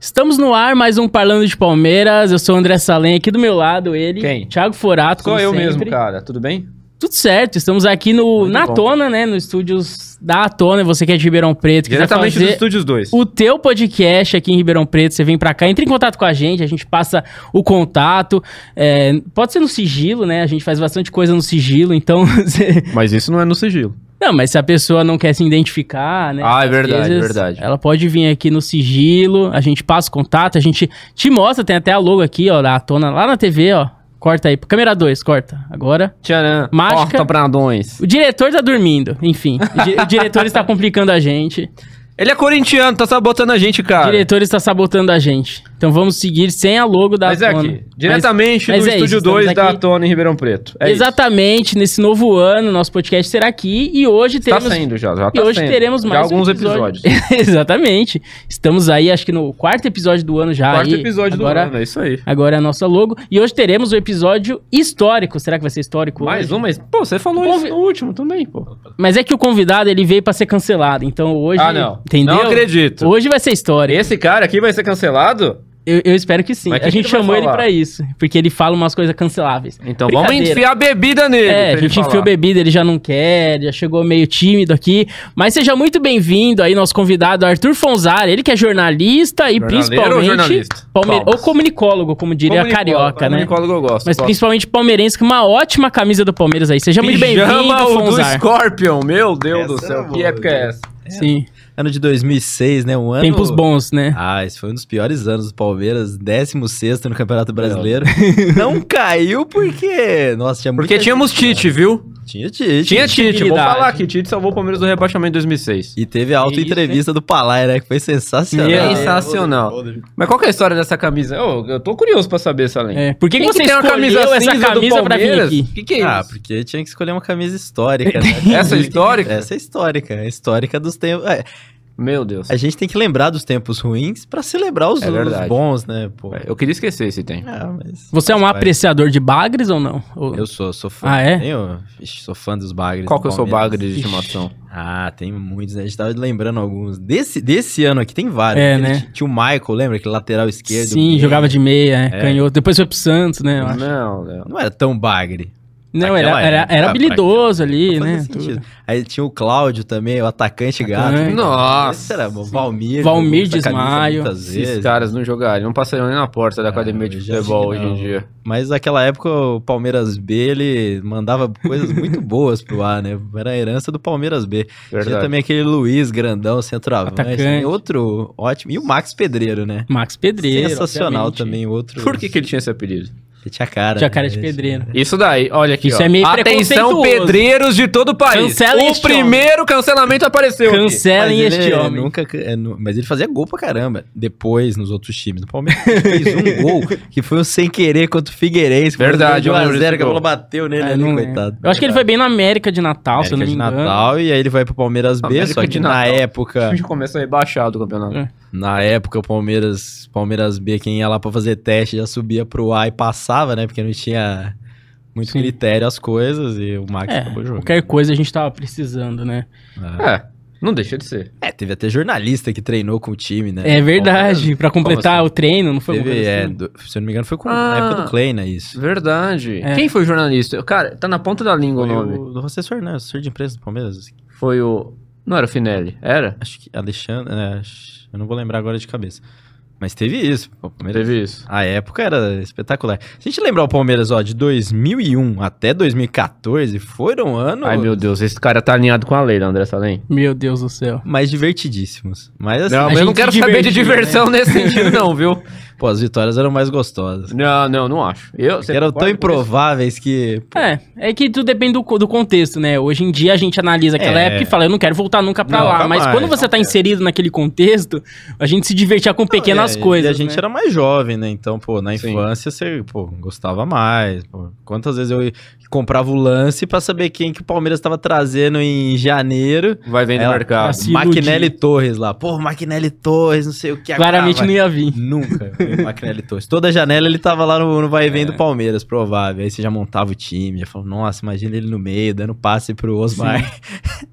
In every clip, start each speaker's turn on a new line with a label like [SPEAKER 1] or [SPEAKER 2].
[SPEAKER 1] Estamos no ar, mais um Parlando de Palmeiras. Eu sou o André Salem, aqui do meu lado, ele.
[SPEAKER 2] Quem?
[SPEAKER 1] Thiago Forato,
[SPEAKER 2] Sou
[SPEAKER 1] como
[SPEAKER 2] eu
[SPEAKER 1] sempre.
[SPEAKER 2] mesmo, cara. Tudo bem?
[SPEAKER 1] Tudo certo, estamos aqui no,
[SPEAKER 2] Muito
[SPEAKER 1] na
[SPEAKER 2] bom.
[SPEAKER 1] Tona, né? Nos estúdios da Tona. Você que é de Ribeirão Preto, quiser
[SPEAKER 2] Diretamente dos
[SPEAKER 1] fazer
[SPEAKER 2] Estúdios 2.
[SPEAKER 1] o teu podcast aqui em Ribeirão Preto, você vem pra cá, entra em contato com a gente, a gente passa o contato. É, pode ser no sigilo, né? A gente faz bastante coisa no sigilo, então. você-
[SPEAKER 2] Mas isso não é no sigilo.
[SPEAKER 1] Não, mas se a pessoa não quer se identificar, né?
[SPEAKER 2] Ah, é
[SPEAKER 1] às
[SPEAKER 2] verdade, verdade.
[SPEAKER 1] Ela pode vir aqui no sigilo, a gente passa o contato, a gente te mostra, tem até a logo aqui, ó, da Tona, lá na TV, ó. Corta aí, câmera 2, corta. Agora.
[SPEAKER 2] Tcharam.
[SPEAKER 1] Mágica.
[SPEAKER 2] Porta pra nós.
[SPEAKER 1] O diretor tá dormindo, enfim. O di- O diretor está complicando a gente.
[SPEAKER 2] Ele é corintiano, tá sabotando a gente,
[SPEAKER 1] O
[SPEAKER 2] cara.
[SPEAKER 1] diretor está sabotando a gente. Então vamos seguir sem a logo da
[SPEAKER 2] Mas é
[SPEAKER 1] Atona.
[SPEAKER 2] aqui. Diretamente
[SPEAKER 1] mas
[SPEAKER 2] do
[SPEAKER 1] é isso,
[SPEAKER 2] Estúdio
[SPEAKER 1] estamos
[SPEAKER 2] 2 da
[SPEAKER 1] aqui.
[SPEAKER 2] Tona em Ribeirão Preto. É
[SPEAKER 1] Exatamente, nesse novo ano, nosso podcast será aqui e hoje
[SPEAKER 2] isso. Tá
[SPEAKER 1] teremos.
[SPEAKER 2] saindo já, já
[SPEAKER 1] e
[SPEAKER 2] tá
[SPEAKER 1] hoje
[SPEAKER 2] saindo.
[SPEAKER 1] teremos
[SPEAKER 2] Já
[SPEAKER 1] mais um
[SPEAKER 2] alguns
[SPEAKER 1] episódio.
[SPEAKER 2] episódios.
[SPEAKER 1] Exatamente. Estamos aí, acho que no quarto episódio do ano já.
[SPEAKER 2] Quarto
[SPEAKER 1] aí.
[SPEAKER 2] episódio
[SPEAKER 1] Agora-
[SPEAKER 2] do ano, é isso aí.
[SPEAKER 1] Agora é a nossa logo. E hoje teremos o episódio histórico. Será que vai ser histórico
[SPEAKER 2] Mais
[SPEAKER 1] hoje?
[SPEAKER 2] um, mas... Pô, você falou
[SPEAKER 1] Convi-
[SPEAKER 2] isso no último também, pô.
[SPEAKER 1] Mas é que o convidado, ele veio pra ser cancelado. Então hoje...
[SPEAKER 2] ah, não.
[SPEAKER 1] Entendeu?
[SPEAKER 2] Não acredito.
[SPEAKER 1] Hoje vai ser histórico.
[SPEAKER 2] Esse cara aqui vai ser cancelado?
[SPEAKER 1] Eu, eu espero que sim.
[SPEAKER 2] Mas que
[SPEAKER 1] a
[SPEAKER 2] que
[SPEAKER 1] gente
[SPEAKER 2] tu vai
[SPEAKER 1] chamou ele
[SPEAKER 2] falar?
[SPEAKER 1] pra isso, porque ele fala umas coisas canceláveis.
[SPEAKER 2] Então vamos
[SPEAKER 1] Brincadeira.
[SPEAKER 2] enfiar bebida nele. pra
[SPEAKER 1] É, a
[SPEAKER 2] ele
[SPEAKER 1] gente enfiou
[SPEAKER 2] falar.
[SPEAKER 1] bebida, ele já não quer, já chegou meio tímido aqui. Mas seja muito bem-vindo aí, nosso convidado Arthur Fonzar, ele que é jornalista e
[SPEAKER 2] Jornaleiro ou
[SPEAKER 1] principalmente.
[SPEAKER 2] jornalista?
[SPEAKER 1] palme-
[SPEAKER 2] Palmas.
[SPEAKER 1] Ou comunicólogo, como diria a
[SPEAKER 2] Comunicólogo,
[SPEAKER 1] carioca, né?
[SPEAKER 2] Comunicólogo eu gosto.
[SPEAKER 1] Mas
[SPEAKER 2] gosto.
[SPEAKER 1] principalmente palmeirense, com uma ótima camisa do Palmeiras aí. Seja muito bem-vindo,
[SPEAKER 2] Pijama o do
[SPEAKER 1] Fonzar.
[SPEAKER 2] Scorpion, meu Deus do
[SPEAKER 3] Essa
[SPEAKER 2] céu,
[SPEAKER 3] é
[SPEAKER 2] que
[SPEAKER 3] boa,
[SPEAKER 2] época é essa?
[SPEAKER 1] Sim,
[SPEAKER 3] Ano de 2006, né? Um ano...
[SPEAKER 1] tempos bons, né?
[SPEAKER 3] Ah, esse foi um dos piores anos do Palmeiras. 16 no Campeonato Brasileiro. Não caiu porque... Nossa, tinha
[SPEAKER 2] Porque
[SPEAKER 3] muita
[SPEAKER 2] tínhamos
[SPEAKER 3] gente, né?
[SPEAKER 2] Tite, viu?
[SPEAKER 3] Tinha Tite.
[SPEAKER 2] Tinha Tite, vou
[SPEAKER 1] Credibilidade.
[SPEAKER 2] falar que Tite salvou o Palmeiras do rebaixamento em 2006.
[SPEAKER 3] E teve a auto-entrevista do Palai, né? Que foi sensacional.
[SPEAKER 2] E é
[SPEAKER 3] né?
[SPEAKER 2] sensacional. Mas qual que é a história dessa camisa? Ô, eu tô curioso pra saber, Salem.
[SPEAKER 1] É, Por que, que
[SPEAKER 2] Quem
[SPEAKER 1] você
[SPEAKER 2] tem uma
[SPEAKER 1] escolheu essa
[SPEAKER 2] cinza do
[SPEAKER 1] camisa pra vir
[SPEAKER 2] Palmeiras?
[SPEAKER 1] aqui?
[SPEAKER 2] Que que é isso?
[SPEAKER 3] Ah, porque tinha que escolher uma camisa histórica, né?
[SPEAKER 2] Essa é histórica?
[SPEAKER 3] Essa é histórica. É histórica dos tempos... é,
[SPEAKER 2] Meu Deus.
[SPEAKER 3] a gente tem que lembrar dos tempos ruins pra celebrar os,
[SPEAKER 2] É
[SPEAKER 3] os
[SPEAKER 2] verdade. É.
[SPEAKER 3] bons, né? Pô.
[SPEAKER 2] Eu queria esquecer esse tempo.
[SPEAKER 3] Ah, mas...
[SPEAKER 1] Você é um
[SPEAKER 3] Vai.
[SPEAKER 1] apreciador de bagres ou não? Ou-
[SPEAKER 3] Eu sou, sou fã.
[SPEAKER 1] Ah, é?
[SPEAKER 3] Eu, ixi, sou fã dos bagres.
[SPEAKER 2] Qual
[SPEAKER 3] do
[SPEAKER 2] que é o seu
[SPEAKER 3] Palmeiras.
[SPEAKER 2] bagre de
[SPEAKER 1] Ixi.
[SPEAKER 2] estimação?
[SPEAKER 3] Ah, tem muitos, né? A gente tava lembrando alguns. Desse, desse ano aqui tem vários.
[SPEAKER 1] É,
[SPEAKER 3] Aquele
[SPEAKER 1] né?
[SPEAKER 3] ti- Tinha o Michael, lembra? Aquele lateral esquerdo.
[SPEAKER 1] Sim,
[SPEAKER 3] meia.
[SPEAKER 1] jogava de meia, é,
[SPEAKER 3] É.
[SPEAKER 1] canhoto. Depois foi pro Santos, né?
[SPEAKER 2] Uhum.
[SPEAKER 1] eu acho.
[SPEAKER 2] Não, não.
[SPEAKER 3] Não era tão bagre.
[SPEAKER 1] Não,
[SPEAKER 3] Aquela
[SPEAKER 1] era, era,
[SPEAKER 3] época,
[SPEAKER 1] era habilidoso
[SPEAKER 3] aquela-
[SPEAKER 1] ali,
[SPEAKER 3] Não fazia
[SPEAKER 1] né?
[SPEAKER 3] sentido. Aí tinha o Cláudio também, o atacante gato.
[SPEAKER 1] Atacante.
[SPEAKER 2] Nossa.
[SPEAKER 3] Esse era bom. Valmir.
[SPEAKER 1] Valmir
[SPEAKER 3] jogou essa camisa
[SPEAKER 1] Desmaio.
[SPEAKER 3] muitas
[SPEAKER 2] Esses
[SPEAKER 3] vezes.
[SPEAKER 2] caras não jogaram, não passariam nem na porta da academia de
[SPEAKER 3] Ah, eu já
[SPEAKER 2] futebol
[SPEAKER 3] digo
[SPEAKER 2] hoje em
[SPEAKER 3] não.
[SPEAKER 2] dia.
[SPEAKER 3] Mas naquela época o Palmeiras B, ele mandava coisas muito boas pro ar, né? Era a herança do Palmeiras B. Tinha
[SPEAKER 2] Verdade.
[SPEAKER 3] também aquele Luiz Grandão, centroavante.
[SPEAKER 1] Atacante.
[SPEAKER 3] Tem outro ótimo. E o Max Pedreiro, né?
[SPEAKER 1] Max Pedreiro.
[SPEAKER 3] Sensacional
[SPEAKER 1] obviamente.
[SPEAKER 3] também, outro.
[SPEAKER 2] Por que, que ele tinha esse apelido?
[SPEAKER 3] Ele tinha cara.
[SPEAKER 1] Tinha cara de
[SPEAKER 3] né?
[SPEAKER 1] pedreiro.
[SPEAKER 2] Isso daí, olha aqui.
[SPEAKER 1] Isso
[SPEAKER 2] ó.
[SPEAKER 1] é meio
[SPEAKER 2] Atenção,
[SPEAKER 1] preconceituoso.
[SPEAKER 2] pedreiros de todo o país.
[SPEAKER 1] Cancelem
[SPEAKER 2] o
[SPEAKER 1] este homem.
[SPEAKER 2] primeiro cancelamento apareceu. aqui.
[SPEAKER 3] Mas
[SPEAKER 1] Cancelem
[SPEAKER 3] ele
[SPEAKER 1] este homem.
[SPEAKER 3] Nunca, é, nu- mas ele fazia gol pra caramba. Depois, nos outros times. No Palmeiras ele fez um gol que foi um sem querer contra o Figueirense. foi
[SPEAKER 2] Verdade, eu
[SPEAKER 3] um gol de 1
[SPEAKER 2] lembro
[SPEAKER 3] a 0
[SPEAKER 2] desse
[SPEAKER 3] que a bola
[SPEAKER 2] gol.
[SPEAKER 3] bateu nele
[SPEAKER 1] Ah, eu
[SPEAKER 3] ali,
[SPEAKER 1] não lembro.
[SPEAKER 3] é coitado.
[SPEAKER 1] Eu acho que ele foi bem na América de Natal, se eu não
[SPEAKER 3] América
[SPEAKER 1] me
[SPEAKER 3] de
[SPEAKER 1] engano.
[SPEAKER 3] Natal e aí ele vai pro Palmeiras B,
[SPEAKER 2] América
[SPEAKER 3] só
[SPEAKER 2] de
[SPEAKER 3] que na
[SPEAKER 2] Natal. A
[SPEAKER 3] época,
[SPEAKER 2] gente começa rebaixado o campeonato.
[SPEAKER 1] É.
[SPEAKER 3] na época o Palmeiras, Palmeiras B quem ia lá pra fazer teste já subia pro A e passava, né? Porque não tinha muito
[SPEAKER 1] Sim.
[SPEAKER 3] critério as coisas e o Max
[SPEAKER 1] É,
[SPEAKER 3] acabou jogando.
[SPEAKER 1] Qualquer coisa a gente tava precisando, né?
[SPEAKER 3] Ah.
[SPEAKER 2] É, não deixa de ser.
[SPEAKER 3] É, teve até jornalista que treinou com o time, né?
[SPEAKER 1] É verdade, pra completar
[SPEAKER 3] Como
[SPEAKER 1] o treino, não foi
[SPEAKER 3] Teve,
[SPEAKER 1] alguma coisa
[SPEAKER 3] é,
[SPEAKER 1] assim?
[SPEAKER 3] do- se eu não me engano, foi com,
[SPEAKER 2] Ah.
[SPEAKER 3] na época do Kleina isso.
[SPEAKER 2] Verdade.
[SPEAKER 1] É.
[SPEAKER 2] Quem foi o jornalista? Cara, tá na ponta da língua
[SPEAKER 3] Foi
[SPEAKER 2] o nome.
[SPEAKER 3] o do José Fernandes, assessor de imprensa do Palmeiras.
[SPEAKER 2] Foi o. Não era o Finelli, era?
[SPEAKER 3] Acho que Alexandre. é, acho- eu não vou lembrar agora de cabeça. Mas teve isso. O Palmeiras
[SPEAKER 2] Teve isso.
[SPEAKER 3] A época era espetacular. Se a gente lembrar o Palmeiras, ó, de 2001 até 2014, foram anos
[SPEAKER 2] Ai, meu Deus, esse cara tá alinhado com a lei, André
[SPEAKER 3] é.
[SPEAKER 2] Salem.
[SPEAKER 1] Meu Deus do céu.
[SPEAKER 3] mais divertidíssimos. Mas assim,
[SPEAKER 2] Não, mas eu não
[SPEAKER 1] gente
[SPEAKER 2] quero
[SPEAKER 1] se
[SPEAKER 2] saber de
[SPEAKER 1] divertiu, né?
[SPEAKER 2] diversão nesse sentido, não, viu?
[SPEAKER 3] pô, as vitórias eram mais gostosas.
[SPEAKER 2] Não, não, não acho. Eu, você
[SPEAKER 3] eram
[SPEAKER 2] concorda
[SPEAKER 3] tão
[SPEAKER 2] com isso?
[SPEAKER 3] improváveis que... pô,
[SPEAKER 1] É, é que tudo depende do, co- do contexto, né? Hoje em dia a gente analisa aquela
[SPEAKER 3] É.
[SPEAKER 1] época e fala, eu não quero voltar nunca pra
[SPEAKER 3] Não,
[SPEAKER 1] lá.
[SPEAKER 3] nunca
[SPEAKER 1] Mas
[SPEAKER 3] mais,
[SPEAKER 1] quando você tá inserido naquele contexto, a gente se divertia com pequenas
[SPEAKER 3] é,
[SPEAKER 1] coisas.
[SPEAKER 3] E a gente
[SPEAKER 1] né?
[SPEAKER 3] era mais jovem, né? Então, pô, na
[SPEAKER 2] Sim.
[SPEAKER 3] infância você, pô, gostava mais. pô. Quantas vezes eu ia- comprava o lance pra saber quem que o Palmeiras tava trazendo em janeiro.
[SPEAKER 2] Vai vendo no
[SPEAKER 3] Ela-
[SPEAKER 2] mercado.
[SPEAKER 1] assim, Se iludir.
[SPEAKER 3] Maquinelli Torres lá. Pô, Maquinelli Torres, não sei o que.
[SPEAKER 1] Claramente
[SPEAKER 3] agora
[SPEAKER 1] não
[SPEAKER 3] vai-
[SPEAKER 1] ia vir.
[SPEAKER 3] Nunca. Maquinelli Torres. Toda janela ele tava lá no, no vai e vem
[SPEAKER 1] É.
[SPEAKER 3] do Palmeiras, provável. Aí você já montava o time, já falava, nossa, imagina ele no meio, dando passe pro Osmar.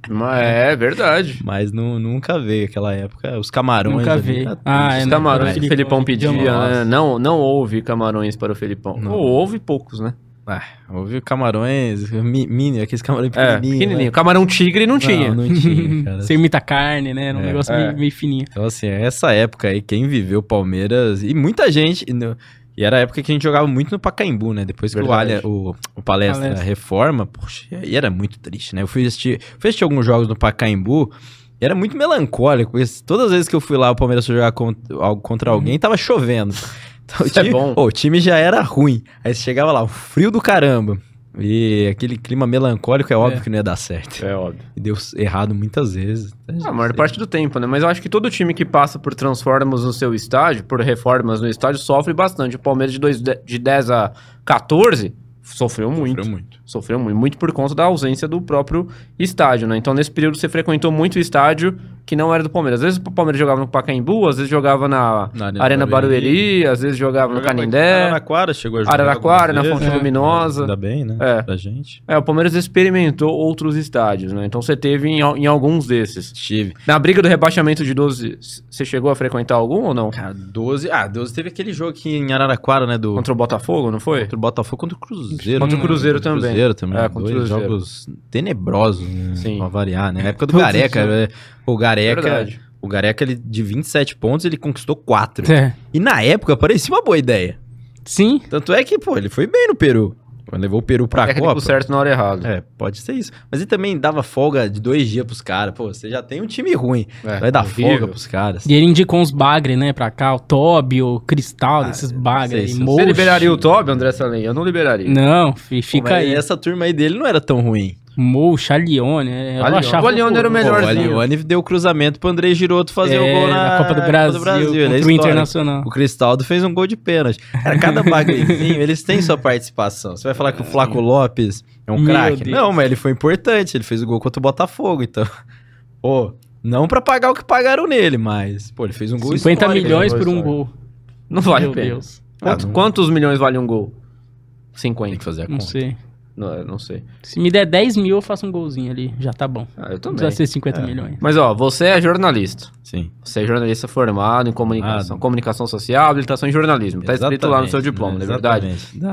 [SPEAKER 2] Mas é verdade.
[SPEAKER 3] Mas nu- nunca veio aquela época. Os camarões.
[SPEAKER 1] Nunca
[SPEAKER 3] ali,
[SPEAKER 1] vi.
[SPEAKER 3] tá
[SPEAKER 1] Ah,
[SPEAKER 3] triste.
[SPEAKER 1] é,
[SPEAKER 2] Os
[SPEAKER 1] não,
[SPEAKER 2] camarões
[SPEAKER 1] é.
[SPEAKER 2] que o Felipão pedia,
[SPEAKER 1] Nossa.
[SPEAKER 2] né? Não, não houve camarões para o Felipão.
[SPEAKER 3] Não.
[SPEAKER 2] Ou houve poucos, né?
[SPEAKER 3] Houve camarões, mi- mini, aqueles
[SPEAKER 2] É,
[SPEAKER 3] camarões pequenininhos.
[SPEAKER 2] pequenininho.
[SPEAKER 3] né?
[SPEAKER 2] Camarão tigre não tinha.
[SPEAKER 3] Não, não tinha, cara.
[SPEAKER 1] Você imita carne, né? Era um
[SPEAKER 3] É.
[SPEAKER 1] negócio
[SPEAKER 2] É.
[SPEAKER 1] Meio, meio fininho.
[SPEAKER 3] Então, assim, essa época aí, quem viveu o Palmeiras e muita gente. E, no- e era a época que a gente jogava muito no Pacaembu, né? Depois que o,
[SPEAKER 2] Verdade.
[SPEAKER 3] Allian- o, o palestra,
[SPEAKER 1] Palestra.
[SPEAKER 3] reforma, poxa, e era muito triste, né? Eu fui assistir, fui assistir alguns jogos no Pacaembu e era muito melancólico. porque todas as vezes que eu fui lá, o Palmeiras foi jogar contra, algo- contra alguém, tava chovendo. Então, o
[SPEAKER 2] Isso é
[SPEAKER 3] time,
[SPEAKER 2] bom.
[SPEAKER 3] pô, o time já era ruim. Aí você chegava lá, o frio do caramba. E aquele clima melancólico é óbvio que não ia dar certo.
[SPEAKER 2] É óbvio.
[SPEAKER 3] E deu errado muitas vezes.
[SPEAKER 2] Ah, A maior parte do tempo, né? Mas eu acho que todo time que passa por transformas no seu estádio, por reformas no estádio, sofre bastante. O Palmeiras de, dois, de 10 a 14 sofreu muito.
[SPEAKER 3] Sofreu muito.
[SPEAKER 2] Sofreu muito, muito por conta da ausência do próprio estádio, né? Então, nesse período, você frequentou muito o estádio que não era do Palmeiras. Às vezes o Palmeiras jogava no Pacaembu, às vezes jogava na,
[SPEAKER 3] Na
[SPEAKER 2] Arena,
[SPEAKER 3] Arena
[SPEAKER 2] Barueri,
[SPEAKER 3] Barueri.
[SPEAKER 2] às vezes jogava, no
[SPEAKER 3] Jogava em
[SPEAKER 2] Canindé.
[SPEAKER 3] Araraquara chegou a jogar.
[SPEAKER 2] Araraquara, na
[SPEAKER 3] algumas
[SPEAKER 2] Fonte
[SPEAKER 3] vezes, né?
[SPEAKER 2] Luminosa.
[SPEAKER 3] Ainda bem, né?
[SPEAKER 2] É.
[SPEAKER 3] Pra gente.
[SPEAKER 2] É, o Palmeiras experimentou outros estádios, né? Então, você teve em, al- em alguns desses.
[SPEAKER 3] Tive.
[SPEAKER 2] Na briga do rebaixamento de 12, c- você chegou a frequentar algum ou não?
[SPEAKER 3] Cara, 12. Ah, 12 teve aquele jogo aqui em Araraquara, né? Do,
[SPEAKER 2] Contra o Botafogo, não foi?
[SPEAKER 3] contra o Botafogo, contra o Cruzeiro.
[SPEAKER 2] Contra o
[SPEAKER 3] né?
[SPEAKER 2] Cruzeiro
[SPEAKER 3] Contra o
[SPEAKER 2] também.
[SPEAKER 3] Cruzeiro também.
[SPEAKER 2] É, contra o
[SPEAKER 3] Dois
[SPEAKER 2] Cruzeiro.
[SPEAKER 3] jogos tenebrosos, né?
[SPEAKER 2] Sim.
[SPEAKER 3] Pra variar, né? Na época do
[SPEAKER 1] Todos
[SPEAKER 3] Gareca.
[SPEAKER 1] os
[SPEAKER 3] é, O Gareca,
[SPEAKER 2] Verdade.
[SPEAKER 3] o Gareca ele, de 27 pontos, ele conquistou 4.
[SPEAKER 1] É.
[SPEAKER 3] E na época parecia uma boa ideia.
[SPEAKER 1] Sim.
[SPEAKER 3] Tanto é que, pô, ele foi bem no Peru. Quando levou o Peru pra
[SPEAKER 2] Técnico
[SPEAKER 3] Copa.
[SPEAKER 2] É certo na hora errada.
[SPEAKER 3] É, pode ser isso. Mas ele também dava folga de dois dias pros caras. Pô, você já tem um time ruim.
[SPEAKER 2] É,
[SPEAKER 3] vai dar
[SPEAKER 2] horrível.
[SPEAKER 3] folga pros caras.
[SPEAKER 1] E ele indicou uns bagre, né, pra cá, o Toby, o Cristal, esses bagre
[SPEAKER 3] Ah, sei
[SPEAKER 1] aí,
[SPEAKER 3] se-
[SPEAKER 2] Você
[SPEAKER 1] Mocha.
[SPEAKER 2] liberaria o Toby, André Salem? Eu não liberaria.
[SPEAKER 1] Não, fi-
[SPEAKER 3] Pô,
[SPEAKER 1] fica
[SPEAKER 3] mas
[SPEAKER 1] aí.
[SPEAKER 3] Essa turma aí dele não era tão ruim.
[SPEAKER 1] Mocha, Alione, né, eu
[SPEAKER 2] Alione.
[SPEAKER 1] achava...
[SPEAKER 2] O Alione era o
[SPEAKER 3] Pô,
[SPEAKER 2] melhorzinho.
[SPEAKER 3] o Alione deu o cruzamento pro André Giroto fazer o gol na,
[SPEAKER 1] É, na Copa do Brasil,
[SPEAKER 3] ele é
[SPEAKER 1] contra o
[SPEAKER 3] história.
[SPEAKER 1] Internacional.
[SPEAKER 3] O Cristaldo fez um gol de pênalti. Cara, cada bagulhinho, eles têm sua participação. Você vai falar que o Flaco Lopes é um
[SPEAKER 1] Meu
[SPEAKER 3] craque?
[SPEAKER 1] Deus.
[SPEAKER 3] Não, mas ele foi importante. Ele fez o gol contra o Botafogo, então. Pô, não pra pagar o que pagaram nele, mas, pô, ele fez um gol
[SPEAKER 1] 50
[SPEAKER 3] histórico.
[SPEAKER 1] milhões
[SPEAKER 2] né,
[SPEAKER 1] por um
[SPEAKER 2] histórico.
[SPEAKER 1] gol.
[SPEAKER 2] Não vale a
[SPEAKER 1] Meu
[SPEAKER 2] pena.
[SPEAKER 1] Deus,
[SPEAKER 2] Quanto-
[SPEAKER 3] Ah, não-
[SPEAKER 2] Quantos milhões vale um gol?
[SPEAKER 3] Tem
[SPEAKER 2] 50.
[SPEAKER 3] que fazer a
[SPEAKER 1] não
[SPEAKER 3] conta.
[SPEAKER 1] sei.
[SPEAKER 2] Não, eu não sei.
[SPEAKER 1] Se me der 10 mil, eu faço um golzinho ali, já tá bom.
[SPEAKER 2] Ah, eu
[SPEAKER 1] Não
[SPEAKER 2] também.
[SPEAKER 1] precisa ser 50
[SPEAKER 3] É.
[SPEAKER 1] milhões.
[SPEAKER 2] Mas ó, você é jornalista.
[SPEAKER 3] Sim.
[SPEAKER 2] Você é jornalista formado em comunicação,
[SPEAKER 3] Formado.
[SPEAKER 2] comunicação social, habilitação em jornalismo. Tá escrito lá no seu diploma, não é verdade?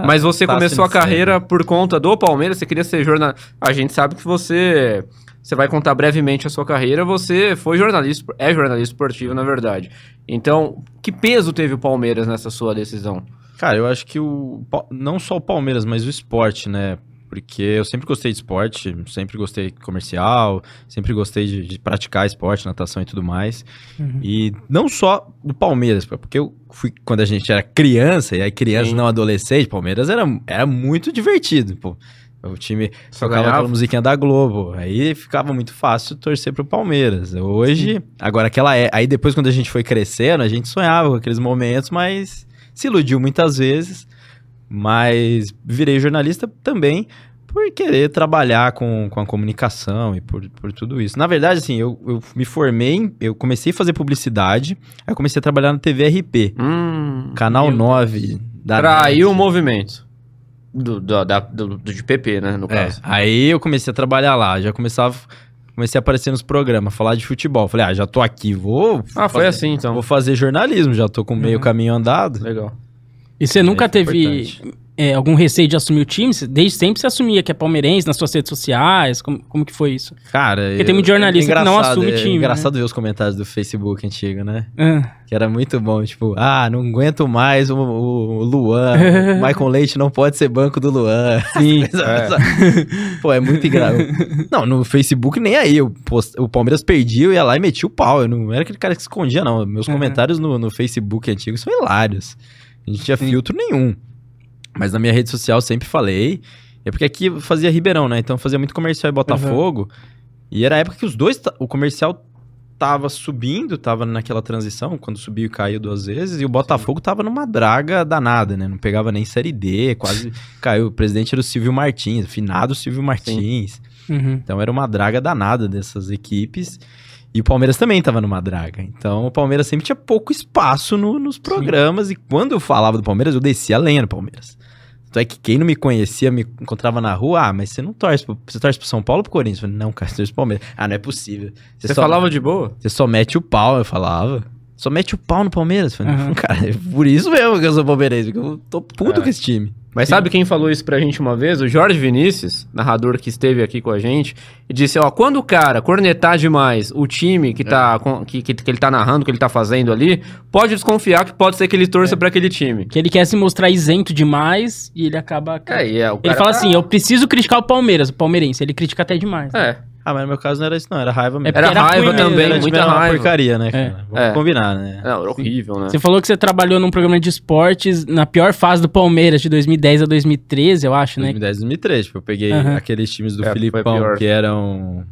[SPEAKER 2] Mas você
[SPEAKER 3] Tá
[SPEAKER 2] começou a
[SPEAKER 3] sendo
[SPEAKER 2] carreira por conta do Palmeiras, você queria ser jornalista. A gente sabe que você. Você vai contar brevemente a sua carreira, você foi jornalista, é jornalista esportivo, na verdade. Então, que peso teve o Palmeiras nessa sua decisão?
[SPEAKER 3] Cara, eu acho que o. Pa- Não só o Palmeiras, mas o esporte, né? Porque eu sempre gostei de esporte, sempre gostei de comercial, sempre gostei de, de praticar esporte, natação e tudo mais.
[SPEAKER 1] Uhum.
[SPEAKER 3] E não só do Palmeiras, pô, porque eu fui quando a gente era criança, e aí criança
[SPEAKER 2] Sim.
[SPEAKER 3] não adolescente, Palmeiras era, era muito divertido, pô. O time
[SPEAKER 2] Só
[SPEAKER 3] tocava
[SPEAKER 2] ganhava?
[SPEAKER 3] aquela musiquinha da Globo, aí ficava muito fácil torcer pro Palmeiras. Hoje, agora aquela é, aí depois quando a gente foi crescendo, a gente sonhava com aqueles momentos, mas se iludiu muitas vezes, mas virei jornalista também por querer trabalhar com, com a comunicação e por, por tudo isso. Na verdade, assim, eu, eu me formei, em- eu comecei a fazer publicidade, aí eu comecei a trabalhar na TV RP,
[SPEAKER 2] Hum,
[SPEAKER 3] canal
[SPEAKER 1] Meu
[SPEAKER 3] 9 da NET.
[SPEAKER 2] Traiu o movimento. Do, da- da- do, do- de PP, né? No
[SPEAKER 3] É,
[SPEAKER 2] caso.
[SPEAKER 3] aí eu comecei a trabalhar lá, já começava, comecei a aparecer nos programas, falar de futebol. Falei, ah, já tô aqui, vou,
[SPEAKER 2] Ah, foi
[SPEAKER 3] fazer,
[SPEAKER 2] assim então.
[SPEAKER 3] vou fazer jornalismo, já tô com meio
[SPEAKER 1] Uhum.
[SPEAKER 3] caminho andado.
[SPEAKER 2] Legal.
[SPEAKER 1] E você nunca
[SPEAKER 3] Isso é
[SPEAKER 1] teve
[SPEAKER 3] importante.
[SPEAKER 1] é, algum receio de assumir o time? Você- Desde sempre você assumia que é palmeirense nas suas redes sociais? Como, como que foi isso?
[SPEAKER 3] Cara, Porque
[SPEAKER 1] tem muito jornalista que não assume
[SPEAKER 3] é,
[SPEAKER 1] time, né?
[SPEAKER 3] Engraçado ver os comentários do Facebook antigo, né?
[SPEAKER 1] Ah,
[SPEAKER 3] Que era muito bom, tipo, ah, não aguento mais o, o Luan, o Michael Leite não pode ser banco do Luan.
[SPEAKER 1] sim.
[SPEAKER 3] Pô, é muito engraçado. Não, no Facebook nem aí, eu post- o Palmeiras perdia, eu ia lá e metia o pau, eu não era aquele cara que escondia não, meus
[SPEAKER 1] Uhum.
[SPEAKER 3] comentários no, no Facebook antigo são hilários, a gente não tinha
[SPEAKER 1] Sim.
[SPEAKER 3] filtro nenhum, mas na minha rede social eu sempre falei, é porque aqui eu fazia Ribeirão, né, então eu fazia muito comercial e Botafogo, e era a época que os dois, ta- o comercial tava subindo, tava naquela transição, quando subiu e caiu duas vezes, e o Botafogo tava numa draga danada, né? Não pegava nem Série D, quase caiu. O presidente era o Silvio Martins, finado Silvio Martins.
[SPEAKER 1] Uhum.
[SPEAKER 3] Então era uma draga danada dessas equipes. E o Palmeiras também estava numa draga. Então o Palmeiras sempre tinha pouco espaço no- nos programas. E quando eu falava do Palmeiras, eu descia a lenha no Palmeiras. Então é que quem não me conhecia me encontrava na rua. Ah, mas você não torce. pro- Você torce pro São Paulo ou pro Corinthians? Eu falei, não, cara, eu torço pro Palmeiras. Ah, não é possível.
[SPEAKER 2] Você
[SPEAKER 3] só-
[SPEAKER 2] falava de boa?
[SPEAKER 3] você só mete o pau, eu falava. Só mete o pau no Palmeiras. Eu Falei,
[SPEAKER 1] Aham.
[SPEAKER 3] "Não, Cara, é por isso mesmo que eu sou palmeirense, porque eu tô puto
[SPEAKER 2] É.
[SPEAKER 3] com esse time.
[SPEAKER 2] Mas sabe quem falou isso pra gente uma vez? O Jorge Vinícius, narrador que esteve aqui com a gente, e disse, ó, quando o cara cornetar demais o time que, tá, com- que, que, que ele tá narrando, que ele tá fazendo ali, pode desconfiar que pode ser que ele torça pra aquele time.
[SPEAKER 1] Que ele quer se mostrar isento demais e ele acaba.
[SPEAKER 2] É, e é, o
[SPEAKER 1] ele
[SPEAKER 2] cara
[SPEAKER 1] fala
[SPEAKER 2] tá-
[SPEAKER 1] assim: eu preciso criticar o Palmeiras, o palmeirense. Ele critica até demais.
[SPEAKER 2] É,
[SPEAKER 3] Ah, mas no meu caso não era isso, não, era raiva mesmo.
[SPEAKER 1] É,
[SPEAKER 2] era,
[SPEAKER 1] Era
[SPEAKER 2] raiva
[SPEAKER 1] ruim mesmo,
[SPEAKER 2] também,
[SPEAKER 1] era de
[SPEAKER 2] muita
[SPEAKER 3] era uma
[SPEAKER 2] raiva.
[SPEAKER 3] porcaria, né, cara? Vamos
[SPEAKER 2] É.
[SPEAKER 3] combinar, né?
[SPEAKER 2] Não, era horrível, né?
[SPEAKER 1] Você falou que você trabalhou num programa de esportes na pior fase do Palmeiras, de 2010 a 2013, eu acho, né?
[SPEAKER 3] 2010, 2013, tipo, eu peguei
[SPEAKER 1] Aham.
[SPEAKER 3] aqueles times do
[SPEAKER 2] É, foi
[SPEAKER 3] Filipão
[SPEAKER 2] pior.
[SPEAKER 3] que eram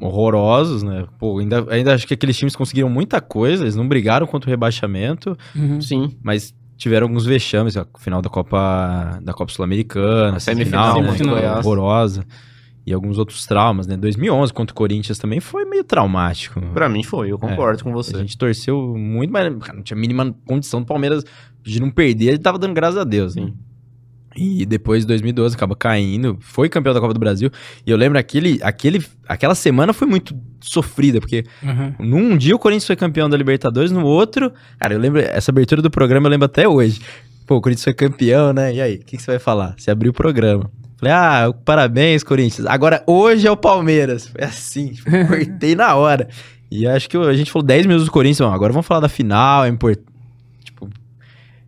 [SPEAKER 3] horrorosos, né? Pô, ainda, ainda acho que aqueles times conseguiram muita coisa, eles não brigaram contra o rebaixamento,
[SPEAKER 1] Uhum.
[SPEAKER 2] Sim.
[SPEAKER 3] mas tiveram alguns vexames, ó, final da Copa da Copa Sul-Americana,
[SPEAKER 2] A semifinal,
[SPEAKER 3] final, né,
[SPEAKER 1] semifinal.
[SPEAKER 3] foi horrorosa e alguns outros traumas, né? 2011 contra o Corinthians também foi meio traumático.
[SPEAKER 2] Pra mim foi, eu concordo
[SPEAKER 1] É.
[SPEAKER 2] com
[SPEAKER 3] A
[SPEAKER 2] você.
[SPEAKER 3] gente torceu muito, mas cara, não tinha a mínima condição do Palmeiras de não perder, ele tava dando graças a Deus, né?
[SPEAKER 2] Sim.
[SPEAKER 3] E depois, 2012, acaba caindo, foi campeão da Copa do Brasil. E eu lembro aquele, aquele, aquela semana foi muito sofrida, porque
[SPEAKER 1] Uhum.
[SPEAKER 3] num dia o Corinthians foi campeão da Libertadores, no outro, cara, eu lembro, essa abertura do programa eu lembro até hoje. Pô, o Corinthians foi campeão, né? E aí, o que, que você vai falar? Você abriu o programa. Falei, ah, parabéns, Corinthians. Agora, hoje é o Palmeiras. Foi assim, tipo, cortei na hora. E acho que a gente falou 10 minutos do Corinthians, bom, agora vamos falar da final, é importante. Tipo,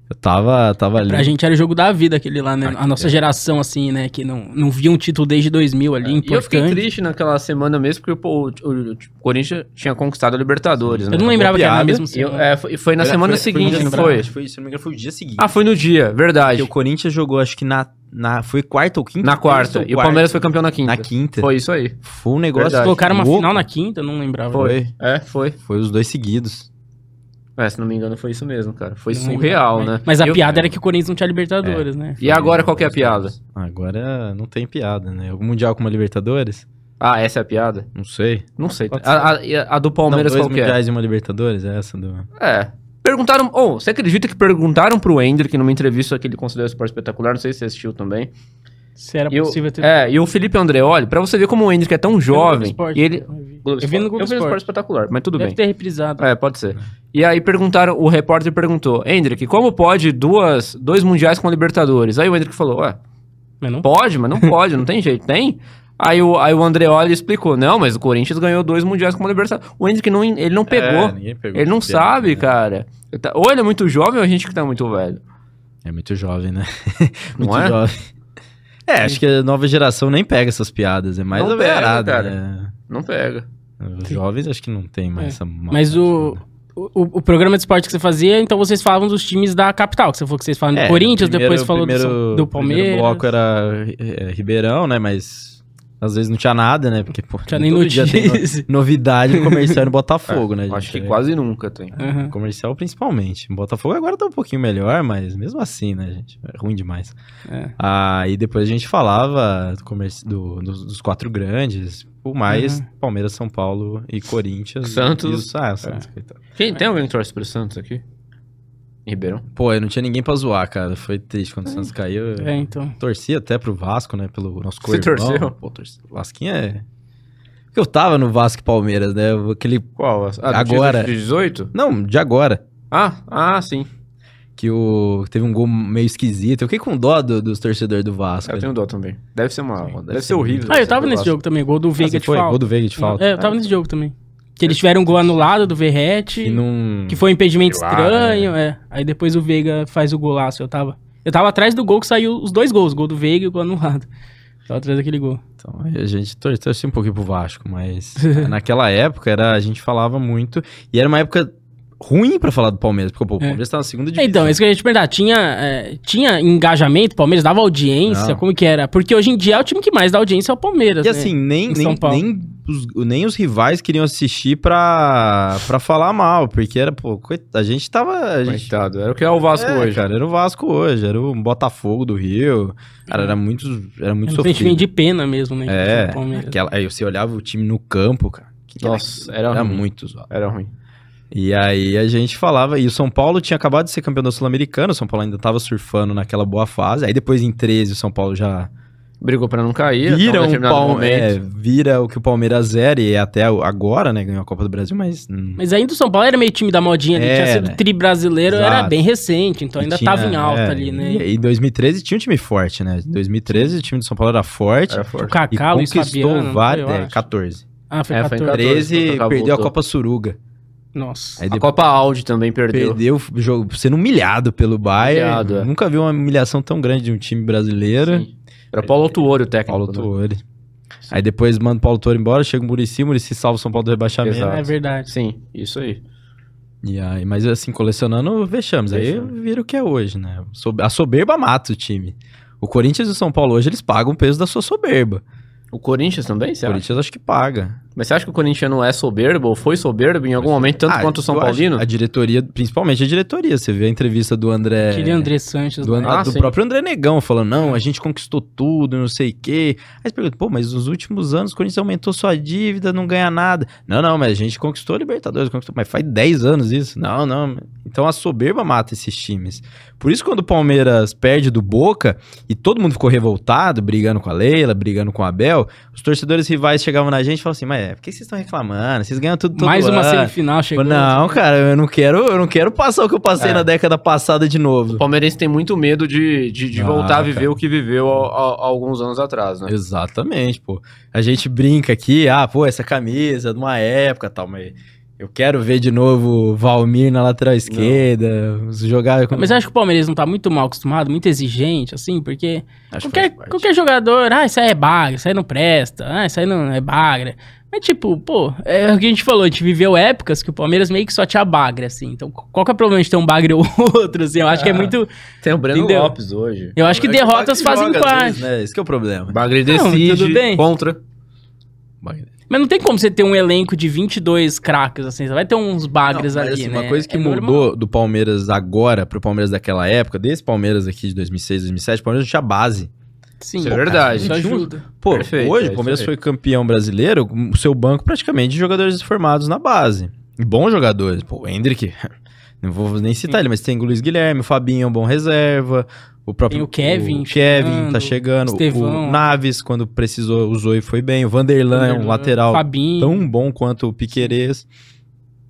[SPEAKER 3] eu tava, tava ali.
[SPEAKER 1] Pra gente era o jogo da vida aquele lá, né?
[SPEAKER 3] Ah,
[SPEAKER 1] A
[SPEAKER 3] que
[SPEAKER 1] nossa
[SPEAKER 3] é.
[SPEAKER 1] geração, assim, né? Que não, não via um título desde 2000 ali,
[SPEAKER 2] É, E eu fiquei
[SPEAKER 1] é importante.
[SPEAKER 2] triste naquela semana mesmo, porque pô, o, o- o Corinthians tinha conquistado a Libertadores,
[SPEAKER 1] Eu,
[SPEAKER 2] né?
[SPEAKER 1] não lembrava que era na
[SPEAKER 3] piada,
[SPEAKER 1] mesma
[SPEAKER 2] E eu-
[SPEAKER 1] semana.
[SPEAKER 2] é, foi, foi na
[SPEAKER 3] Era-
[SPEAKER 2] semana
[SPEAKER 3] foi-
[SPEAKER 2] seguinte,
[SPEAKER 3] foi no
[SPEAKER 2] não
[SPEAKER 3] dia-
[SPEAKER 2] foi?
[SPEAKER 3] acho que foi? Se não me engano, foi o dia seguinte.
[SPEAKER 2] Ah, foi no dia,
[SPEAKER 3] Porque
[SPEAKER 2] verdade.
[SPEAKER 3] o Corinthians jogou, acho que na, na foi quarta ou quinta?
[SPEAKER 2] Na quarta.
[SPEAKER 3] Terça ou
[SPEAKER 2] E o Palmeiras foi campeão na quinta.
[SPEAKER 3] na quinta.
[SPEAKER 2] Foi isso aí.
[SPEAKER 3] Foi um negócio.
[SPEAKER 2] Verdade.
[SPEAKER 1] Colocaram uma
[SPEAKER 3] louco.
[SPEAKER 1] final na quinta, eu não lembrava.
[SPEAKER 3] Foi.
[SPEAKER 2] É, foi.
[SPEAKER 3] Foi os dois seguidos.
[SPEAKER 2] É, se não me engano, foi isso mesmo, cara. Foi
[SPEAKER 1] Não
[SPEAKER 2] surreal,
[SPEAKER 1] lembrava,
[SPEAKER 2] né?
[SPEAKER 1] Mas a
[SPEAKER 2] Eu-
[SPEAKER 1] piada era que o Corinthians não tinha Libertadores, né?
[SPEAKER 2] E agora qual que é a piada?
[SPEAKER 3] Agora não tem piada, né? O Mundial com uma Libertadores?
[SPEAKER 2] Ah, essa é a piada?
[SPEAKER 3] Não sei.
[SPEAKER 2] Não sei.
[SPEAKER 3] Pode
[SPEAKER 2] A, a- a do Palmeiras
[SPEAKER 3] não, dois
[SPEAKER 2] qual que é?
[SPEAKER 3] Mundiais e uma Libertadores? É essa do...
[SPEAKER 2] É. Perguntaram. Oh, você acredita que perguntaram pro Ender, numa entrevista que ele considerou esporte espetacular, não sei se você assistiu também.
[SPEAKER 1] Se era
[SPEAKER 2] e
[SPEAKER 1] possível
[SPEAKER 2] o,
[SPEAKER 1] ter.
[SPEAKER 2] É, e o Felipe Andreoli, pra você ver como o Ender é tão jovem.
[SPEAKER 1] Esporte,
[SPEAKER 2] e ele.
[SPEAKER 1] eu vi.
[SPEAKER 2] Globo
[SPEAKER 1] Eu vi no Globo
[SPEAKER 2] eu vi no esporte
[SPEAKER 1] Esporte.
[SPEAKER 2] espetacular, mas tudo
[SPEAKER 1] Deve
[SPEAKER 2] bem.
[SPEAKER 1] ter reprisado.
[SPEAKER 2] É, pode ser. E aí perguntaram, o repórter perguntou, Hendrick, como pode duas, dois mundiais com a Libertadores? Aí o Hendrick falou, ué,
[SPEAKER 1] Mas não
[SPEAKER 2] pode, mas não pode, não tem jeito, tem? Aí o, aí o Andreoli explicou, não, mas o Corinthians ganhou dois mundiais com a Libertadores. O Hendrick não, ele não pegou,
[SPEAKER 3] É, ninguém pegou
[SPEAKER 2] ele não
[SPEAKER 3] essa piada,
[SPEAKER 2] sabe,
[SPEAKER 3] né?
[SPEAKER 2] cara. Ele tá- Ou ele é muito jovem ou a gente que tá muito velho.
[SPEAKER 3] É muito jovem, né?
[SPEAKER 2] Não
[SPEAKER 3] muito
[SPEAKER 2] é?
[SPEAKER 3] jovem. É, acho que a nova geração nem pega essas piadas. É mais
[SPEAKER 2] Não
[SPEAKER 3] a
[SPEAKER 2] pega,
[SPEAKER 3] velharada,
[SPEAKER 2] cara.
[SPEAKER 3] né?
[SPEAKER 2] Não pega.
[SPEAKER 3] Os jovens acho que não tem mais
[SPEAKER 1] É.
[SPEAKER 3] essa...
[SPEAKER 1] Mas
[SPEAKER 3] maldade,
[SPEAKER 1] o,
[SPEAKER 3] né?
[SPEAKER 1] o, o programa de esporte que você fazia, então vocês falavam dos times da capital, que você falou que vocês falam do
[SPEAKER 3] É,
[SPEAKER 1] Corinthians,
[SPEAKER 3] o primeiro-
[SPEAKER 1] depois falou
[SPEAKER 3] o
[SPEAKER 1] do São- do,
[SPEAKER 3] primeiro- O
[SPEAKER 1] Palmeiras.
[SPEAKER 3] primeiro bloco era é, Ribeirão, né? Mas às vezes não tinha nada, né? Porque, pô,
[SPEAKER 1] Tinha nem
[SPEAKER 3] todo dia tem no-
[SPEAKER 1] notícia.
[SPEAKER 3] novidade no comercial e no Botafogo, né?
[SPEAKER 2] Acho que
[SPEAKER 3] gente? É,
[SPEAKER 2] quase nunca tem.
[SPEAKER 1] Aham.
[SPEAKER 3] Comercial principalmente. Botafogo agora tá um pouquinho melhor, mas mesmo assim, né, gente? É ruim demais.
[SPEAKER 1] É.
[SPEAKER 3] Aí depois a gente falava do comerci- do- dos, dos quatro grandes, por mais Palmeiras, São Paulo e Corinthians.
[SPEAKER 2] Santos.
[SPEAKER 3] E os, ah, o
[SPEAKER 1] É.
[SPEAKER 3] Santos, coitado.
[SPEAKER 2] Quem, tem alguém que torce pro Santos aqui? Em Ribeirão?
[SPEAKER 3] Pô, eu não tinha ninguém pra zoar, cara. Foi triste quando o Santos caiu.
[SPEAKER 1] É, então.
[SPEAKER 3] Torci até pro Vasco, né? Pelo nosso
[SPEAKER 2] Você
[SPEAKER 3] corpo.
[SPEAKER 2] torceu?
[SPEAKER 3] Pô, torci. O Vasquinho é. Porque eu tava no Vasco e Palmeiras, né? Aquele.
[SPEAKER 2] Qual? Ah, do
[SPEAKER 3] Agora.
[SPEAKER 2] título De 18?
[SPEAKER 3] Não, de agora.
[SPEAKER 2] Ah, ah, sim.
[SPEAKER 3] Que o... teve um gol meio esquisito. Eu fiquei com dó do- dos torcedores do Vasco.
[SPEAKER 2] Eu tenho um dó também. Deve ser uma.
[SPEAKER 3] Sim,
[SPEAKER 2] deve,
[SPEAKER 3] deve
[SPEAKER 2] ser um
[SPEAKER 3] ser
[SPEAKER 2] horrível.
[SPEAKER 1] Ah, eu tava nesse jogo também, gol do
[SPEAKER 3] Ah,
[SPEAKER 1] Veiga
[SPEAKER 3] você
[SPEAKER 1] de
[SPEAKER 3] foi? Gol
[SPEAKER 1] falta.
[SPEAKER 3] do Veiga de falta.
[SPEAKER 1] É, eu tava nesse jogo também. Que eles tiveram um gol anulado do Verrete,
[SPEAKER 3] E não.
[SPEAKER 1] que foi um impedimento
[SPEAKER 3] Eu acho,
[SPEAKER 1] estranho, é. Aí depois o Veiga faz o golaço, eu tava... Eu tava atrás do gol que saiu os dois gols, gol do Veiga e o gol anulado. Tava atrás daquele gol.
[SPEAKER 3] Então, aí a gente tor- torcia um pouquinho pro Vasco, mas naquela época era, a gente falava muito. E era uma época ruim pra falar do Palmeiras, porque pô, o Palmeiras tava na segunda divisão.
[SPEAKER 1] É. Então, isso que eu ia te perguntar. Tinha, é, tinha engajamento, o Palmeiras dava audiência,
[SPEAKER 3] Não.
[SPEAKER 1] como que era? Porque hoje em dia é o time que mais dá audiência é o Palmeiras,
[SPEAKER 3] E
[SPEAKER 1] né?
[SPEAKER 3] assim, nem,
[SPEAKER 1] Em
[SPEAKER 3] nem,
[SPEAKER 1] São Paulo.
[SPEAKER 3] nem, os, nem os rivais queriam assistir pra, pra falar mal, porque era, pô, coit- a gente tava. A gente,
[SPEAKER 2] Coitado. Era o que é o Vasco
[SPEAKER 3] É,
[SPEAKER 2] hoje.
[SPEAKER 3] cara, era o Vasco hoje, era o Botafogo do Rio. Cara, era muito, era muito
[SPEAKER 1] É um sentimento
[SPEAKER 3] sofrido.
[SPEAKER 1] de pena mesmo, né? que tinha
[SPEAKER 3] É,
[SPEAKER 1] o Palmeiras.
[SPEAKER 3] aquela, aí você olhava o time no campo, cara. Que
[SPEAKER 2] Nossa, era,
[SPEAKER 3] Era
[SPEAKER 2] ruim.
[SPEAKER 3] muito zoado.
[SPEAKER 2] Era ruim.
[SPEAKER 3] E aí a gente falava, e o São Paulo tinha acabado de ser campeão da Sul-Americana, o São Paulo ainda tava surfando naquela boa fase. Aí depois em 13 o São Paulo já
[SPEAKER 2] Brigou pra não cair. até
[SPEAKER 3] vira, um
[SPEAKER 2] determinado
[SPEAKER 3] Palme- é,
[SPEAKER 2] momento.
[SPEAKER 3] vira o que o Palmeiras era e é até agora, né, ganhou a Copa do Brasil, mas hum,
[SPEAKER 1] Mas ainda o São Paulo era meio time da modinha ali. Tinha
[SPEAKER 3] Era.
[SPEAKER 1] sido tri brasileiro, era
[SPEAKER 3] É, né? Exato.
[SPEAKER 1] bem recente, então
[SPEAKER 3] E
[SPEAKER 1] ainda
[SPEAKER 3] tinha-
[SPEAKER 1] tava em alta
[SPEAKER 3] é,
[SPEAKER 1] ali, né?
[SPEAKER 3] E em 2013 tinha um time forte, né? Em 2013 o time do São Paulo era forte.
[SPEAKER 2] Era
[SPEAKER 1] O
[SPEAKER 2] forte.
[SPEAKER 3] E
[SPEAKER 1] Cacau, o Luiz Fabiano.
[SPEAKER 3] conquistou vários. É,
[SPEAKER 1] É,
[SPEAKER 3] 14.
[SPEAKER 1] ah, foi
[SPEAKER 2] É, foi
[SPEAKER 1] 14.
[SPEAKER 2] 14,
[SPEAKER 3] 13
[SPEAKER 2] quando acabou,
[SPEAKER 3] perdeu a
[SPEAKER 2] voltou.
[SPEAKER 3] Copa Suruga.
[SPEAKER 1] Nossa.
[SPEAKER 3] Aí
[SPEAKER 2] A
[SPEAKER 3] depois
[SPEAKER 2] Copa Audi também perdeu.
[SPEAKER 3] perdeu o jogo sendo humilhado pelo Bayern.
[SPEAKER 2] Humilhado, é.
[SPEAKER 3] Nunca vi uma humilhação tão grande de um time brasileiro.
[SPEAKER 2] Sim. Era Paulo Tuori o técnico.
[SPEAKER 3] Paulo
[SPEAKER 2] né?
[SPEAKER 3] Tuori. Aí depois manda o Paulo Tuori embora, chega o Murici, o Murici salva o São Paulo do rebaixamento.
[SPEAKER 2] Exato.
[SPEAKER 1] É verdade.
[SPEAKER 2] Sim, isso aí.
[SPEAKER 3] E aí, mas assim, colecionando vexames. Aí
[SPEAKER 2] Vexames.
[SPEAKER 3] vira o que é hoje, né? Sob- A soberba mata o time. O Corinthians e o São Paulo hoje, eles pagam o peso da sua soberba.
[SPEAKER 2] O Corinthians também,
[SPEAKER 3] o
[SPEAKER 2] você Ah, acha?
[SPEAKER 3] Corinthians acho que paga.
[SPEAKER 2] Mas você acha que o Corinthians não é soberbo ou foi soberbo em algum momento, tanto
[SPEAKER 3] Ah,
[SPEAKER 2] quanto o São
[SPEAKER 3] eu acho-
[SPEAKER 2] Paulino?
[SPEAKER 3] A diretoria, principalmente a diretoria. Você vê a entrevista do André...
[SPEAKER 1] Aquele André Sanches.
[SPEAKER 3] É. Do,
[SPEAKER 1] lá.
[SPEAKER 3] And-
[SPEAKER 2] Ah,
[SPEAKER 3] do
[SPEAKER 2] sim.
[SPEAKER 3] próprio André Negão, falando, não, a gente conquistou tudo, não sei o quê. Aí você pergunta, pô, mas nos últimos anos o Corinthians aumentou sua dívida, não ganha nada. Não, não, mas a gente conquistou a Libertadores, conquistou, mas faz 10 anos isso. Não, não. Então a soberba mata esses times. Por isso quando o Palmeiras perde do Boca e todo mundo ficou revoltado, brigando com a Leila, brigando com o Abel, os torcedores rivais chegavam na gente e falavam assim, mas é, por que vocês estão reclamando? Vocês ganham tudo todo
[SPEAKER 1] Mais uma
[SPEAKER 3] ano."
[SPEAKER 1] semifinal chegou. assim.
[SPEAKER 3] Não, cara, eu não quero, eu não quero passar o que eu passei
[SPEAKER 2] É.
[SPEAKER 3] na década passada de novo.
[SPEAKER 2] O palmeirense tem muito medo de, de, de
[SPEAKER 3] Ah,
[SPEAKER 2] voltar a viver
[SPEAKER 3] cara.
[SPEAKER 2] o que viveu há- há- há alguns anos atrás, né?
[SPEAKER 3] Exatamente, pô. A gente brinca aqui, ah, pô, essa camisa de uma época e tal, mas eu quero ver de novo o Valmir na lateral esquerda, jogar com...
[SPEAKER 1] Mas eu acho que o Palmeiras não tá muito mal acostumado, muito exigente, assim, porque
[SPEAKER 3] Acho que
[SPEAKER 1] qualquer,
[SPEAKER 3] faz parte.
[SPEAKER 1] qualquer jogador, ah, isso aí é bagra, isso aí não presta, ah, isso aí não é bagra. Mas, tipo, pô, é o que a gente falou, a gente viveu épocas que o Palmeiras meio que só tinha bagra, assim. Então, qual que é o problema de ter um bagra ou outro, assim? Eu acho que é
[SPEAKER 2] Ah.
[SPEAKER 1] muito...
[SPEAKER 2] Tem o Breno
[SPEAKER 1] Entendeu?
[SPEAKER 2] Lopes hoje.
[SPEAKER 1] Eu acho que derrotas fazem
[SPEAKER 3] É Joga às
[SPEAKER 1] parte.
[SPEAKER 3] vezes, né? Esse que é o problema.
[SPEAKER 2] Bagre
[SPEAKER 1] Não,
[SPEAKER 2] decide
[SPEAKER 1] tudo bem.
[SPEAKER 2] contra.
[SPEAKER 1] Mas não tem como você ter um elenco de 22 craques, assim. Você vai ter uns bagres
[SPEAKER 3] Não, mas,
[SPEAKER 1] ali,
[SPEAKER 3] assim,
[SPEAKER 1] né?
[SPEAKER 3] Uma coisa que
[SPEAKER 1] É normal.
[SPEAKER 3] mudou do Palmeiras agora pro Palmeiras daquela época, desse Palmeiras aqui de 2006, 2007, o Palmeiras não tinha base.
[SPEAKER 1] Sim,
[SPEAKER 2] Isso é verdade.
[SPEAKER 1] Isso ajuda.
[SPEAKER 3] Pô,
[SPEAKER 2] Perfeito, é
[SPEAKER 3] hoje
[SPEAKER 2] isso
[SPEAKER 3] o Palmeiras
[SPEAKER 2] aí.
[SPEAKER 3] foi campeão brasileiro, com o seu banco praticamente de jogadores formados na base. E Bons jogadores. Pô, o Hendrick, não vou nem citar ele, mas tem o Luiz Guilherme, o Fabinho é um bom reserva. O próprio
[SPEAKER 1] Tem o Kevin
[SPEAKER 3] o Kevin
[SPEAKER 1] chegando,
[SPEAKER 3] tá chegando.
[SPEAKER 1] Estevão.
[SPEAKER 3] O Naves, quando precisou, usou e foi bem. O Vanderlan é um lateral
[SPEAKER 1] Fabinho.
[SPEAKER 3] tão bom quanto o Piquerez.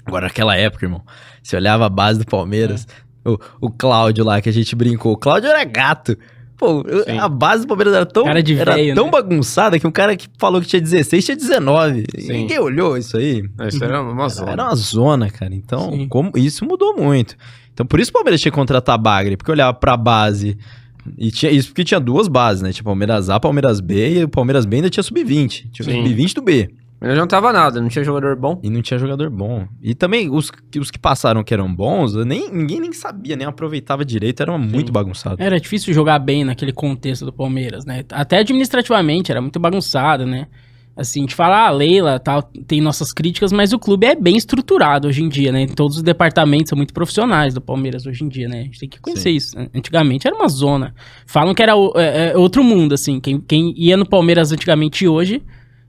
[SPEAKER 3] Agora, naquela época, irmão, você olhava a base do Palmeiras, o, o Cláudio lá que a gente brincou, o Cláudio era gato. Pô, eu-
[SPEAKER 2] Sim.
[SPEAKER 3] a base do Palmeiras era tão,
[SPEAKER 1] Cara de
[SPEAKER 3] era
[SPEAKER 1] véio,
[SPEAKER 3] tão
[SPEAKER 1] né?
[SPEAKER 3] bagunçada que um cara que falou que tinha 16 tinha 19.
[SPEAKER 2] Sim.
[SPEAKER 3] Ninguém olhou isso aí.
[SPEAKER 2] É, Isso era uma
[SPEAKER 3] Era,
[SPEAKER 2] zona.
[SPEAKER 3] era uma zona, cara. Então,
[SPEAKER 1] Sim.
[SPEAKER 3] como isso mudou muito. Então, por isso o Palmeiras tinha que contratar Bagre, porque olhava pra base. E tinha isso porque tinha duas bases, né? Tinha Palmeiras A, Palmeiras B, e o Palmeiras B ainda tinha sub-20. Tinha o
[SPEAKER 2] Sim.
[SPEAKER 3] sub-20 do B.
[SPEAKER 2] Mas não adiantava nada, não tinha jogador bom.
[SPEAKER 3] E não tinha jogador bom. E também os, que- os que passaram que eram bons, eu nem, ninguém nem sabia, nem aproveitava direito, era muito bagunçado.
[SPEAKER 1] Era difícil jogar bem naquele contexto do Palmeiras, né? Até administrativamente, era muito bagunçado, né? Assim, a gente fala, ah, Leila, tal, tem nossas críticas, mas o clube é bem estruturado hoje em dia, né? Todos os departamentos são muito profissionais do Palmeiras hoje em dia, né? A gente tem que conhecer
[SPEAKER 3] Sim.
[SPEAKER 1] isso. né? Antigamente era uma zona. Falam que era o- é- é outro mundo, assim. Quem, quem ia no Palmeiras antigamente e hoje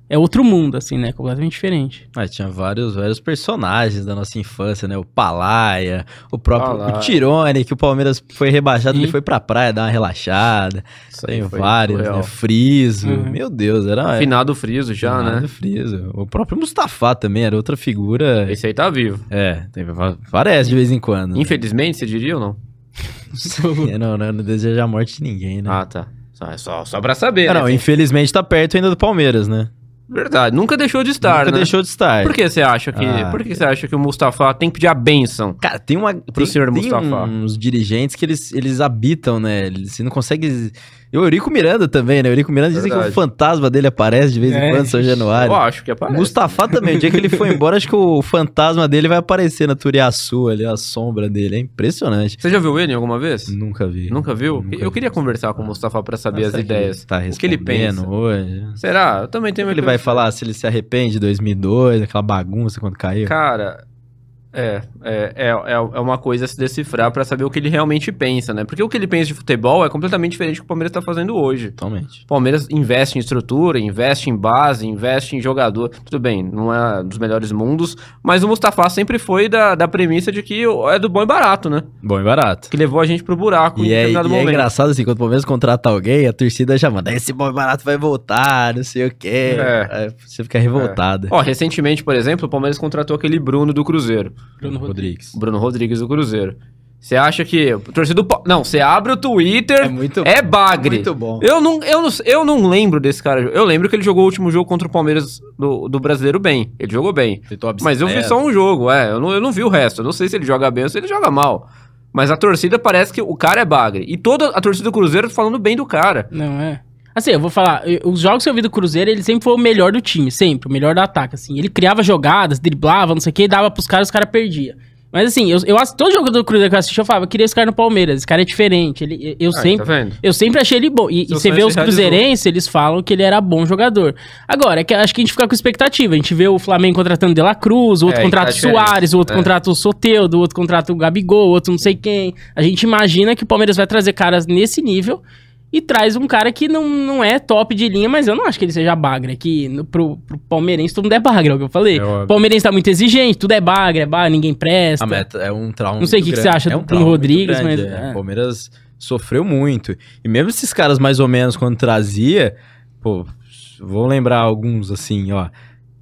[SPEAKER 1] é outro mundo, assim, né? Completamente diferente.
[SPEAKER 3] Ah, tinha vários, vários personagens da nossa infância, né? O Palaia, o próprio
[SPEAKER 2] Palaia.
[SPEAKER 3] o Tirone, que o Palmeiras foi rebaixado,
[SPEAKER 1] Sim.
[SPEAKER 3] ele foi pra praia dar uma relaxada.
[SPEAKER 2] Isso aí
[SPEAKER 3] Tem
[SPEAKER 2] foi
[SPEAKER 3] vários,
[SPEAKER 2] surreal.
[SPEAKER 3] né? Friso,
[SPEAKER 1] Uhum.
[SPEAKER 3] meu Deus, era...
[SPEAKER 2] Finado Friso já,
[SPEAKER 3] Finado
[SPEAKER 2] né?
[SPEAKER 3] Friso. O próprio Mustafa também era outra figura.
[SPEAKER 2] Esse aí tá vivo.
[SPEAKER 3] É, tem- parece de vez em quando. né?
[SPEAKER 2] Infelizmente, você diria ou não?
[SPEAKER 3] É, não, não, não deseja a morte de ninguém, né?
[SPEAKER 2] Ah, tá. Só, só, só pra saber.
[SPEAKER 3] Ah,
[SPEAKER 2] né?
[SPEAKER 3] não, infelizmente tá perto ainda do Palmeiras, né?
[SPEAKER 2] Verdade. Nunca deixou de estar,
[SPEAKER 3] Nunca
[SPEAKER 2] né?
[SPEAKER 3] deixou de estar.
[SPEAKER 2] Por que você acha que.
[SPEAKER 3] Ah,
[SPEAKER 2] por que você acha que o Mustafa tem que pedir a benção?
[SPEAKER 3] Cara, tem uma pro
[SPEAKER 2] senhor Mustafa.
[SPEAKER 3] uns dirigentes que eles, eles habitam, né? Eles- Você não consegue... E o Eurico Miranda também, né? O Eurico Miranda dizem que o
[SPEAKER 2] Verdade.
[SPEAKER 3] fantasma dele aparece de vez em
[SPEAKER 1] É.
[SPEAKER 3] quando, em São Januário.
[SPEAKER 2] Eu acho que é aparece.
[SPEAKER 3] Mustafa também, o dia que ele foi embora, acho que o fantasma dele vai aparecer na Turiaçu ali, a sombra dele. É impressionante.
[SPEAKER 2] Você já viu ele alguma vez?
[SPEAKER 3] Nunca vi.
[SPEAKER 2] Nunca viu?
[SPEAKER 3] Nunca
[SPEAKER 2] eu
[SPEAKER 3] vi.
[SPEAKER 2] queria conversar com o Mustafa pra saber
[SPEAKER 3] Mas
[SPEAKER 2] as
[SPEAKER 3] será que
[SPEAKER 2] ideias.
[SPEAKER 3] ele Tá
[SPEAKER 2] o que ele pensa.
[SPEAKER 3] respondendo hoje.
[SPEAKER 2] Será? Eu também tenho
[SPEAKER 3] Ele
[SPEAKER 2] minha
[SPEAKER 3] vai
[SPEAKER 2] teoria.
[SPEAKER 3] falar se ele se arrepende de 2002, aquela bagunça quando caiu.
[SPEAKER 2] Cara, É, é, é, é uma coisa a se decifrar pra saber o que ele realmente pensa, né? Porque o que ele pensa de futebol é completamente diferente do que o Palmeiras tá fazendo hoje.
[SPEAKER 3] Totalmente.
[SPEAKER 2] O Palmeiras investe em estrutura, investe em base, investe em jogador. Tudo bem, não é dos melhores mundos, mas o Mustafa sempre foi da, da premissa de que é do bom e barato, né?
[SPEAKER 3] Bom e barato.
[SPEAKER 2] Que levou a gente pro buraco
[SPEAKER 3] E é, e é engraçado assim, quando o Palmeiras contrata alguém, a torcida já manda, esse bom e barato vai voltar, não sei o quê.
[SPEAKER 2] É.
[SPEAKER 3] Aí você fica revoltada.
[SPEAKER 2] Ó, recentemente, por exemplo, o Palmeiras contratou aquele Bruno do Cruzeiro.
[SPEAKER 1] Bruno Rodrigues.
[SPEAKER 2] O Bruno Rodrigues do Cruzeiro. Você acha que. Torcida do. Pa- Não, você abre o Twitter.
[SPEAKER 3] É muito
[SPEAKER 2] É bagre.
[SPEAKER 3] Muito bom.
[SPEAKER 2] Eu não, eu, não, eu não lembro desse cara. Eu lembro que ele jogou o último jogo contra o Palmeiras do, do Brasileiro bem. Ele jogou bem.
[SPEAKER 3] Tentou a
[SPEAKER 2] Mas eu vi
[SPEAKER 3] bicicleta.
[SPEAKER 2] só um jogo, é. Eu não, eu não vi o resto. Eu não sei se ele joga bem ou se ele joga mal. Mas a torcida parece que o cara é bagre. E toda a torcida do Cruzeiro tá falando bem do cara.
[SPEAKER 1] Não é. Assim, eu vou falar, eu- os jogos que eu vi do Cruzeiro, ele sempre foi o melhor do time, sempre, o melhor do ataque, assim. Ele criava jogadas, driblava, não sei o que, dava pros caras, os caras perdiam. Mas assim, eu, eu ass- todo jogo do Cruzeiro que eu assisti, eu falava, eu queria esse cara no Palmeiras, esse cara é diferente. Ele, eu, eu
[SPEAKER 2] Aí,
[SPEAKER 1] sempre.
[SPEAKER 2] Tá vendo?
[SPEAKER 1] Eu sempre achei ele bom. E, e
[SPEAKER 2] Seu
[SPEAKER 1] você
[SPEAKER 2] sonho
[SPEAKER 1] vê
[SPEAKER 2] se
[SPEAKER 1] os
[SPEAKER 2] realizou.
[SPEAKER 1] cruzeirenses, eles falam que ele era bom jogador. Agora, é que acho que a gente fica com expectativa. A gente vê o Flamengo contratando De La Cruz, o outro
[SPEAKER 2] É, e tá
[SPEAKER 1] contrata o
[SPEAKER 2] diferente.
[SPEAKER 1] Soares, o outro
[SPEAKER 2] É.
[SPEAKER 1] contrata o Soteudo, o outro contrata o Gabigol, o outro não sei quem. A gente imagina que o Palmeiras vai trazer caras nesse nível e traz um cara que não, não é top de linha, mas eu não acho que ele seja bagre. É Que no- pro, pro palmeirense todo mundo é bagre, é o que eu falei.
[SPEAKER 3] É óbvio.
[SPEAKER 1] o palmeirense tá muito exigente, tudo é bagre, é bagre, ninguém presta.
[SPEAKER 3] A meta é um trauma.
[SPEAKER 1] Não sei o que
[SPEAKER 3] muito
[SPEAKER 1] que
[SPEAKER 3] grande.
[SPEAKER 1] você acha
[SPEAKER 3] é
[SPEAKER 1] do
[SPEAKER 3] um
[SPEAKER 1] Bruno
[SPEAKER 3] trauma muito
[SPEAKER 1] Rodrigues,
[SPEAKER 3] grande,
[SPEAKER 1] mas,
[SPEAKER 3] é.
[SPEAKER 1] é.
[SPEAKER 3] O Palmeiras sofreu muito. E mesmo esses caras, mais ou menos, quando trazia, pô, vou lembrar alguns assim, ó.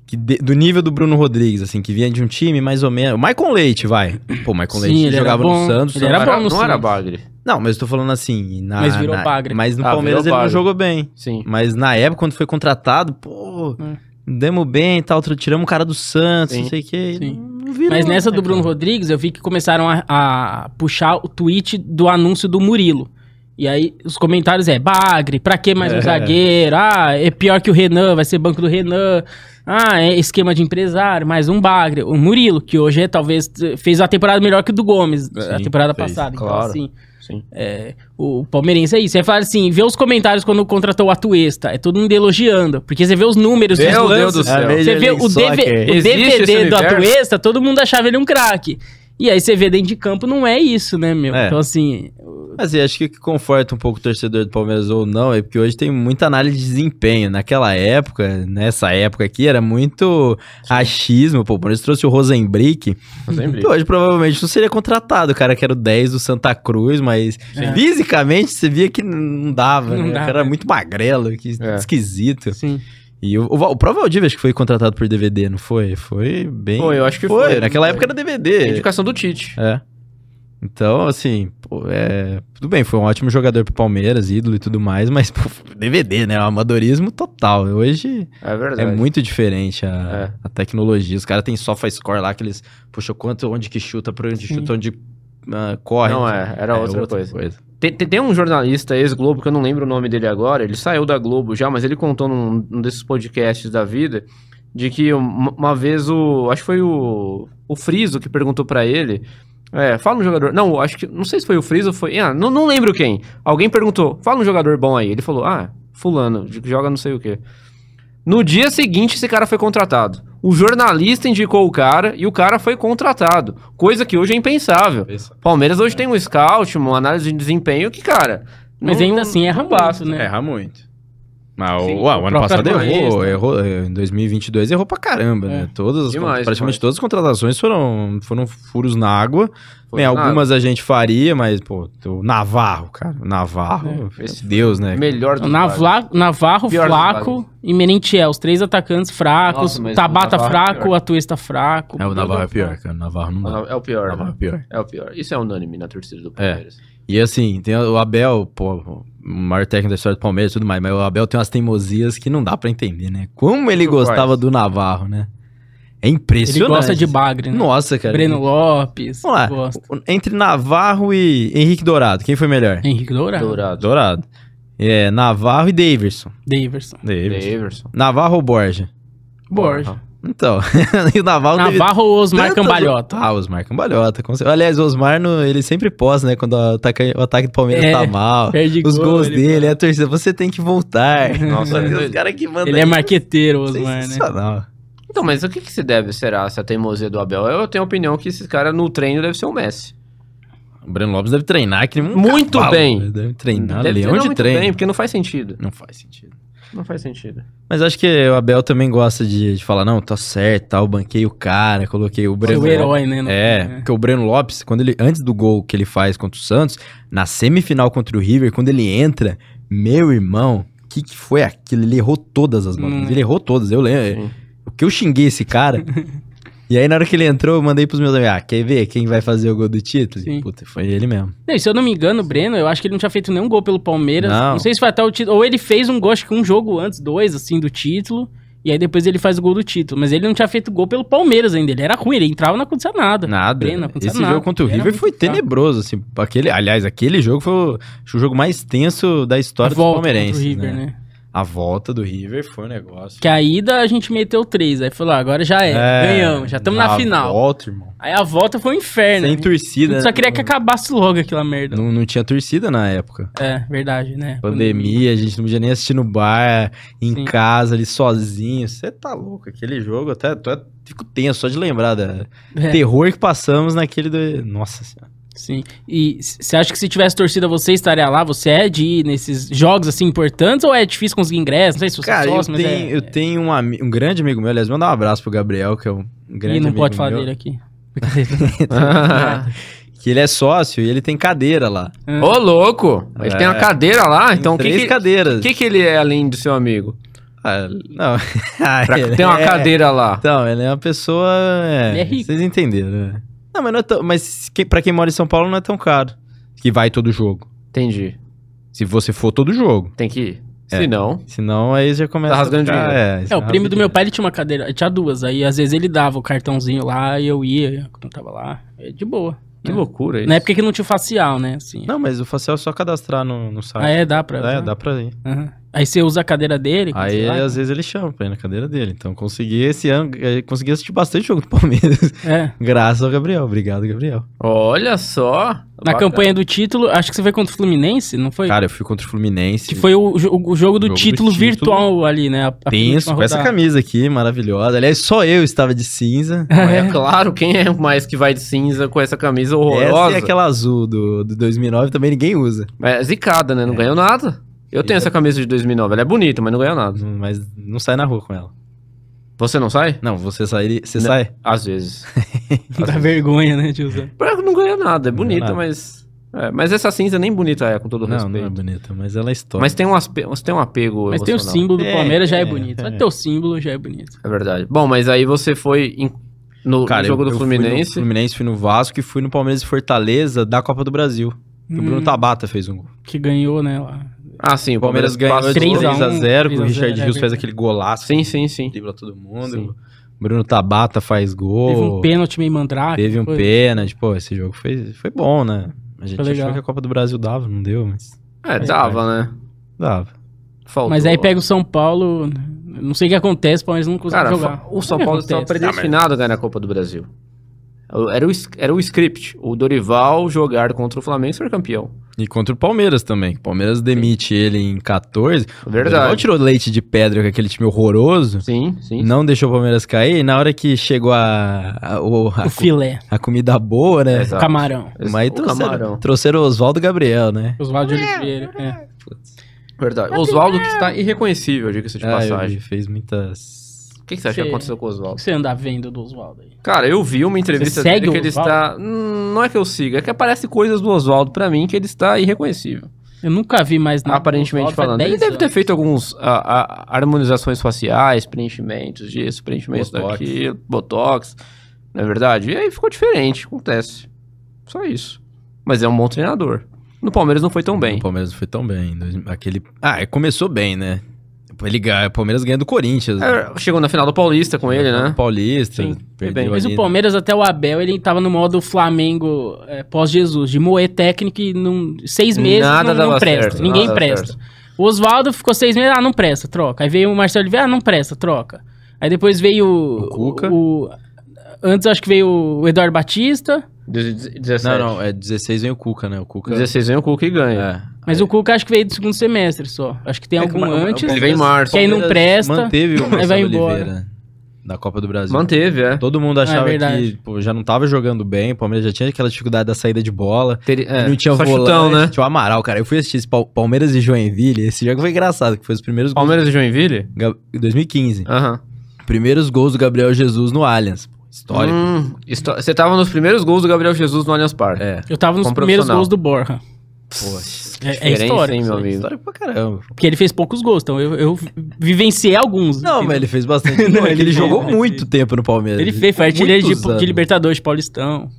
[SPEAKER 3] Que de- do nível do Bruno Rodrigues, assim, que vinha de um time mais ou menos. Michael Leite, vai. Pô, Michael
[SPEAKER 1] Sim,
[SPEAKER 3] Leite
[SPEAKER 1] ele era
[SPEAKER 3] jogava
[SPEAKER 1] bom,
[SPEAKER 3] no Santos.
[SPEAKER 1] ele
[SPEAKER 3] Santos-
[SPEAKER 1] Era
[SPEAKER 2] não
[SPEAKER 1] bom no
[SPEAKER 2] não era
[SPEAKER 1] Santos.
[SPEAKER 2] bagre.
[SPEAKER 3] Não, mas eu tô falando assim. na-
[SPEAKER 1] Mas virou
[SPEAKER 3] na-
[SPEAKER 1] bagre.
[SPEAKER 3] Mas no
[SPEAKER 2] Ah,
[SPEAKER 3] Palmeiras
[SPEAKER 2] virou
[SPEAKER 3] ele não
[SPEAKER 2] bagre.
[SPEAKER 3] jogou bem.
[SPEAKER 2] Sim.
[SPEAKER 3] Mas na época, quando foi contratado, pô,
[SPEAKER 1] Hum.
[SPEAKER 3] demos bem e tal, tiramos o cara do Santos, não
[SPEAKER 2] Sim.
[SPEAKER 3] sei o quê.
[SPEAKER 1] Sim.
[SPEAKER 3] Não virou,
[SPEAKER 1] Mas nessa
[SPEAKER 3] né,
[SPEAKER 1] do Bruno
[SPEAKER 3] cara?
[SPEAKER 1] Rodrigues, eu vi que começaram a, a puxar o tweet do anúncio do Murilo. E aí os comentários é, Bagre, pra que mais um
[SPEAKER 3] É.
[SPEAKER 1] zagueiro? Ah, é pior que o Renan, vai ser banco do Renan. Ah, é esquema de empresário, mais um Bagre. O Murilo, que hoje é, talvez t- fez a temporada melhor que o do Gomes, a
[SPEAKER 3] Sim,
[SPEAKER 1] temporada
[SPEAKER 3] fez,
[SPEAKER 1] passada.
[SPEAKER 2] É, claro.
[SPEAKER 1] Então, assim,
[SPEAKER 2] Sim.
[SPEAKER 1] o palmeirense é isso. É falar assim, vê os comentários quando contratou o Atuesta. É todo mundo elogiando. Porque você vê os números, os
[SPEAKER 2] Meu Deus do
[SPEAKER 3] É a
[SPEAKER 2] céu.
[SPEAKER 3] Major
[SPEAKER 1] você vê
[SPEAKER 3] League
[SPEAKER 1] o, DV
[SPEAKER 3] Soccer.
[SPEAKER 1] o
[SPEAKER 2] Existe
[SPEAKER 1] DVD
[SPEAKER 2] esse
[SPEAKER 1] do
[SPEAKER 2] universo?
[SPEAKER 1] Atuesta, todo mundo achava ele um craque. E aí você vê dentro de campo, não é isso, né, meu?
[SPEAKER 3] É.
[SPEAKER 1] Então, assim,
[SPEAKER 3] Mas assim, acho que o que conforta um pouco o torcedor do Palmeiras ou não é porque hoje tem muita análise de desempenho. Naquela época, nessa época aqui, era muito achismo. Pô, o Palmeiras trouxe o Rosenbrick,
[SPEAKER 2] Eu sempre-
[SPEAKER 3] que hoje provavelmente não seria contratado. O cara que era o 10 do Santa Cruz, mas
[SPEAKER 1] Sim.
[SPEAKER 3] fisicamente você via que não dava,
[SPEAKER 1] É. Não
[SPEAKER 3] né?
[SPEAKER 1] dava.
[SPEAKER 3] O cara era muito magrelo, que
[SPEAKER 2] É.
[SPEAKER 3] esquisito.
[SPEAKER 1] sim.
[SPEAKER 3] E o, o, Val- o próprio Valdívia acho que foi contratado por DVD, não foi? Foi bem...
[SPEAKER 2] Pô, eu acho que foi.
[SPEAKER 3] foi. Naquela época era DVD.
[SPEAKER 2] Indicação do Tite.
[SPEAKER 3] É. Então, assim, pô, é... tudo bem, foi um ótimo jogador pro Palmeiras, ídolo e tudo mais, mas pô, DVD, né? É um amadorismo total. Hoje
[SPEAKER 2] É verdade.
[SPEAKER 3] é muito diferente a,
[SPEAKER 2] É.
[SPEAKER 3] a tecnologia. Os caras têm SofaScore lá que eles puxam quanto, onde que chuta, por onde
[SPEAKER 1] Sim.
[SPEAKER 3] chuta, onde ah, corre.
[SPEAKER 2] Não é, era outra, coisa. Tem, tem- tem um jornalista ex-Globo, que eu não lembro o nome dele agora, ele saiu da Globo já, mas ele contou num, num desses podcasts da vida de que um, uma, uma vez o. Acho que foi o. O Friso que perguntou pra ele. É, fala um jogador. Não, acho que. Não sei se foi o Friso ou foi. Ah, não, não lembro quem. Alguém perguntou, fala um jogador bom aí. Ele falou, ah, Fulano, que joga não sei o quê. No dia seguinte, esse cara foi contratado. O jornalista indicou o cara e o cara foi contratado. Coisa que hoje é impensável. Palmeiras hoje tem um scout, uma análise de desempenho que, cara.
[SPEAKER 1] Mas
[SPEAKER 2] não- é
[SPEAKER 1] ainda assim, erra muito,
[SPEAKER 2] basta.
[SPEAKER 1] né?
[SPEAKER 3] Erra muito. Mas
[SPEAKER 2] Sim,
[SPEAKER 3] o, uau, o ano
[SPEAKER 1] próprio
[SPEAKER 3] passado
[SPEAKER 1] Armaez,
[SPEAKER 3] errou,
[SPEAKER 1] né? É.
[SPEAKER 3] errou, eh, em 2022 errou pra caramba, né? Todas as
[SPEAKER 2] Demais,
[SPEAKER 3] con- praticamente
[SPEAKER 2] demais.
[SPEAKER 3] todas as contratações foram, foram furos na água.
[SPEAKER 2] Foi
[SPEAKER 3] Bem,
[SPEAKER 2] nada.
[SPEAKER 3] algumas a gente faria, mas, pô, o Navarro, cara, o
[SPEAKER 1] É.
[SPEAKER 3] Navarro,
[SPEAKER 2] esse
[SPEAKER 3] Deus, né?
[SPEAKER 2] Melhor
[SPEAKER 1] O Então, Navla- Navarro,
[SPEAKER 2] Pior do
[SPEAKER 1] Flaco e Merentiel, os três atacantes fracos,
[SPEAKER 2] Nossa, mas o
[SPEAKER 1] Tabata
[SPEAKER 2] Navarro é
[SPEAKER 1] fraco,
[SPEAKER 2] pior.
[SPEAKER 1] o Atuesta fraco.
[SPEAKER 3] É, o Navarro é pior, cara, o Navarro não dá.
[SPEAKER 2] É o
[SPEAKER 3] O
[SPEAKER 2] pior.
[SPEAKER 3] Navarro é
[SPEAKER 2] né?
[SPEAKER 3] pior.
[SPEAKER 2] É o pior. Isso é unânime na torcida do
[SPEAKER 3] É.
[SPEAKER 2] Palmeiras.
[SPEAKER 3] E assim, tem o Abel, pô, o maior técnico da história do Palmeiras e tudo mais, mas o Abel tem umas teimosias que não dá pra entender, né? Como ele
[SPEAKER 2] Tipo
[SPEAKER 3] gostava
[SPEAKER 2] quais?
[SPEAKER 3] do Navarro, né? É
[SPEAKER 1] Ele
[SPEAKER 3] impressionante.
[SPEAKER 1] gosta de Bagre, né?
[SPEAKER 3] Nossa, cara.
[SPEAKER 1] Breno Lopes,
[SPEAKER 3] Vamos lá.
[SPEAKER 1] gosta.
[SPEAKER 3] Entre Navarro e Henrique Dourado, quem foi melhor?
[SPEAKER 1] Henrique Dourado,
[SPEAKER 2] Dourado.
[SPEAKER 3] Dourado. É, Navarro e Daverson.
[SPEAKER 1] Daverson,
[SPEAKER 3] Daverson.
[SPEAKER 2] Daverson.
[SPEAKER 3] Navarro ou Borja?
[SPEAKER 1] Borja.
[SPEAKER 3] Então, e o Navarro teve
[SPEAKER 1] Navarro ou Osmar
[SPEAKER 3] tantas-
[SPEAKER 1] Cambalhota.
[SPEAKER 3] Ah, Osmar Cambalhota. com certeza. Aliás, o Osmar, no- ele sempre posta, né? Quando o ataque, o ataque do Palmeiras
[SPEAKER 1] É,
[SPEAKER 3] tá mal.
[SPEAKER 1] perde
[SPEAKER 3] Os
[SPEAKER 1] gol,
[SPEAKER 3] gols
[SPEAKER 1] ele-
[SPEAKER 3] dele, é a torcida, você tem que voltar.
[SPEAKER 2] Nossa,
[SPEAKER 3] Os
[SPEAKER 2] ele-
[SPEAKER 3] caras que mandam
[SPEAKER 1] Ele é
[SPEAKER 3] isso,
[SPEAKER 1] marqueteiro, Osmar, né?
[SPEAKER 3] Sensacional.
[SPEAKER 2] Então, mas o que, que se deve, será, essa teimosia do Abel? Eu tenho a opinião que esse cara no treino deve ser o Messi.
[SPEAKER 3] O Breno Lopes deve treinar que nem um
[SPEAKER 2] Muito
[SPEAKER 3] cavalo,
[SPEAKER 2] bem.
[SPEAKER 3] né? Deve treinar
[SPEAKER 2] deve
[SPEAKER 3] leão
[SPEAKER 2] treinar
[SPEAKER 3] de
[SPEAKER 2] muito
[SPEAKER 3] treino.
[SPEAKER 2] bem, porque não faz sentido.
[SPEAKER 3] Não faz sentido.
[SPEAKER 2] Não faz sentido.
[SPEAKER 3] Mas acho que o Abel também gosta de, de falar, não, tá certo, tal, banquei o cara, coloquei o Breno
[SPEAKER 1] o herói, né?
[SPEAKER 3] Lopes.
[SPEAKER 1] no-
[SPEAKER 3] É, porque o Breno Lopes, quando ele antes do gol que ele faz contra o Santos, na semifinal contra o River, quando ele entra, meu irmão, o que, que foi aquilo? Ele errou todas as bolas.
[SPEAKER 1] Hum.
[SPEAKER 3] Ele errou todas, eu lembro.
[SPEAKER 2] Sim.
[SPEAKER 3] O que eu xinguei esse cara. e aí, na hora que ele entrou, eu mandei pros meus amigos, ah, quer ver quem vai fazer o gol do título?
[SPEAKER 1] Sim.
[SPEAKER 3] Puta, foi ele mesmo.
[SPEAKER 1] Não, e se eu não me engano, o Breno, eu acho que ele não tinha feito nenhum gol pelo Palmeiras.
[SPEAKER 3] Não.
[SPEAKER 1] Não, sei se foi até o título. Ou ele fez um gol, acho que um jogo antes, dois, assim, do título. E aí depois ele faz o gol do título. Mas ele não tinha feito gol pelo Palmeiras ainda. Ele era ruim, ele entrava e não acontecia nada.
[SPEAKER 3] Nada.
[SPEAKER 1] Breno, não aconteceu
[SPEAKER 3] Esse
[SPEAKER 1] nada.
[SPEAKER 3] jogo contra o
[SPEAKER 1] Era
[SPEAKER 3] River
[SPEAKER 1] muito
[SPEAKER 3] foi
[SPEAKER 1] fraco.
[SPEAKER 3] tenebroso, assim. Aquele, aliás, aquele jogo foi o, acho que o jogo mais tenso da
[SPEAKER 1] A
[SPEAKER 3] história do
[SPEAKER 1] volta contra
[SPEAKER 3] Palmeirense.
[SPEAKER 1] o River,
[SPEAKER 3] né?
[SPEAKER 1] né?
[SPEAKER 3] A volta do River foi um negócio.
[SPEAKER 1] Que a ida a gente meteu três. Aí falou, ah, agora já é, ganhamos, já estamos na
[SPEAKER 3] a
[SPEAKER 1] final.
[SPEAKER 3] Volta, Ah, irmão.
[SPEAKER 1] Aí a volta foi um inferno.
[SPEAKER 3] Sem
[SPEAKER 1] né?
[SPEAKER 3] torcida.
[SPEAKER 1] Só
[SPEAKER 3] né?
[SPEAKER 1] queria que acabasse logo aquela merda.
[SPEAKER 3] não, não tinha torcida na época.
[SPEAKER 1] É, verdade, né?
[SPEAKER 3] Pandemia, a gente não podia nem assistir no bar, em
[SPEAKER 1] Sim.
[SPEAKER 3] casa, ali sozinho. Você tá louco, aquele jogo até, tô- fico tenso só de lembrar da
[SPEAKER 1] É.
[SPEAKER 3] terror que passamos naquele do... Nossa senhora.
[SPEAKER 1] Sim. E c- você acha que se tivesse torcida você estaria lá? Você é de ir nesses jogos assim importantes ou é difícil conseguir ingresso? Não sei se você
[SPEAKER 3] Cara,
[SPEAKER 1] é
[SPEAKER 3] eu
[SPEAKER 1] sócio, mas
[SPEAKER 3] tenho,
[SPEAKER 1] é-
[SPEAKER 3] eu tenho um, ami- um grande amigo meu, aliás, manda um abraço pro Gabriel, que é um grande
[SPEAKER 1] Ih, não
[SPEAKER 3] amigo
[SPEAKER 1] pode falar
[SPEAKER 3] meu.
[SPEAKER 1] dele aqui.
[SPEAKER 3] que ele é sócio e ele tem cadeira lá.
[SPEAKER 2] Ô, louco! Ele
[SPEAKER 3] É.
[SPEAKER 2] tem uma cadeira lá, então o que
[SPEAKER 3] três
[SPEAKER 2] que,
[SPEAKER 3] cadeiras.
[SPEAKER 2] que que ele é além do seu amigo?
[SPEAKER 3] Ah, não.
[SPEAKER 2] Pra
[SPEAKER 3] Ele
[SPEAKER 2] ter uma
[SPEAKER 3] é-
[SPEAKER 2] cadeira lá.
[SPEAKER 3] Então, ele é uma pessoa. é,
[SPEAKER 1] Ele é rico.
[SPEAKER 3] Vocês entenderam, né? Não, mas, não é tão, mas que, pra quem mora em São Paulo não é tão caro. Que vai todo jogo.
[SPEAKER 2] Entendi.
[SPEAKER 3] Se você for todo jogo.
[SPEAKER 2] Tem que ir.
[SPEAKER 3] É.
[SPEAKER 2] Se não,
[SPEAKER 3] Senão aí já começa.
[SPEAKER 2] Tá rasgando
[SPEAKER 3] a ficar-
[SPEAKER 2] dinheiro.
[SPEAKER 3] É,
[SPEAKER 1] É, o primo do meu pai ele tinha uma cadeira, ele tinha duas. Aí às vezes ele dava o cartãozinho lá e eu ia quando eu tava lá. É de boa.
[SPEAKER 2] que loucura isso.
[SPEAKER 1] Na época que não tinha facial, né? Assim.
[SPEAKER 3] Não, mas o facial é só cadastrar no, no site.
[SPEAKER 1] Ah, é, dá é- pra.
[SPEAKER 3] É, dá pra ir.
[SPEAKER 1] Aham. Aí você usa a cadeira dele. quando
[SPEAKER 3] Aí,
[SPEAKER 1] você vai,
[SPEAKER 3] às vezes, ele chama pra ir na cadeira dele. Então, consegui esse ano, eh, consegui assistir bastante jogo do Palmeiras.
[SPEAKER 1] É.
[SPEAKER 3] Graças ao Gabriel. Obrigado, Gabriel.
[SPEAKER 2] Olha só.
[SPEAKER 1] Na
[SPEAKER 2] Bacana.
[SPEAKER 1] campanha do título, acho que você foi contra o Fluminense, não foi?
[SPEAKER 3] Cara, eu fui contra o Fluminense.
[SPEAKER 1] que foi o, jo- o jogo do
[SPEAKER 3] Jogo do
[SPEAKER 1] título
[SPEAKER 3] título.
[SPEAKER 1] virtual ali, né? A, a
[SPEAKER 3] tenso,
[SPEAKER 1] penúltima
[SPEAKER 3] com essa
[SPEAKER 1] rodada.
[SPEAKER 3] camisa aqui, maravilhosa. Aliás, só eu estava de cinza.
[SPEAKER 2] Mas É claro, quem é mais que vai de cinza com essa camisa
[SPEAKER 3] Essa
[SPEAKER 2] horrorosa?
[SPEAKER 3] e aquela azul do, do 2009 também ninguém usa.
[SPEAKER 2] É zicada, né? Não ganhou nada. Eu tenho essa camisa de 2009. Ela é bonita, mas não ganhou nada.
[SPEAKER 3] Mas não sai na rua com ela.
[SPEAKER 2] Você não sai?
[SPEAKER 3] Não, você sai. Você
[SPEAKER 2] Não.
[SPEAKER 3] sai.
[SPEAKER 2] Às vezes.
[SPEAKER 1] Dá vergonha, né, tiozão?
[SPEAKER 2] Branco não ganhou nada. É
[SPEAKER 3] Não ganhou
[SPEAKER 2] bonita,
[SPEAKER 3] nada.
[SPEAKER 2] mas... é, mas essa cinza nem bonita é, com todo
[SPEAKER 3] Não, não é
[SPEAKER 2] respeito.
[SPEAKER 3] bonita, mas ela é história.
[SPEAKER 2] mas tem um, aspe... mas tem um apego
[SPEAKER 1] Mas tem o
[SPEAKER 2] emocional.
[SPEAKER 1] símbolo do
[SPEAKER 3] É,
[SPEAKER 1] Palmeiras, já é,
[SPEAKER 3] é,
[SPEAKER 1] bonito.
[SPEAKER 3] é.
[SPEAKER 1] Mas teu símbolo já é bonito.
[SPEAKER 2] É verdade. Bom, mas aí você foi em- no, no jogo do
[SPEAKER 3] fui no
[SPEAKER 2] Fluminense.
[SPEAKER 3] Fluminense, fui no Vasco e fui no Palmeiras e Fortaleza da Copa do Brasil. Que O Bruno
[SPEAKER 1] Hum,
[SPEAKER 3] Tabata fez um gol.
[SPEAKER 1] Que ganhou, né, lá.
[SPEAKER 2] Ah, sim.
[SPEAKER 3] O Palmeiras ganhou
[SPEAKER 2] ganhou
[SPEAKER 3] de
[SPEAKER 1] 3 a 1,
[SPEAKER 3] 3x0, o
[SPEAKER 1] 3 a 0,
[SPEAKER 3] Richard
[SPEAKER 1] é
[SPEAKER 3] Rios fez
[SPEAKER 1] verdade.
[SPEAKER 3] aquele golaço.
[SPEAKER 2] um. Sim, sim, sim.
[SPEAKER 3] Dribla todo
[SPEAKER 2] Sim.
[SPEAKER 3] mundo. Bruno Tabata faz gol.
[SPEAKER 1] Teve um pênalti meio mandrake.
[SPEAKER 3] Teve um
[SPEAKER 1] foi?
[SPEAKER 3] pênalti, pô, esse jogo foi, foi bom, né? A gente
[SPEAKER 1] Foi
[SPEAKER 3] achou
[SPEAKER 1] legal.
[SPEAKER 3] que a Copa do Brasil dava, não deu, mas
[SPEAKER 2] É, dava, né?
[SPEAKER 3] dava.
[SPEAKER 2] Faltou.
[SPEAKER 1] Mas aí pega o São Paulo. Não sei o que acontece, o Palmeiras não consegue
[SPEAKER 2] Cara,
[SPEAKER 1] jogar. É,
[SPEAKER 2] fa- o São Paulo
[SPEAKER 1] acontece.
[SPEAKER 2] estava
[SPEAKER 3] Ah,
[SPEAKER 2] predestinado a ganhar a Copa do Brasil. Era o, s- era o script. O Dorival jogar contra o Flamengo e ser campeão.
[SPEAKER 3] E contra o Palmeiras também. O Palmeiras demite ele em 14. O Dorival
[SPEAKER 2] Verdade.
[SPEAKER 3] tirou leite de pedra com aquele time horroroso.
[SPEAKER 2] Sim, sim.
[SPEAKER 3] Não deixou o Palmeiras cair. E na hora que chegou a, a, o-
[SPEAKER 1] O
[SPEAKER 3] a co-
[SPEAKER 1] filé,
[SPEAKER 3] a comida boa, né?
[SPEAKER 1] o
[SPEAKER 2] Exato.
[SPEAKER 1] camarão.
[SPEAKER 2] Esse- é
[SPEAKER 3] Mas aí
[SPEAKER 2] o
[SPEAKER 3] trouxeram,
[SPEAKER 2] Camarão.
[SPEAKER 3] trouxeram o Oswaldo Gabriel, né?
[SPEAKER 1] Oswaldo de Oliveira. É.
[SPEAKER 2] Verdade. Oswaldo que está irreconhecível, diga-se de
[SPEAKER 3] Ah, eu vi,
[SPEAKER 2] passagem.
[SPEAKER 3] fez muitas.
[SPEAKER 2] O que, que você acha que
[SPEAKER 1] Sei.
[SPEAKER 2] aconteceu com o
[SPEAKER 1] O
[SPEAKER 2] Oswaldo?
[SPEAKER 1] que você anda vendo do Oswaldo aí?
[SPEAKER 2] Cara, eu vi uma
[SPEAKER 1] Você
[SPEAKER 2] entrevista
[SPEAKER 1] segue
[SPEAKER 2] dele que
[SPEAKER 1] o
[SPEAKER 2] ele
[SPEAKER 1] Oswaldo?
[SPEAKER 2] está. Hum, Não é que eu siga, é que aparece coisas do Oswaldo pra mim que ele está irreconhecível.
[SPEAKER 1] Eu nunca vi mais nada.
[SPEAKER 2] aparentemente falando.
[SPEAKER 3] é
[SPEAKER 2] Ele deve ter feito alguns ah, ah, harmonizações faciais, preenchimentos disso, preenchimentos
[SPEAKER 3] Botox.
[SPEAKER 2] daquilo, botox, não é verdade? E aí ficou diferente, acontece. Só isso. Mas é um bom treinador. No Palmeiras não foi tão bem.
[SPEAKER 3] O Palmeiras não foi tão bem. Dois- Aquele... Ah, é, começou bem, né? Ele ganha- O Palmeiras ganha do Corinthians. né?
[SPEAKER 2] É, chegou na final do Paulista com ele, né?
[SPEAKER 3] Paulista.
[SPEAKER 1] Sim,
[SPEAKER 3] perdeu
[SPEAKER 2] bem.
[SPEAKER 1] Mas
[SPEAKER 3] ali,
[SPEAKER 1] o Palmeiras, até o Abel, ele tava no modo Flamengo é, pós-Jesus, de moer técnico e num, seis meses
[SPEAKER 2] Nada
[SPEAKER 1] não,
[SPEAKER 2] dava
[SPEAKER 1] não presta,
[SPEAKER 2] certo,
[SPEAKER 1] ninguém
[SPEAKER 2] nada dava
[SPEAKER 1] presta. O Oswaldo ficou seis meses, ah, não presta, troca. Aí veio o Marcelo Oliveira, ah, não presta, troca. Aí depois veio o...
[SPEAKER 3] O Cuca.
[SPEAKER 1] o- antes, eu acho que veio o Eduardo Batista,
[SPEAKER 2] Deze-
[SPEAKER 3] Não,
[SPEAKER 2] 17.
[SPEAKER 3] não, é 16 vem o Cuca, né? O Cuca.
[SPEAKER 2] 16 vem o Cuca e ganha.
[SPEAKER 3] É.
[SPEAKER 1] mas o Cuca acho que veio do segundo semestre só. Acho que tem
[SPEAKER 3] É que
[SPEAKER 1] algum
[SPEAKER 3] o- o- o
[SPEAKER 1] antes.
[SPEAKER 2] Ele vem em março.
[SPEAKER 1] Quem não
[SPEAKER 3] Palmeiras
[SPEAKER 1] presta,
[SPEAKER 3] Manteve o Marcelo
[SPEAKER 1] vai embora.
[SPEAKER 3] Oliveira. da Copa do Brasil.
[SPEAKER 2] Manteve, é.
[SPEAKER 3] Todo mundo achava
[SPEAKER 1] verdade.
[SPEAKER 3] que pô, já não tava jogando bem, o Palmeiras já tinha aquela dificuldade da saída de bola.
[SPEAKER 2] Teri- é,
[SPEAKER 3] não tinha
[SPEAKER 2] só
[SPEAKER 3] volante,
[SPEAKER 2] chutão, né?
[SPEAKER 3] tinha o Amaral, cara. Eu fui assistir esse Pal- Palmeiras e Joinville, esse jogo foi engraçado, que foi os primeiros gols
[SPEAKER 2] Palmeiras e Joinville?
[SPEAKER 3] do Ga- 2015.
[SPEAKER 2] Aham.
[SPEAKER 3] Primeiros gols do Gabriel Jesus no Allianz. Pô, Histórico.
[SPEAKER 2] Hum, histó- Você tava nos primeiros gols do Gabriel Jesus no Allianz Parque.
[SPEAKER 3] É.
[SPEAKER 1] Eu tava nos
[SPEAKER 2] Como
[SPEAKER 1] primeiros
[SPEAKER 2] profissional.
[SPEAKER 1] gols do Borja.
[SPEAKER 3] Poxa,
[SPEAKER 1] É, é
[SPEAKER 2] Diferença,
[SPEAKER 1] história.
[SPEAKER 2] hein, meu amigo?
[SPEAKER 1] É.
[SPEAKER 3] histórico pra caramba.
[SPEAKER 1] Porque ele fez poucos gols, então eu, eu vivenciei alguns.
[SPEAKER 3] Não,
[SPEAKER 1] entendeu?
[SPEAKER 3] mas ele fez bastante.
[SPEAKER 1] Não,
[SPEAKER 3] gol, é que
[SPEAKER 1] ele
[SPEAKER 3] ele,
[SPEAKER 1] fez,
[SPEAKER 3] jogou
[SPEAKER 1] ele
[SPEAKER 3] muito tempo no Palmeiras.
[SPEAKER 1] Ele fez, foi
[SPEAKER 3] ficou
[SPEAKER 1] artilheiro de,
[SPEAKER 3] muitos
[SPEAKER 1] de
[SPEAKER 3] anos.
[SPEAKER 1] Libertadores, Paulistão.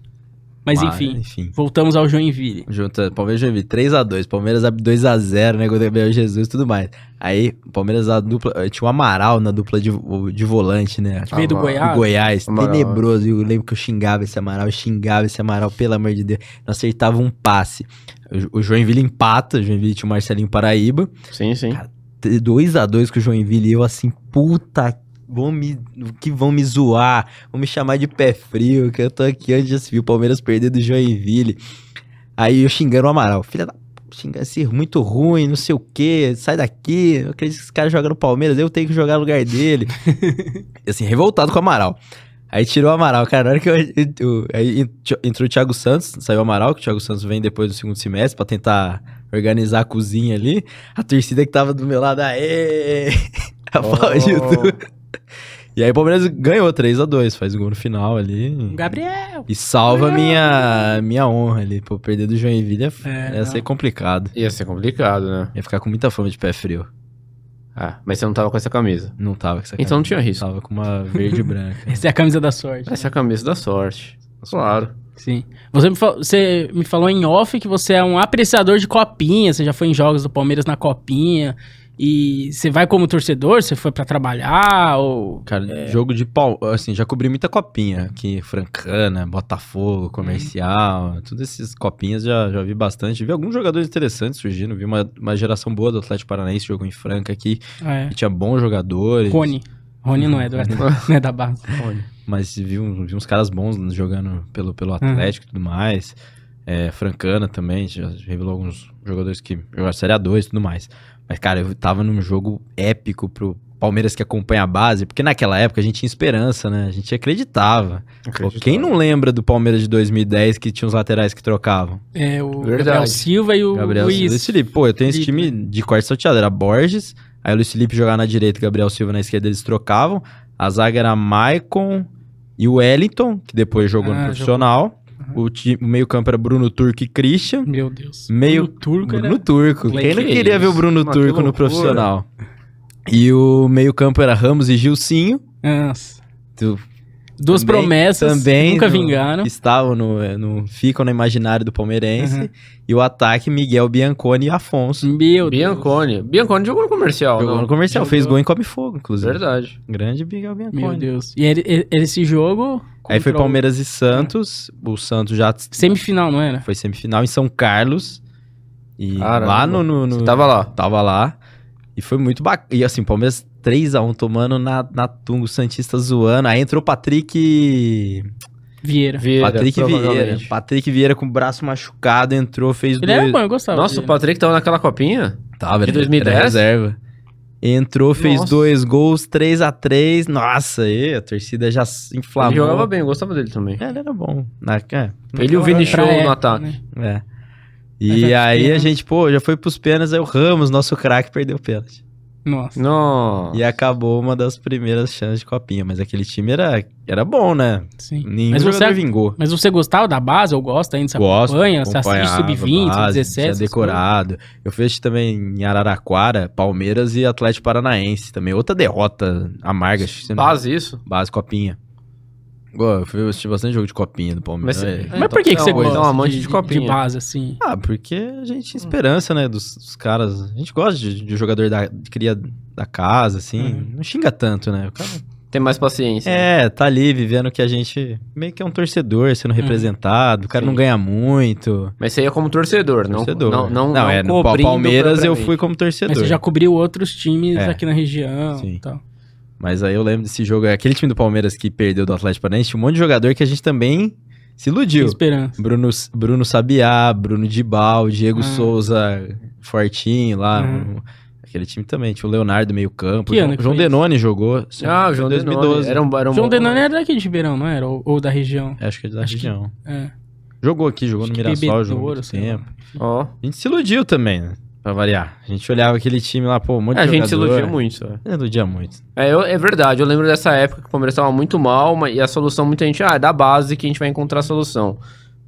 [SPEAKER 1] Mas enfim,
[SPEAKER 3] enfim.
[SPEAKER 1] voltamos ao Joinville.
[SPEAKER 3] Junta, Palmeiras e Joinville, 3x2. Palmeiras abre 2x0, né? Com o Gabriel Jesus e tudo mais. Aí, o Palmeiras a dupla, eh, tinha o Amaral na dupla de, o- de volante, né?
[SPEAKER 1] Que veio do
[SPEAKER 2] Ah,
[SPEAKER 3] O
[SPEAKER 1] Tipo, Goiás.
[SPEAKER 3] Goiás,
[SPEAKER 2] Amaral.
[SPEAKER 3] tenebroso. Eu lembro que eu xingava esse Amaral, eu xingava esse Amaral, pelo amor de Deus. Não acertava um passe. O, o Joinville empata, o Joinville tinha o Marcelinho Paraíba.
[SPEAKER 2] Sim, sim.
[SPEAKER 3] 2x2 com o Joinville e eu assim, puta, vão me, que vão me zoar, vão me chamar de pé frio, que eu tô aqui onde já se viu o Palmeiras perder do Joinville. Aí eu xingando o Amaral, filha da xingar esse muito ruim, não sei o que, sai daqui, eu acredito que esse cara joga no Palmeiras, eu tenho que jogar no lugar dele. E, assim, revoltado com o Amaral. Aí tirou o Amaral, cara, na hora que eu, eu- aí ent- entrou o Thiago Santos, saiu o Amaral, que o Thiago Santos vem depois do segundo semestre pra tentar organizar a cozinha ali. A torcida que tava do meu lado, aê! Aplaudiu
[SPEAKER 2] Oh.
[SPEAKER 3] tudo. E aí o Palmeiras ganhou 3x2, faz gol no final ali.
[SPEAKER 1] Gabriel!
[SPEAKER 3] E salva minha, minha honra ali, pô, perder do Joinville ia,
[SPEAKER 1] É,
[SPEAKER 3] ia
[SPEAKER 1] não.
[SPEAKER 3] ser complicado.
[SPEAKER 2] Ia ser complicado, né?
[SPEAKER 3] Ia ficar com muita fama de pé frio.
[SPEAKER 2] Ah, mas você não tava com essa camisa.
[SPEAKER 3] Não tava com essa
[SPEAKER 2] Então não tinha
[SPEAKER 3] camisa.
[SPEAKER 2] risco.
[SPEAKER 3] Tava com uma verde e branca.
[SPEAKER 1] Essa é a camisa da sorte.
[SPEAKER 2] Essa é a camisa da sorte. Claro.
[SPEAKER 1] Sim. Você me, fal- você me falou em off que você é um apreciador de copinha, você já foi em jogos do Palmeiras na copinha. E você vai como torcedor? Você foi pra trabalhar? Ou...
[SPEAKER 3] Cara, jogo de pau. Assim, já cobri muita copinha aqui. Francana, Botafogo, Comercial. Todas essas copinhas já, já vi bastante. Vi alguns jogadores interessantes surgindo. Vi uma, uma geração boa do Atlético Paranaense, jogou em Franca aqui.
[SPEAKER 1] É.
[SPEAKER 3] E tinha bons jogadores.
[SPEAKER 1] Rony. Rony não é, do, não é da base.
[SPEAKER 3] Mas vi, um- vi uns caras bons jogando pelo, pelo Atlético e tudo mais. É, Francana também, já revelou alguns jogadores que jogaram Série A2 e tudo mais. Mas, cara, eu tava num jogo épico pro Palmeiras que acompanha a base, porque naquela época a gente tinha esperança, né? A gente acreditava. Pô, quem não lembra do Palmeiras de 2010 que tinha os laterais que trocavam?
[SPEAKER 1] É o
[SPEAKER 2] Verdade.
[SPEAKER 1] Gabriel Silva e o
[SPEAKER 3] Gabriel Silva e Luiz
[SPEAKER 1] Luiz.
[SPEAKER 3] Felipe. Pô, eu tenho esse
[SPEAKER 1] Felipe, né?
[SPEAKER 3] time de corte salteado. Era Borges, aí o Luiz Felipe jogava na direita, Gabriel Silva na esquerda, eles trocavam. A zaga era Maicon e o Wellington, que depois jogou
[SPEAKER 1] Ah,
[SPEAKER 3] no profissional. O, ti- o meio-campo era Bruno Turco e Christian.
[SPEAKER 1] Meu Deus.
[SPEAKER 3] Meio-
[SPEAKER 1] O turco era-
[SPEAKER 3] Bruno Turco.
[SPEAKER 1] Que
[SPEAKER 3] Quem não
[SPEAKER 2] isso?
[SPEAKER 3] queria ver o Bruno
[SPEAKER 2] Mas que
[SPEAKER 3] Turco
[SPEAKER 2] loucura.
[SPEAKER 3] no profissional? E o meio-campo era Ramos e Gilcinho.
[SPEAKER 1] Nossa.
[SPEAKER 3] Tu-
[SPEAKER 1] Duas
[SPEAKER 3] Também-
[SPEAKER 1] promessas
[SPEAKER 3] também
[SPEAKER 1] nunca
[SPEAKER 3] no-
[SPEAKER 1] vingaram.
[SPEAKER 3] que estavam no, eh, no ficam no imaginário do palmeirense
[SPEAKER 1] Uhum.
[SPEAKER 3] e o ataque Miguel Bianconi e Afonso
[SPEAKER 1] Meu Deus.
[SPEAKER 2] Biancone. Biancone jogou no comercial.
[SPEAKER 3] jogou
[SPEAKER 2] não?
[SPEAKER 3] no comercial
[SPEAKER 1] Jogou.
[SPEAKER 3] fez gol em Come Fogo inclusive
[SPEAKER 2] Verdade.
[SPEAKER 3] grande Miguel
[SPEAKER 1] Meu
[SPEAKER 3] Bianconi
[SPEAKER 1] Deus. E ele- ele- esse jogo.
[SPEAKER 3] aí foi
[SPEAKER 1] contra o-
[SPEAKER 3] Palmeiras e Santos o Santos já t-
[SPEAKER 1] Semifinal, não era?
[SPEAKER 3] foi semifinal em São Carlos e
[SPEAKER 2] Caramba.
[SPEAKER 3] lá no, no- no-
[SPEAKER 2] Você tava lá.
[SPEAKER 3] tava lá e foi muito bacana e assim Palmeiras 3x1 tomando na, na tunga o Santista zoando aí entrou o Patrick
[SPEAKER 1] Vieira.
[SPEAKER 2] Vieira,
[SPEAKER 3] Patrick Vieira
[SPEAKER 2] provavelmente.
[SPEAKER 3] Patrick Vieira com o braço machucado entrou fez
[SPEAKER 1] Ele era bom, eu gostava.
[SPEAKER 2] Nossa, o
[SPEAKER 1] dele.
[SPEAKER 2] Patrick tava naquela copinha?
[SPEAKER 3] Tava,
[SPEAKER 2] De
[SPEAKER 3] era-
[SPEAKER 2] 2010?
[SPEAKER 3] era reserva. Entrou, fez
[SPEAKER 2] Nossa.
[SPEAKER 3] dois gols, 3 a 3 Nossa, aí a torcida já se inflamou.
[SPEAKER 2] Ele jogava bem, eu gostava dele também.
[SPEAKER 3] É, ele era bom. Na, é,
[SPEAKER 2] Ele e o Vini
[SPEAKER 1] Pra
[SPEAKER 2] Show no
[SPEAKER 1] época,
[SPEAKER 2] ataque.
[SPEAKER 1] né?
[SPEAKER 3] é.
[SPEAKER 1] Mas
[SPEAKER 3] E
[SPEAKER 1] é
[SPEAKER 3] aí a
[SPEAKER 1] pênalti.
[SPEAKER 3] gente, pô, já foi pros pênaltis, aí o Ramos, nosso craque, perdeu o pênalti.
[SPEAKER 1] Nossa.
[SPEAKER 2] Nossa.
[SPEAKER 3] E acabou uma das primeiras chances de copinha. Mas aquele time era, era bom, né?
[SPEAKER 1] Sim.
[SPEAKER 3] Nenhum
[SPEAKER 1] Mas
[SPEAKER 3] jogador
[SPEAKER 1] você-
[SPEAKER 3] vingou.
[SPEAKER 1] Mas você gostava da base? Ou gosta ainda? Você
[SPEAKER 3] Gosto,
[SPEAKER 1] acompanha? Você assiste
[SPEAKER 3] acompanhava
[SPEAKER 1] sub-20,
[SPEAKER 3] a base,
[SPEAKER 1] sub-17?
[SPEAKER 3] Tinha decorado. Eu fiz também em Araraquara, Palmeiras e Atlético Paranaense também. Outra derrota amarga. acho que você não-
[SPEAKER 2] Base isso.
[SPEAKER 3] Base, copinha. Pô, eu fui assistir bastante jogo de copinha do Palmeiras.
[SPEAKER 2] Mas-
[SPEAKER 3] É.
[SPEAKER 1] Mas por que, que
[SPEAKER 2] Então,
[SPEAKER 1] você
[SPEAKER 2] então,
[SPEAKER 1] gosta
[SPEAKER 2] amante de copinha.
[SPEAKER 1] de base, assim?
[SPEAKER 3] Ah, porque a gente
[SPEAKER 1] Hum.
[SPEAKER 3] tinha esperança, né, dos, dos caras. A gente gosta de, de jogador da, de cria da casa, assim.
[SPEAKER 1] Uhum.
[SPEAKER 3] Não xinga tanto, né? O cara-
[SPEAKER 2] Tem mais paciência. né?
[SPEAKER 3] é, tá ali vivendo que a gente meio que é um torcedor sendo
[SPEAKER 1] Uhum.
[SPEAKER 3] representado. O cara
[SPEAKER 2] Sim.
[SPEAKER 3] não ganha muito.
[SPEAKER 2] Mas você ia como torcedor, não
[SPEAKER 3] torcedor.
[SPEAKER 2] Não, não,
[SPEAKER 3] não, é, no Pa-
[SPEAKER 2] cobrindo
[SPEAKER 3] Palmeiras eu
[SPEAKER 2] propriamente.
[SPEAKER 3] fui como torcedor.
[SPEAKER 1] Mas você já cobriu outros times
[SPEAKER 3] É.
[SPEAKER 1] aqui na região
[SPEAKER 3] Sim.
[SPEAKER 1] e tal.
[SPEAKER 3] Mas aí eu lembro desse jogo, é aquele time do Palmeiras que perdeu do Atlético Paranaense, tinha um monte de jogador que a gente também se
[SPEAKER 1] Tem
[SPEAKER 3] iludiu.
[SPEAKER 1] esperança.
[SPEAKER 3] Bruno,
[SPEAKER 2] Hum.
[SPEAKER 3] Bruno Sabiá, Bruno Dibal, Diego
[SPEAKER 1] Ah.
[SPEAKER 3] Souza, Fortinho lá,
[SPEAKER 1] Uhum.
[SPEAKER 3] um- Aquele time também. Tinha o Leonardo meio campo.
[SPEAKER 1] Que
[SPEAKER 3] João,
[SPEAKER 1] ano que
[SPEAKER 3] João
[SPEAKER 1] foi
[SPEAKER 3] Denoni jogou.
[SPEAKER 2] Ah, o João Denoni. Era um, era um
[SPEAKER 1] João
[SPEAKER 2] bom-
[SPEAKER 1] Denoni é era daqui de Ribeirão, não era? Ou, ou da região.
[SPEAKER 3] É, acho que é da
[SPEAKER 1] Acho que-
[SPEAKER 3] região.
[SPEAKER 1] É.
[SPEAKER 3] Jogou aqui, jogou
[SPEAKER 1] Acho
[SPEAKER 3] no
[SPEAKER 1] que
[SPEAKER 3] Mirassol, jogou
[SPEAKER 1] Bebedouro,
[SPEAKER 3] muito
[SPEAKER 1] sei lá.
[SPEAKER 3] tempo.
[SPEAKER 2] Ó.
[SPEAKER 3] A gente se iludiu também, né? Pra variar. A gente olhava aquele time lá, pô, um monte
[SPEAKER 2] É, a
[SPEAKER 3] de
[SPEAKER 2] gente se
[SPEAKER 3] jogador.
[SPEAKER 2] iludia muito. É.
[SPEAKER 3] A gente iludia muito.
[SPEAKER 2] É, eu- é verdade, eu lembro dessa época que o Palmeiras estava muito mal mas- e a solução, muita gente, ah, é da base que a gente vai encontrar a solução.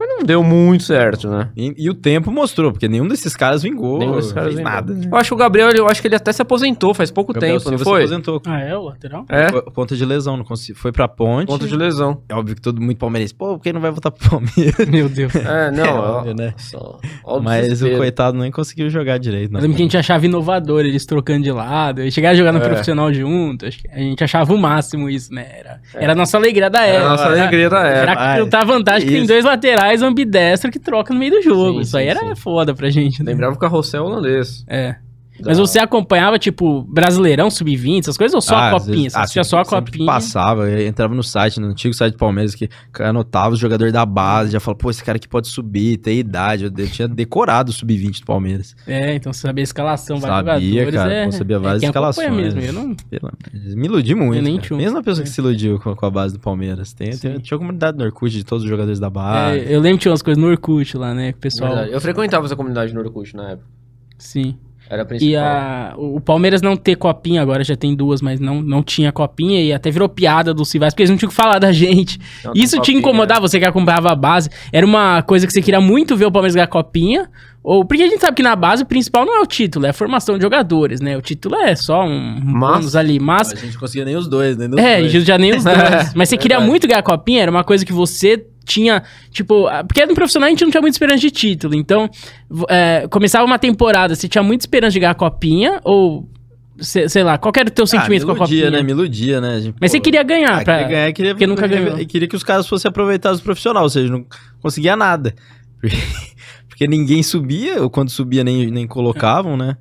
[SPEAKER 2] Mas não deu muito certo, né?
[SPEAKER 3] E, e o tempo mostrou, porque nenhum desses caras vingou.
[SPEAKER 2] Nenhum desses caras
[SPEAKER 3] fez
[SPEAKER 2] vingou.
[SPEAKER 3] nada. né?
[SPEAKER 2] Eu acho que o Gabriel, ele- eu acho que ele até se aposentou faz pouco tempo, não
[SPEAKER 3] Se
[SPEAKER 2] foi?
[SPEAKER 3] aposentou.
[SPEAKER 1] Ah, é o lateral?
[SPEAKER 2] É,
[SPEAKER 3] Foi- um Ponta de lesão, não consegui. Foi pra ponte.
[SPEAKER 2] ponto de lesão.
[SPEAKER 3] É óbvio que todo mundo palmeirense, pô, quem não vai votar pro Palmeiras?
[SPEAKER 1] Meu Deus.
[SPEAKER 2] É, não,
[SPEAKER 3] É
[SPEAKER 2] ó,
[SPEAKER 3] óbvio, né?
[SPEAKER 2] só- ó o
[SPEAKER 3] Mas o
[SPEAKER 2] desespero.
[SPEAKER 3] coitado nem conseguiu jogar direito.
[SPEAKER 1] Eu
[SPEAKER 3] Não.
[SPEAKER 1] lembro que a gente achava inovador eles trocando de lado, eles chegaram a jogar no
[SPEAKER 2] É.
[SPEAKER 1] profissional junto. acho que A gente achava o máximo isso, né? Era,
[SPEAKER 3] É.
[SPEAKER 1] era a nossa alegria da
[SPEAKER 2] Era
[SPEAKER 1] época.
[SPEAKER 2] É, a nossa
[SPEAKER 1] né?
[SPEAKER 2] alegria da
[SPEAKER 1] Era
[SPEAKER 2] época.
[SPEAKER 3] rapaz.
[SPEAKER 1] cantar a vantagem que tem
[SPEAKER 3] é, Isso.
[SPEAKER 1] dois laterais um ambidestro que troca no meio do jogo.
[SPEAKER 3] Sim,
[SPEAKER 1] isso aí
[SPEAKER 3] sim,
[SPEAKER 1] era
[SPEAKER 3] sim.
[SPEAKER 1] foda pra gente, né?
[SPEAKER 2] Lembrava o carrossel holandês.
[SPEAKER 1] É. Mas
[SPEAKER 2] Da-
[SPEAKER 1] você acompanhava, tipo, Brasileirão, Sub-20, essas coisas, ou só a
[SPEAKER 3] Ah, às
[SPEAKER 1] copinha?
[SPEAKER 3] vezes-
[SPEAKER 1] Você
[SPEAKER 3] ah,
[SPEAKER 1] assistia
[SPEAKER 3] sempre-
[SPEAKER 1] só a
[SPEAKER 3] sempre
[SPEAKER 1] copinha.
[SPEAKER 3] Passava, eu entrava no site, no antigo site do Palmeiras, que anotava os jogadores da base, já falava, pô, esse cara aqui pode subir, tem idade. Eu, de- eu tinha decorado o sub-20 do Palmeiras.
[SPEAKER 1] É, então você sabia a escalação, vários
[SPEAKER 3] Sabia,
[SPEAKER 1] jogadores.
[SPEAKER 3] cara,
[SPEAKER 1] é,
[SPEAKER 3] pô, sabia
[SPEAKER 1] é
[SPEAKER 3] várias
[SPEAKER 1] quem acompanha
[SPEAKER 3] escalações.
[SPEAKER 1] mesmo. Eu não,
[SPEAKER 3] Pelo amor de Deus, Me iludi muito.
[SPEAKER 1] Eu nem
[SPEAKER 3] cara.
[SPEAKER 1] tinha um.
[SPEAKER 3] Mesmo a pessoa que
[SPEAKER 1] É.
[SPEAKER 3] se iludiu com, com a base do Palmeiras. Tem, tem,
[SPEAKER 1] Sim.
[SPEAKER 3] tinha comunidade no Orkut de todos os jogadores da base.
[SPEAKER 1] é, eu lembro que tinha umas coisas no Orkut lá, né? Que o pessoal.
[SPEAKER 2] Verdade. Eu frequentava essa comunidade no Orkut na época.
[SPEAKER 1] Sim.
[SPEAKER 2] Era a principal.
[SPEAKER 1] E a, o o Palmeiras não ter copinha agora, já tem duas, mas não, não tinha copinha e até virou piada dos rivais, porque eles não tinham o que falar da gente.
[SPEAKER 2] Então,
[SPEAKER 1] Isso te
[SPEAKER 2] copinha.
[SPEAKER 1] incomodava, você que acompanhava a base? Era uma coisa que você queria muito ver o Palmeiras ganhar copinha? Ou, porque a gente sabe que na base o principal não é o título, é a formação de jogadores, né? O título é só um um
[SPEAKER 2] Mas-
[SPEAKER 1] bônus ali, mas...
[SPEAKER 3] A gente não conseguia nem os dois, né? Não
[SPEAKER 1] É,
[SPEAKER 3] foi.
[SPEAKER 1] já nem os dois. Mas você queria
[SPEAKER 2] Verdade.
[SPEAKER 1] muito ganhar a copinha, era uma coisa que você tinha. Tipo, a- porque no profissional a gente não tinha muita esperança de título. Então, v- é, começava uma temporada, você tinha muita esperança de ganhar a copinha, ou se- sei lá, qual que era o teu
[SPEAKER 3] Ah,
[SPEAKER 1] sentimento
[SPEAKER 3] me
[SPEAKER 1] com a
[SPEAKER 3] iludia,
[SPEAKER 1] copinha?
[SPEAKER 3] né? Me iludia, né? A gente,
[SPEAKER 1] Mas
[SPEAKER 3] pô,
[SPEAKER 1] você queria ganhar,
[SPEAKER 3] Ah,
[SPEAKER 1] pra.
[SPEAKER 3] queria ganhar, queria,
[SPEAKER 1] porque nunca
[SPEAKER 3] queria-
[SPEAKER 1] ganhou.
[SPEAKER 3] queria que os caras fossem aproveitados profissionais, ou seja, não conseguia nada. Porque ninguém subia, ou quando subia nem, nem colocavam, né?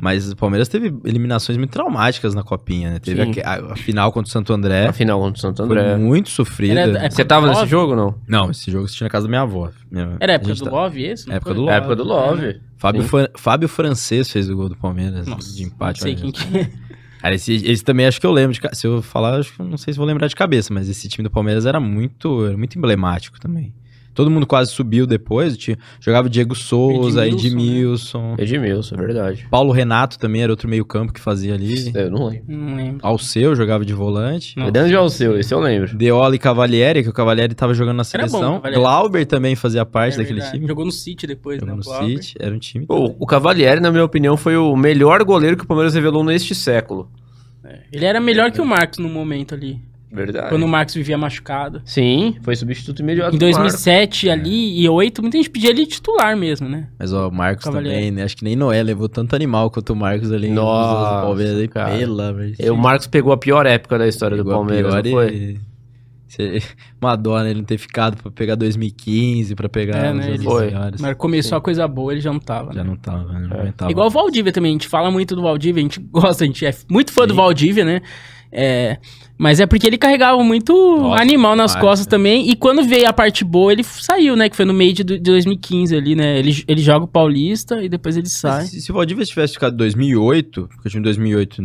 [SPEAKER 3] Mas o Palmeiras teve eliminações muito traumáticas na Copinha, né? Teve
[SPEAKER 2] Sim.
[SPEAKER 3] aque- a, a final contra o Santo André,
[SPEAKER 2] A final contra o Santo
[SPEAKER 3] foi
[SPEAKER 2] André.
[SPEAKER 3] muito sofrida.
[SPEAKER 1] Era- é-
[SPEAKER 2] Você tava nesse
[SPEAKER 1] Love?
[SPEAKER 2] jogo ou não?
[SPEAKER 3] Não, esse jogo assisti na casa da minha avó. Minha-
[SPEAKER 1] Era a
[SPEAKER 3] a
[SPEAKER 1] época
[SPEAKER 3] gente
[SPEAKER 1] do
[SPEAKER 3] tá-
[SPEAKER 1] Love esse? não
[SPEAKER 3] época
[SPEAKER 1] foi?
[SPEAKER 3] do Love.
[SPEAKER 2] É a época do Love.
[SPEAKER 3] Fábio,
[SPEAKER 2] Sim.
[SPEAKER 3] Fran- Fábio Francês fez o gol do Palmeiras
[SPEAKER 1] Nossa,
[SPEAKER 3] de empate. né?
[SPEAKER 1] não sei
[SPEAKER 3] olha.
[SPEAKER 1] quem que é.
[SPEAKER 3] Cara, esse, esse também acho que eu lembro. De, ca- se eu falar, acho que eu não sei se vou lembrar de cabeça, mas esse time do Palmeiras era muito, era muito emblemático também. Todo mundo quase subiu depois. Tinha, jogava o Diego Souza,
[SPEAKER 1] Edmilson, né?
[SPEAKER 3] Edmilson.
[SPEAKER 2] Edmilson, é verdade.
[SPEAKER 3] Paulo Renato também era outro meio-campo que fazia ali.
[SPEAKER 2] Eu não lembro.
[SPEAKER 1] Não lembro.
[SPEAKER 3] Alceu jogava de volante.
[SPEAKER 1] Não.
[SPEAKER 2] É dentro de Alceu, esse eu lembro.
[SPEAKER 3] Deola e Cavalieri, que o Cavalieri tava jogando na
[SPEAKER 1] Era bom,
[SPEAKER 3] seleção.
[SPEAKER 1] Cavalieri.
[SPEAKER 3] Glauber também fazia parte
[SPEAKER 1] É
[SPEAKER 3] daquele
[SPEAKER 1] verdade.
[SPEAKER 3] time.
[SPEAKER 1] Jogou no City depois,
[SPEAKER 3] Jogou
[SPEAKER 1] né?
[SPEAKER 3] no
[SPEAKER 1] o Love.
[SPEAKER 3] City. Era um time.
[SPEAKER 2] O, o Cavalieri, na minha opinião, foi o melhor goleiro que o Palmeiras revelou neste século.
[SPEAKER 1] Ele era melhor
[SPEAKER 3] É.
[SPEAKER 1] que o Marcos no momento ali.
[SPEAKER 2] Verdade.
[SPEAKER 1] Quando o Marcos vivia machucado.
[SPEAKER 2] Sim, foi substituto imediato.
[SPEAKER 1] Em
[SPEAKER 2] do Marcos.
[SPEAKER 1] 2007
[SPEAKER 3] É.
[SPEAKER 1] ali e 8, muita gente pedia ele titular mesmo, né?
[SPEAKER 3] Mas ó, o Marcos
[SPEAKER 1] Cavalieri.
[SPEAKER 3] também, né? Acho que nem Noé levou tanto animal quanto o Marcos ali. nos
[SPEAKER 2] Nossa,
[SPEAKER 3] anos do Palmeiras. aí,
[SPEAKER 2] cara.
[SPEAKER 3] Pelo amor de
[SPEAKER 2] É, O
[SPEAKER 3] Deus.
[SPEAKER 2] Marcos pegou a pior época da história
[SPEAKER 3] Pegou
[SPEAKER 2] do
[SPEAKER 3] a
[SPEAKER 2] Palmeiras,
[SPEAKER 3] pior
[SPEAKER 2] não foi?
[SPEAKER 3] e- Cê- Madonna, ele não ter ficado pra pegar 2015, pra pegar
[SPEAKER 1] É,
[SPEAKER 3] os
[SPEAKER 1] né,
[SPEAKER 3] anos
[SPEAKER 1] ele-
[SPEAKER 2] Foi.
[SPEAKER 3] melhores.
[SPEAKER 1] Mas começou a coisa boa, ele já não tava.
[SPEAKER 3] Já
[SPEAKER 1] né?
[SPEAKER 3] não tava, não
[SPEAKER 2] É.
[SPEAKER 3] aguentava.
[SPEAKER 1] Igual o Valdívia também, a gente fala muito do Valdívia, a gente gosta, a gente é muito fã do
[SPEAKER 3] Sim.
[SPEAKER 1] Valdívia, né? É, mas é porque ele carregava muito
[SPEAKER 3] Nossa,
[SPEAKER 1] animal nas
[SPEAKER 3] demais,
[SPEAKER 1] costas
[SPEAKER 3] né?
[SPEAKER 1] também. E quando veio a parte boa, ele saiu, né? Que foi no meio de do- de 2015 ali, né? Ele, ele joga o Paulista e depois ele sai.
[SPEAKER 3] Mas Se, se o Valdívia tivesse ficado em 2008, porque o time 2008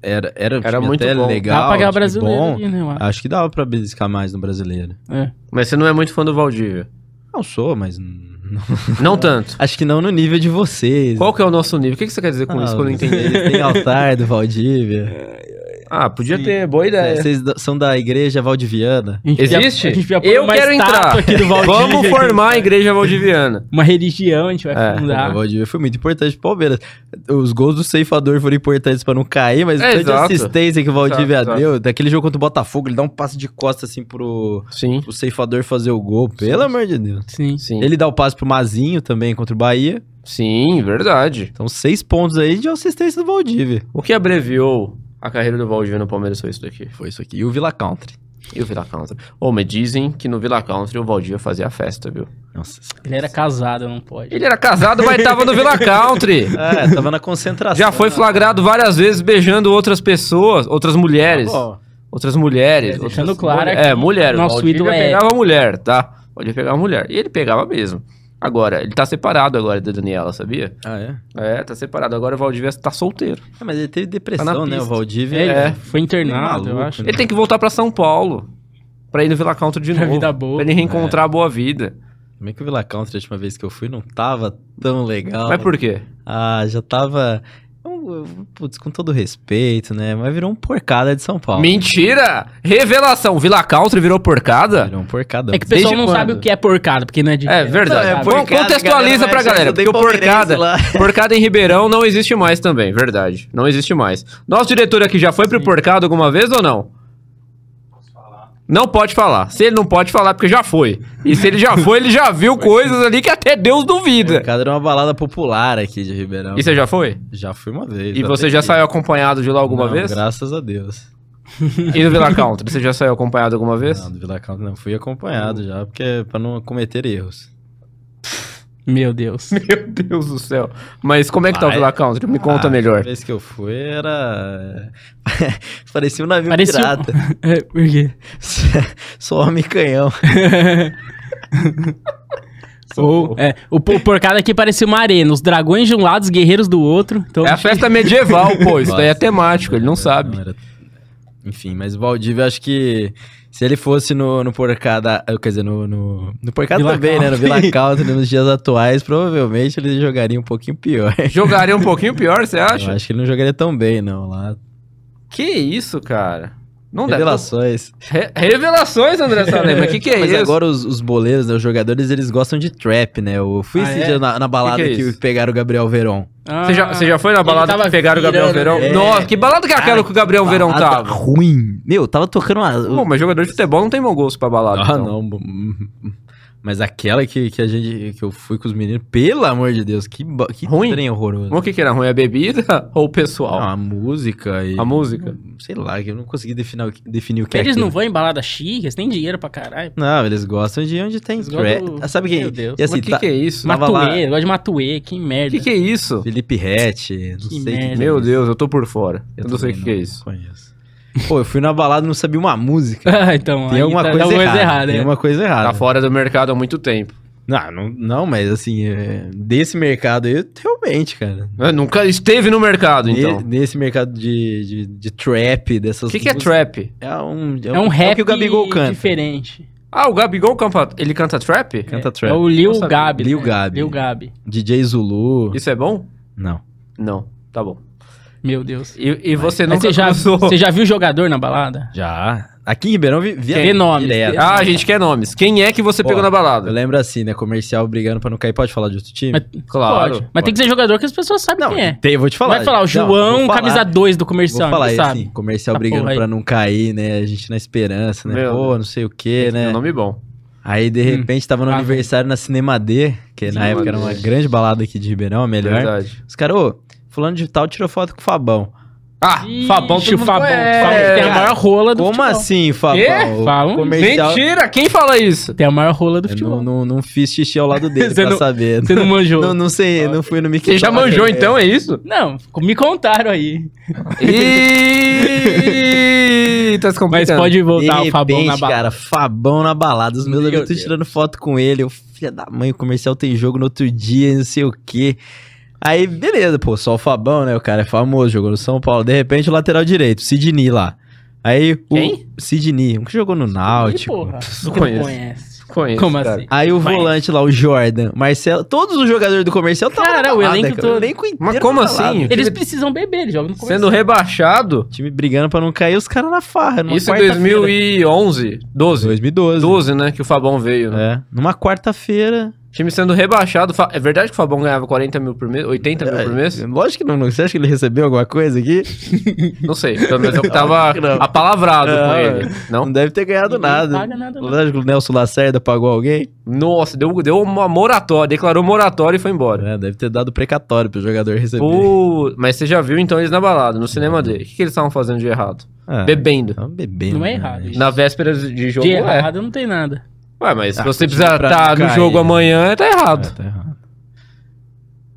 [SPEAKER 3] era, era, um
[SPEAKER 2] Era
[SPEAKER 3] time
[SPEAKER 2] muito
[SPEAKER 3] até
[SPEAKER 2] bom.
[SPEAKER 3] legal, um
[SPEAKER 1] Dá pra ganhar o
[SPEAKER 3] time
[SPEAKER 1] brasileiro
[SPEAKER 3] bom,
[SPEAKER 1] ali, né? eu acho.
[SPEAKER 3] Acho que dava pra beliscar mais no brasileiro.
[SPEAKER 1] É.
[SPEAKER 2] Mas você não é muito fã do Valdívia.
[SPEAKER 3] Não sou, mas... n- não-
[SPEAKER 2] Não tanto.
[SPEAKER 3] acho que não no nível de vocês.
[SPEAKER 2] Qual que é o nosso nível? O que que você quer dizer com
[SPEAKER 3] Ah,
[SPEAKER 2] isso que eu não entendi?
[SPEAKER 3] Vocês têm altar do Valdívia.
[SPEAKER 2] Ah, podia ter, boa ideia.
[SPEAKER 3] Vocês da- são da igreja valdiviana.
[SPEAKER 1] A gente podia-
[SPEAKER 2] Existe?
[SPEAKER 1] a gente podia pôr
[SPEAKER 2] Eu
[SPEAKER 1] uma
[SPEAKER 2] quero
[SPEAKER 1] estátua
[SPEAKER 2] entrar.
[SPEAKER 1] aqui do Valdívia.
[SPEAKER 2] Vamos formar a igreja valdiviana.
[SPEAKER 1] Uma religião, a gente vai
[SPEAKER 2] É,
[SPEAKER 3] O
[SPEAKER 1] fundar.
[SPEAKER 3] Valdívia foi muito importante pro Palmeiras. Os gols do ceifador foram importantes pra não cair, mas
[SPEAKER 2] É,
[SPEAKER 3] tanta
[SPEAKER 2] exato.
[SPEAKER 3] assistência que o Valdívia
[SPEAKER 2] Exato, exato.
[SPEAKER 3] deu. Daquele jogo contra o Botafogo, ele dá um passe de costa assim pro,
[SPEAKER 2] Sim,
[SPEAKER 3] pro ceifador fazer o gol. Pelo amor de Deus.
[SPEAKER 1] Sim.
[SPEAKER 2] sim.
[SPEAKER 3] Ele dá o passe pro Mazinho também contra o Bahia.
[SPEAKER 2] Sim, verdade.
[SPEAKER 3] Então, seis pontos aí de assistência do Valdívia.
[SPEAKER 2] O que abreviou a carreira do Valdívia no Palmeiras foi isso daqui.
[SPEAKER 3] Foi isso aqui. E o Villa Country.
[SPEAKER 2] E o Villa Country? Ou me dizem que no Villa Country o Valdívia fazia festa, viu?
[SPEAKER 3] Nossa.
[SPEAKER 1] Ele era casado, não pode.
[SPEAKER 2] Ele era casado, mas tava no Villa Country.
[SPEAKER 3] É, tava na concentração. Tá
[SPEAKER 2] Já foi flagrado várias vezes beijando outras pessoas, outras mulheres.
[SPEAKER 3] Ó,
[SPEAKER 2] Outras mulheres.
[SPEAKER 1] É,
[SPEAKER 2] outras
[SPEAKER 1] Tá deixando claro
[SPEAKER 2] mulher- É,
[SPEAKER 1] aqui,
[SPEAKER 2] mulher.
[SPEAKER 1] nosso
[SPEAKER 2] Nosso ídolo
[SPEAKER 1] ídolo é-
[SPEAKER 2] pegava mulher, tá? Pode pegar mulher. E ele pegava mesmo. Agora, ele tá separado agora da Daniela, sabia?
[SPEAKER 3] Ah, é?
[SPEAKER 2] É, tá separado. Agora o Valdívia tá solteiro.
[SPEAKER 3] Ah, mas ele teve
[SPEAKER 2] Tá
[SPEAKER 3] depressão,
[SPEAKER 2] na
[SPEAKER 3] né? O
[SPEAKER 2] pista.
[SPEAKER 3] Valdívia.
[SPEAKER 1] É,
[SPEAKER 2] É.
[SPEAKER 1] ele foi internado, eu
[SPEAKER 3] Maluco,
[SPEAKER 1] acho.
[SPEAKER 3] né?
[SPEAKER 2] Ele tem que voltar pra São Paulo pra ir no Vila Country de
[SPEAKER 1] Pra
[SPEAKER 2] novo.
[SPEAKER 3] é
[SPEAKER 1] vida boa. né?
[SPEAKER 2] Pra ele reencontrar a boa vida.
[SPEAKER 3] Como é que o Vila Country, a última vez que eu fui, não tava tão legal?
[SPEAKER 2] Mas por quê?
[SPEAKER 3] Ah, já tava. um, Putz, com todo respeito, né? Mas virou um porcada de São Paulo.
[SPEAKER 2] Mentira! Revelação! Vila Country virou porcada?
[SPEAKER 3] Virou um porcada.
[SPEAKER 1] É que o pessoal
[SPEAKER 2] Desde
[SPEAKER 1] não
[SPEAKER 2] quando?
[SPEAKER 1] sabe o que é porcada, porque não é de.
[SPEAKER 2] É verdade.
[SPEAKER 1] Não,
[SPEAKER 2] Vamos- contextualiza pra galera, porque o porcada, porcada em Ribeirão não existe mais também, verdade. Não existe mais. Nosso diretor aqui já foi pro porcada alguma vez ou não? Não pode falar. Se ele não pode falar, é porque já foi. E se ele já foi, ele já viu coisas ali que até Deus duvida.
[SPEAKER 3] Porcada era uma balada popular aqui de Ribeirão.
[SPEAKER 2] E você já foi?
[SPEAKER 3] Já fui uma vez.
[SPEAKER 2] E
[SPEAKER 3] até
[SPEAKER 2] você já
[SPEAKER 3] que-
[SPEAKER 2] saiu acompanhado de lá alguma
[SPEAKER 3] Não,
[SPEAKER 2] vez?
[SPEAKER 3] Graças a Deus.
[SPEAKER 2] E no Vila Country, você já saiu acompanhado alguma vez?
[SPEAKER 3] Não, do Vila Country não. Fui acompanhado já, porque é pra não cometer erros.
[SPEAKER 1] Meu Deus.
[SPEAKER 2] Meu Deus do céu. Mas como é que tá o
[SPEAKER 3] Vai.
[SPEAKER 2] Vila Country? Me conta
[SPEAKER 3] Ah, A
[SPEAKER 2] melhor.
[SPEAKER 3] vez que eu fui era. Parecia um navio
[SPEAKER 1] Parecia um-
[SPEAKER 3] pirata.
[SPEAKER 1] É, por quê?
[SPEAKER 3] Só homem canhão.
[SPEAKER 1] Ou, é, o po- porcada aqui parecia uma arena. Os dragões de um lado, os guerreiros do outro. Então,
[SPEAKER 2] É a festa medieval, pô. Isso daí é
[SPEAKER 3] Nossa,
[SPEAKER 2] temático, ele não sabe.
[SPEAKER 3] era- Enfim, mas o Valdívia, acho que se ele fosse no, no Porcada. eh, Quer dizer, no. No, no Porcada
[SPEAKER 1] Vila
[SPEAKER 3] também, né? No
[SPEAKER 1] Country.
[SPEAKER 3] Vila Country, nos dias atuais, provavelmente ele jogaria um pouquinho pior.
[SPEAKER 2] Jogaria um pouquinho pior, você
[SPEAKER 3] Eu
[SPEAKER 2] acha?
[SPEAKER 3] acho que ele não jogaria tão bem, não. Lá.
[SPEAKER 2] Que isso, cara? Não deve.
[SPEAKER 3] Revelações.
[SPEAKER 2] Re- revelações, André Salema. Mas que que é
[SPEAKER 3] Mas
[SPEAKER 2] isso?
[SPEAKER 3] agora os, os boleiros, né, os jogadores, eles gostam de trap, né? Eu fui
[SPEAKER 1] Ah,
[SPEAKER 3] esse
[SPEAKER 1] é?
[SPEAKER 3] dia na, na balada
[SPEAKER 2] Que que é
[SPEAKER 3] que,
[SPEAKER 2] isso?
[SPEAKER 3] pegaram o Gabriel Veron.
[SPEAKER 1] Ah.
[SPEAKER 2] Você, já, você já foi na
[SPEAKER 1] Ele
[SPEAKER 2] balada
[SPEAKER 1] tava
[SPEAKER 2] que pegaram o Gabriel
[SPEAKER 1] virando,
[SPEAKER 2] Verão?
[SPEAKER 3] né?
[SPEAKER 2] Nossa, que balada que é aquela que o Gabriel Verão
[SPEAKER 3] Balada
[SPEAKER 2] tava?
[SPEAKER 3] Ruim. Meu, tava tocando uma...
[SPEAKER 2] Pô, mas jogador de futebol não tem mau gosto pra balada.
[SPEAKER 3] Ah,
[SPEAKER 2] então.
[SPEAKER 3] não. bom. Mas aquela que, que a gente que eu fui com os meninos, pelo amor de Deus, que, ba- que
[SPEAKER 2] Ruim?
[SPEAKER 3] trem horroroso.
[SPEAKER 2] Mas O que que era ruim? A bebida ou o pessoal?
[SPEAKER 3] Não, a música e
[SPEAKER 2] A música?
[SPEAKER 3] sei lá, que eu não consegui definir, o que- definir o que é
[SPEAKER 1] Eles
[SPEAKER 3] aquilo.
[SPEAKER 1] não vão em balada chique, eles têm dinheiro pra caralho.
[SPEAKER 3] Não, eles gostam de onde tem
[SPEAKER 1] Eles gostam
[SPEAKER 3] trap.
[SPEAKER 1] do-
[SPEAKER 3] Ah, Sabe quem?
[SPEAKER 1] Meu Deus.
[SPEAKER 3] E assim,
[SPEAKER 2] mas que
[SPEAKER 3] tá-
[SPEAKER 2] que é isso?
[SPEAKER 3] Mas- tava lá-
[SPEAKER 1] Matuê, gosta de Matuê, que
[SPEAKER 2] O
[SPEAKER 1] merda.
[SPEAKER 2] que que é isso?
[SPEAKER 3] Felipe Rett, não
[SPEAKER 1] Que
[SPEAKER 3] sei.
[SPEAKER 1] merda.
[SPEAKER 2] Meu Deus, eu tô por fora. Eu,
[SPEAKER 3] é Eu
[SPEAKER 2] não sei o
[SPEAKER 3] também
[SPEAKER 2] que que é isso.
[SPEAKER 3] Conheço. Pô, eu fui na balada e não sabia uma música.
[SPEAKER 1] Ah, então,
[SPEAKER 3] Tem
[SPEAKER 1] aí
[SPEAKER 3] alguma
[SPEAKER 1] tá- tá
[SPEAKER 3] coisa,
[SPEAKER 1] alguma
[SPEAKER 3] errada,
[SPEAKER 1] né?
[SPEAKER 3] Tem uma coisa
[SPEAKER 2] Tá
[SPEAKER 3] errada.
[SPEAKER 2] fora do mercado há muito tempo.
[SPEAKER 3] Não, não, não, mas assim, é, desse mercado aí, realmente, cara.
[SPEAKER 2] Eu nunca esteve no mercado, então.
[SPEAKER 3] Ne- Nesse mercado de, de, de trap, dessas
[SPEAKER 2] O que, que é
[SPEAKER 3] músicas-
[SPEAKER 2] trap?
[SPEAKER 3] É um,
[SPEAKER 1] É um rap
[SPEAKER 3] que o Gabigol canta.
[SPEAKER 1] diferente.
[SPEAKER 2] Ah, o Gabigol canta, ele canta trap?
[SPEAKER 3] Canta
[SPEAKER 1] É
[SPEAKER 3] trap.
[SPEAKER 1] o Lil
[SPEAKER 2] Eu sabia.
[SPEAKER 1] Gabi.
[SPEAKER 3] Lil
[SPEAKER 1] né?
[SPEAKER 3] Gabi.
[SPEAKER 1] Lil Gabi.
[SPEAKER 3] DJ Zulu.
[SPEAKER 2] Isso é bom?
[SPEAKER 3] Não.
[SPEAKER 2] Não. Tá bom.
[SPEAKER 1] Meu Deus.
[SPEAKER 2] E, e você
[SPEAKER 1] Mas
[SPEAKER 2] nunca
[SPEAKER 1] Você já,
[SPEAKER 2] usou...
[SPEAKER 1] você já viu jogador na balada?
[SPEAKER 3] Já. Aqui em Ribeirão vi, via
[SPEAKER 1] Tem nome.
[SPEAKER 3] direto.
[SPEAKER 2] Ah, a gente quer nomes. Quem é que você
[SPEAKER 3] Ó,
[SPEAKER 2] pegou na
[SPEAKER 3] Eu
[SPEAKER 2] balada?
[SPEAKER 3] lembro assim, né? Comercial brigando pra não cair. Pode falar de outro time?
[SPEAKER 1] Mas-
[SPEAKER 2] Claro.
[SPEAKER 1] Pode. Mas tem que ser jogador que as pessoas sabem
[SPEAKER 3] não,
[SPEAKER 1] quem é.
[SPEAKER 3] tem, vou te falar.
[SPEAKER 1] Vai falar o
[SPEAKER 3] Não,
[SPEAKER 1] João,
[SPEAKER 3] vou falar.
[SPEAKER 1] camisa 2 do
[SPEAKER 3] Vou
[SPEAKER 1] comercial,
[SPEAKER 3] falar,
[SPEAKER 1] você
[SPEAKER 3] é
[SPEAKER 1] sabe.
[SPEAKER 3] assim, comercial
[SPEAKER 1] Essa
[SPEAKER 3] brigando
[SPEAKER 1] porra aí.
[SPEAKER 3] pra não cair, né? A gente na esperança, né?
[SPEAKER 2] Meu
[SPEAKER 3] Pô,
[SPEAKER 2] Deus.
[SPEAKER 3] não sei o quê,
[SPEAKER 2] É um
[SPEAKER 3] né?
[SPEAKER 2] nome bom.
[SPEAKER 3] Aí, de repente, tava no
[SPEAKER 1] Ah,
[SPEAKER 3] aniversário na Cinema D, que na
[SPEAKER 2] Cinema
[SPEAKER 3] época era
[SPEAKER 2] D.
[SPEAKER 3] uma grande balada aqui de Ribeirão, a melhor.
[SPEAKER 2] Verdade.
[SPEAKER 3] Os caras, ô, fulano de tal tirou foto com o Fabão.
[SPEAKER 2] Ah,
[SPEAKER 1] Ixi,
[SPEAKER 2] Fabão, todo
[SPEAKER 1] o
[SPEAKER 2] mundo
[SPEAKER 1] Fabão.
[SPEAKER 2] conhece. É.
[SPEAKER 1] Fabão tem a maior rola do
[SPEAKER 3] Como
[SPEAKER 1] futebol.
[SPEAKER 3] assim, Fabão? O
[SPEAKER 1] Falam?
[SPEAKER 3] comercial...
[SPEAKER 2] Mentira, quem fala isso?
[SPEAKER 1] Tem a maior rola um do
[SPEAKER 3] Eu não,
[SPEAKER 1] futebol.
[SPEAKER 3] não, não fiz xixi ao lado dele,
[SPEAKER 1] Você
[SPEAKER 3] pra
[SPEAKER 1] não-
[SPEAKER 3] saber.
[SPEAKER 1] Você não manjou.
[SPEAKER 3] Não, não sei, não fui no Mickey
[SPEAKER 2] Você já
[SPEAKER 3] Mouse.
[SPEAKER 2] manjou então, é isso?
[SPEAKER 1] Não, me contaram aí.
[SPEAKER 2] Eita, tá
[SPEAKER 1] Mas
[SPEAKER 2] se complicando.
[SPEAKER 1] pode
[SPEAKER 3] De
[SPEAKER 1] voltar
[SPEAKER 3] repente,
[SPEAKER 1] o Fabão na barra.
[SPEAKER 3] cara, Fabão na balada. Os meus
[SPEAKER 1] Meu
[SPEAKER 3] amigos estão
[SPEAKER 1] Deus.
[SPEAKER 3] tirando foto com ele. Eu, filha da mãe, o comercial tem jogo no outro dia, não sei o quê. Aí, beleza, pô, só o Fabão, né? O cara é famoso, jogou no São Paulo. De repente, o lateral direito, Sidney lá. Aí, o
[SPEAKER 2] Quem?
[SPEAKER 3] Sidney, um que jogou no Náutico.
[SPEAKER 1] Não
[SPEAKER 2] Não conheço.
[SPEAKER 1] conhece.
[SPEAKER 2] Conheço,
[SPEAKER 1] Como
[SPEAKER 2] cara.
[SPEAKER 1] assim?
[SPEAKER 3] Aí o
[SPEAKER 1] Mas-
[SPEAKER 3] volante lá, o Jordan, Marcelo, todos os jogadores do comercial estavam
[SPEAKER 1] Cara,
[SPEAKER 3] na
[SPEAKER 1] o
[SPEAKER 3] balada,
[SPEAKER 1] elenco
[SPEAKER 3] cara, o
[SPEAKER 1] todo.
[SPEAKER 3] elenco inteiro tá
[SPEAKER 2] Mas como
[SPEAKER 3] na
[SPEAKER 2] assim?
[SPEAKER 3] balada.
[SPEAKER 2] O
[SPEAKER 1] Eles
[SPEAKER 2] time
[SPEAKER 1] precisam beber, eles jogam no comercial.
[SPEAKER 2] Sendo rebaixado?
[SPEAKER 3] time brigando pra não cair, os caras na farra. Numa
[SPEAKER 2] Isso em
[SPEAKER 3] quarta-feira.
[SPEAKER 2] 2011, 12.
[SPEAKER 3] 2012.
[SPEAKER 2] 12, né, que o Fabão veio. né?
[SPEAKER 3] É, numa quarta-feira.
[SPEAKER 2] Time sendo rebaixado. Fa- É verdade que o Fabão ganhava 40 mil por mês? 80 mil por mês?
[SPEAKER 3] É, Lógico que não, não. Você acha que ele recebeu alguma coisa aqui?
[SPEAKER 2] Não sei. Pelo menos eu que tava
[SPEAKER 3] Não. Ah.
[SPEAKER 2] apalavrado com
[SPEAKER 3] Não.
[SPEAKER 2] ele.
[SPEAKER 3] Não,
[SPEAKER 2] Não?
[SPEAKER 3] deve ter ganhado
[SPEAKER 1] Ninguém
[SPEAKER 3] nada.
[SPEAKER 1] paga nada, não.
[SPEAKER 3] Lógico que o Nelson Lacerda pagou alguém.
[SPEAKER 2] Nossa, deu, deu uma moratória. Declarou moratória e foi embora.
[SPEAKER 3] É, deve ter dado precatório pro jogador receber.
[SPEAKER 2] Pô, mas você já viu então eles na balada, no cinema dele. O que, que eles estavam fazendo de errado?
[SPEAKER 3] Ah,
[SPEAKER 2] Bebendo.
[SPEAKER 3] tava bebendo.
[SPEAKER 1] Não é
[SPEAKER 3] né?
[SPEAKER 1] errado isso.
[SPEAKER 2] Na véspera de jogo,
[SPEAKER 1] De
[SPEAKER 2] é.
[SPEAKER 1] errado não tem nada.
[SPEAKER 2] Ué, mas se
[SPEAKER 3] Ah,
[SPEAKER 2] você
[SPEAKER 3] pra
[SPEAKER 2] precisar
[SPEAKER 3] não
[SPEAKER 2] estar no
[SPEAKER 3] cair.
[SPEAKER 2] jogo amanhã, tá
[SPEAKER 3] Ah,
[SPEAKER 2] errado.
[SPEAKER 3] tá errado.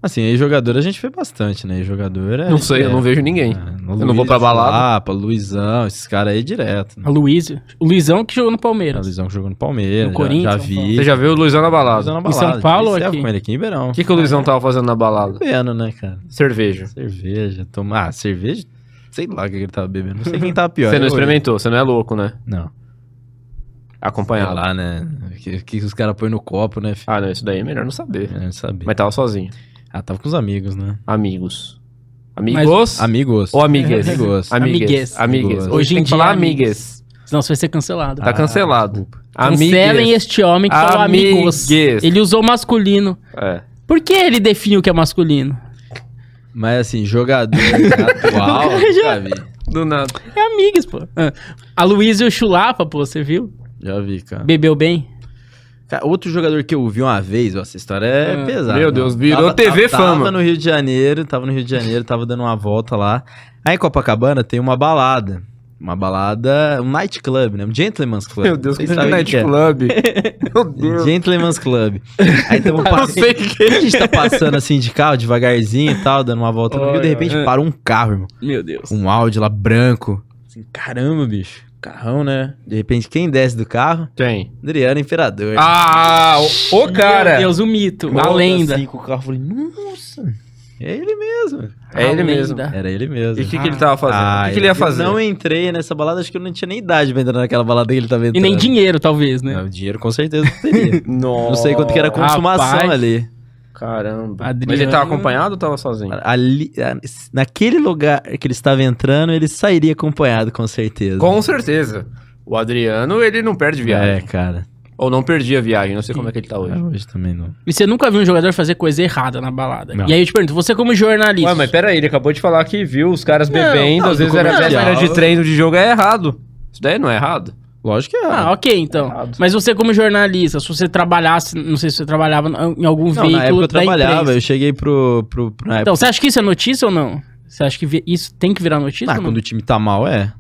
[SPEAKER 3] Assim, aí jogador a gente vê bastante, né? E Jogador é.
[SPEAKER 2] Não sei, eu não vejo ninguém.
[SPEAKER 3] Ah, No
[SPEAKER 2] Eu não vou pra balada.
[SPEAKER 3] Lapa, Luizão, esses caras aí é direto.
[SPEAKER 1] A Luísa. O Luizão que jogou no
[SPEAKER 3] O
[SPEAKER 1] Palmeiras.
[SPEAKER 3] Luizão que jogou no Palmeiras,
[SPEAKER 1] No
[SPEAKER 3] já-
[SPEAKER 1] Corinthians, São
[SPEAKER 3] já
[SPEAKER 1] Paulo.
[SPEAKER 3] vi.
[SPEAKER 2] Você já viu o Luizão na balada.
[SPEAKER 3] Luizão na
[SPEAKER 1] Em São
[SPEAKER 3] balada,
[SPEAKER 1] Paulo
[SPEAKER 3] tive
[SPEAKER 1] ou
[SPEAKER 3] serve
[SPEAKER 1] aqui?
[SPEAKER 3] com ele aqui em Ribeirão.
[SPEAKER 2] O que, que o Luizão tava fazendo na balada?
[SPEAKER 3] bebendo, né, cara?
[SPEAKER 2] Cerveja.
[SPEAKER 3] Cerveja, tomar. Ah, cerveja? Sei lá o que ele tava bebendo. Não sei quem tava pior.
[SPEAKER 2] Você não
[SPEAKER 3] eu ou ele.
[SPEAKER 2] experimentou, você não é louco, né?
[SPEAKER 3] Não. Sei
[SPEAKER 2] Acompanhado.
[SPEAKER 3] lá, né? O que, que os caras põem no copo, né? filho?
[SPEAKER 2] Ah, não, isso daí é melhor não saber.
[SPEAKER 3] É, não sabia.
[SPEAKER 2] Mas tava sozinho.
[SPEAKER 3] Ah, tava com os amigos, né?
[SPEAKER 2] Amigos. Amigos
[SPEAKER 3] Amigos.
[SPEAKER 2] ou amigues? Amigues.
[SPEAKER 3] Amigos.
[SPEAKER 1] Amigues.
[SPEAKER 2] Amigues.
[SPEAKER 1] Hoje
[SPEAKER 2] Tem
[SPEAKER 1] em
[SPEAKER 2] que falar
[SPEAKER 1] dia,
[SPEAKER 2] amigues.
[SPEAKER 1] Senão você vai ser cancelado.
[SPEAKER 2] Tá
[SPEAKER 3] Ah,
[SPEAKER 2] cancelado.
[SPEAKER 1] Cancelem este homem que falou amigos.
[SPEAKER 2] Amigues.
[SPEAKER 1] Ele usou masculino.
[SPEAKER 2] É.
[SPEAKER 1] Por que ele define o que é masculino?
[SPEAKER 3] Mas assim, jogador atual, já vi.
[SPEAKER 2] Do nada.
[SPEAKER 1] É amigos, pô. Ah, A Luísa e o Chulapa, pô, você viu?
[SPEAKER 3] Já vi, cara.
[SPEAKER 1] Bebeu bem.
[SPEAKER 3] Cara, outro jogador que eu vi uma vez, ó, essa história é
[SPEAKER 1] Ah,
[SPEAKER 3] pesada.
[SPEAKER 2] meu Deus, virou TV
[SPEAKER 3] tava,
[SPEAKER 2] fama.
[SPEAKER 3] Tava no Rio de Janeiro, tava no Rio de Janeiro, tava dando uma volta lá. Aí em Copacabana tem uma balada. Uma balada, um nightclub, né? Um gentleman's club.
[SPEAKER 2] Meu Deus, que
[SPEAKER 3] Vocês sabem o que é.
[SPEAKER 2] nightclub. Meu Deus.
[SPEAKER 3] Gentleman's Club. Aí um tamo
[SPEAKER 2] Não
[SPEAKER 3] passando.
[SPEAKER 2] sei o que.
[SPEAKER 3] A gente tá passando assim de carro, devagarzinho e tal, dando uma volta no
[SPEAKER 1] Olha,
[SPEAKER 3] Rio, de repente
[SPEAKER 1] é.
[SPEAKER 3] para um carro, irmão.
[SPEAKER 1] Meu Deus.
[SPEAKER 3] Um Audi lá branco. Assim, caramba, bicho. Carrão, né? De repente, quem desce do carro?
[SPEAKER 2] Tem.
[SPEAKER 3] Adriano Imperador.
[SPEAKER 2] Ah, o, o cara.
[SPEAKER 1] Meu Deus, o mito, a
[SPEAKER 3] Volta
[SPEAKER 1] lenda.
[SPEAKER 3] Assim, com o carro, eu falei, nossa, é ele mesmo.
[SPEAKER 2] É ele mesmo.
[SPEAKER 3] Era ele
[SPEAKER 2] E
[SPEAKER 3] mesmo.
[SPEAKER 2] o que, que ele tava fazendo?
[SPEAKER 3] Ah,
[SPEAKER 2] o que, que ele ia
[SPEAKER 3] eu
[SPEAKER 2] fazer?
[SPEAKER 3] não entrei nessa balada, acho que eu não tinha nem idade pra entrar naquela balada que ele tava entrando.
[SPEAKER 1] E nem dinheiro, talvez, né?
[SPEAKER 3] Não, dinheiro com certeza não teria.
[SPEAKER 2] Nossa.
[SPEAKER 3] não sei quanto que era a consumação
[SPEAKER 1] Rapaz.
[SPEAKER 3] ali.
[SPEAKER 2] Caramba. Mas
[SPEAKER 1] Adriano.
[SPEAKER 2] ele tava acompanhado ou tava sozinho?
[SPEAKER 3] Ali, a- naquele lugar que ele estava entrando, ele sairia acompanhado, com certeza.
[SPEAKER 2] Com certeza. O Adriano, ele não perde
[SPEAKER 3] É,
[SPEAKER 2] viagem.
[SPEAKER 3] cara.
[SPEAKER 2] Ou não perdia viagem, não sei como é que ele tá
[SPEAKER 3] Ah,
[SPEAKER 2] hoje.
[SPEAKER 3] hoje também não.
[SPEAKER 1] E você nunca viu um jogador fazer coisa errada na balada.
[SPEAKER 3] Não. tá
[SPEAKER 1] E aí eu te pergunto, você como jornalista...
[SPEAKER 2] Ué, mas peraí, ele acabou de falar que viu os caras
[SPEAKER 1] Não,
[SPEAKER 2] bebendo,
[SPEAKER 1] não,
[SPEAKER 2] às vezes
[SPEAKER 1] do
[SPEAKER 2] era
[SPEAKER 1] comercial.
[SPEAKER 2] véspera de treino de jogo, é errado. Isso daí não é errado?
[SPEAKER 3] Lógico que é.
[SPEAKER 1] Ah, ok, então.
[SPEAKER 2] Errado.
[SPEAKER 1] Mas você como jornalista, se você trabalhasse, não sei se você trabalhava em algum
[SPEAKER 3] não,
[SPEAKER 1] veículo
[SPEAKER 3] na época eu
[SPEAKER 1] da
[SPEAKER 3] trabalhava,
[SPEAKER 1] imprensa.
[SPEAKER 3] eu cheguei pro. pro, pro- na
[SPEAKER 1] Então,
[SPEAKER 3] época.
[SPEAKER 1] você acha que isso é notícia ou não? Você acha que vi- isso tem que virar notícia?
[SPEAKER 3] Ah,
[SPEAKER 1] ou não?
[SPEAKER 3] quando o time tá mal, é.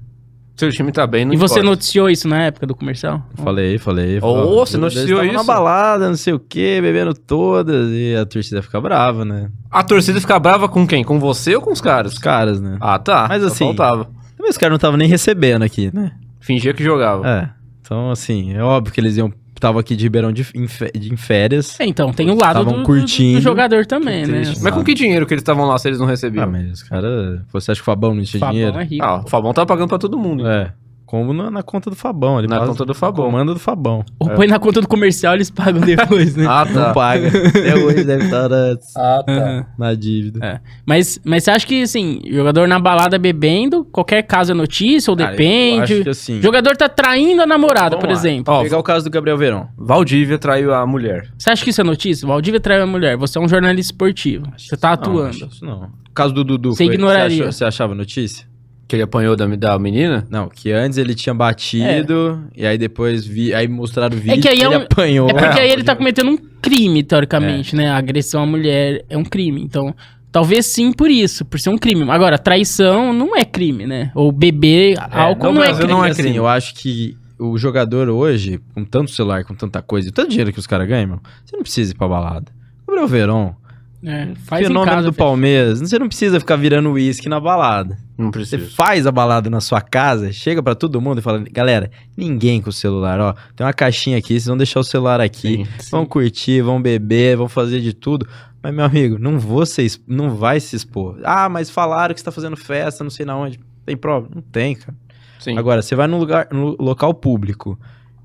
[SPEAKER 2] Seu time tá bem, não
[SPEAKER 1] E você
[SPEAKER 2] importa.
[SPEAKER 1] noticiou isso na época do comercial?
[SPEAKER 3] Falei, falei.
[SPEAKER 2] Ô, você noticiou
[SPEAKER 3] Uma
[SPEAKER 2] isso?
[SPEAKER 3] balada, não sei o quê, bebendo todas, e a torcida fica brava, né?
[SPEAKER 2] A torcida fica brava com quem? Com você ou com os caras?
[SPEAKER 3] Os caras, né?
[SPEAKER 2] Ah, tá.
[SPEAKER 3] Mas
[SPEAKER 2] Só
[SPEAKER 3] assim-
[SPEAKER 2] Faltava.
[SPEAKER 3] Também os caras não estavam nem recebendo aqui, né?
[SPEAKER 2] Fingia que jogava.
[SPEAKER 3] É. Então, assim, é óbvio que eles iam. Estavam aqui de Ribeirão de, em, fe- de- em férias.
[SPEAKER 1] É, então, tem o lado do,
[SPEAKER 3] Estavam
[SPEAKER 1] do-
[SPEAKER 3] curtindo.
[SPEAKER 1] do jogador também,
[SPEAKER 3] Que
[SPEAKER 1] né?
[SPEAKER 3] triste.
[SPEAKER 2] Mas com que dinheiro que eles estavam lá se eles não
[SPEAKER 3] Ah,
[SPEAKER 2] recebiam?
[SPEAKER 3] mas os caras. Você acha que o Fabão não tinha
[SPEAKER 1] Fabão
[SPEAKER 3] dinheiro?
[SPEAKER 1] é rico.
[SPEAKER 2] Ah, o Fabão tá pagando pra todo mundo.
[SPEAKER 3] É. Como na, na conta do Fabão. Ele
[SPEAKER 2] Na
[SPEAKER 3] faz
[SPEAKER 2] conta do
[SPEAKER 3] o
[SPEAKER 2] Fabão.
[SPEAKER 3] comando do Fabão.
[SPEAKER 1] Ou põe na conta do comercial, eles pagam depois, né?
[SPEAKER 2] Ah,
[SPEAKER 3] Não
[SPEAKER 2] tá.
[SPEAKER 3] paga. Até hoje deve estar na,
[SPEAKER 2] Ah,
[SPEAKER 1] Aham.
[SPEAKER 3] na dívida.
[SPEAKER 1] É. Mas, mas você acha que, assim, jogador na balada bebendo, qualquer caso é notícia ou
[SPEAKER 3] Cara, eu
[SPEAKER 1] depende?
[SPEAKER 3] acho que assim-
[SPEAKER 1] Jogador tá traindo a namorada,
[SPEAKER 3] Vamos
[SPEAKER 1] por
[SPEAKER 3] lá.
[SPEAKER 1] exemplo.
[SPEAKER 2] Ó,
[SPEAKER 3] Pegar o caso do Gabriel Verão.
[SPEAKER 2] Valdívia traiu a mulher.
[SPEAKER 1] Você acha que isso é notícia? Valdívia traiu a mulher, você é um jornalista esportivo, você tá
[SPEAKER 3] Não,
[SPEAKER 1] atuando.
[SPEAKER 3] acho isso não. O caso do Dudu.
[SPEAKER 1] Você ignoraria.
[SPEAKER 3] Você, achou- você achava notícia?
[SPEAKER 2] Que ele apanhou da, da menina?
[SPEAKER 3] Não, que antes ele tinha batido, e aí depois vi, aí mostraram o vídeo
[SPEAKER 1] que aí é
[SPEAKER 3] ele
[SPEAKER 1] um-
[SPEAKER 3] apanhou.
[SPEAKER 1] É porque aí ele tá
[SPEAKER 3] com
[SPEAKER 1] cometendo um crime, teoricamente,
[SPEAKER 3] É.
[SPEAKER 1] né? A agressão à mulher é um crime. Então, talvez sim por isso, por ser um crime. Agora, traição não é crime, né? Ou beber álcool
[SPEAKER 2] no
[SPEAKER 1] não é
[SPEAKER 2] Brasil
[SPEAKER 1] crime.
[SPEAKER 2] não é
[SPEAKER 3] assim,
[SPEAKER 2] crime.
[SPEAKER 3] eu acho que o jogador hoje, com tanto celular, com tanta coisa, e tanto dinheiro que os caras ganham, meu, você não precisa ir pra balada. Gabriel Verão,
[SPEAKER 1] É, faz em
[SPEAKER 3] fenômeno
[SPEAKER 1] casa.
[SPEAKER 3] do
[SPEAKER 1] filho.
[SPEAKER 3] Palmeiras, você não precisa ficar virando uísque na balada.
[SPEAKER 2] Não
[SPEAKER 3] Você
[SPEAKER 2] precisa.
[SPEAKER 3] faz a balada na sua casa, chega pra todo mundo e fala, galera, ninguém com o celular, ó, tem uma caixinha aqui, vocês vão deixar o celular aqui, vão curtir, vão beber, vão fazer de tudo. Mas, meu amigo, não, vou ser exp- não vai se expor. Ah, mas falaram que você tá fazendo festa, não sei na onde. Tem prova? Não tem, cara.
[SPEAKER 2] Sim.
[SPEAKER 3] Agora, você vai num lugar, no local público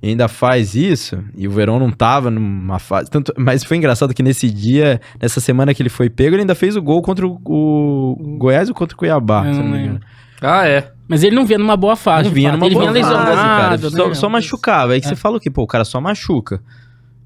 [SPEAKER 3] e ainda faz isso, e o Verão não tava numa fase. Tanto, mas foi engraçado que nesse dia, nessa semana que ele foi pego, ele ainda fez o gol contra o, o Goiás ou contra o Cuiabá,
[SPEAKER 1] Eu
[SPEAKER 3] se eu não
[SPEAKER 1] não
[SPEAKER 3] me engano.
[SPEAKER 2] Ah, é.
[SPEAKER 1] Mas ele não vinha numa boa fase.
[SPEAKER 3] Não
[SPEAKER 1] de
[SPEAKER 3] vinha
[SPEAKER 1] fato.
[SPEAKER 3] numa
[SPEAKER 1] ele
[SPEAKER 3] boa
[SPEAKER 1] vinha
[SPEAKER 3] fase,
[SPEAKER 1] lesionado,
[SPEAKER 3] cara.
[SPEAKER 1] né?
[SPEAKER 3] Só, só machucava. Aí que
[SPEAKER 1] É.
[SPEAKER 3] você falou que, pô, o cara só machuca.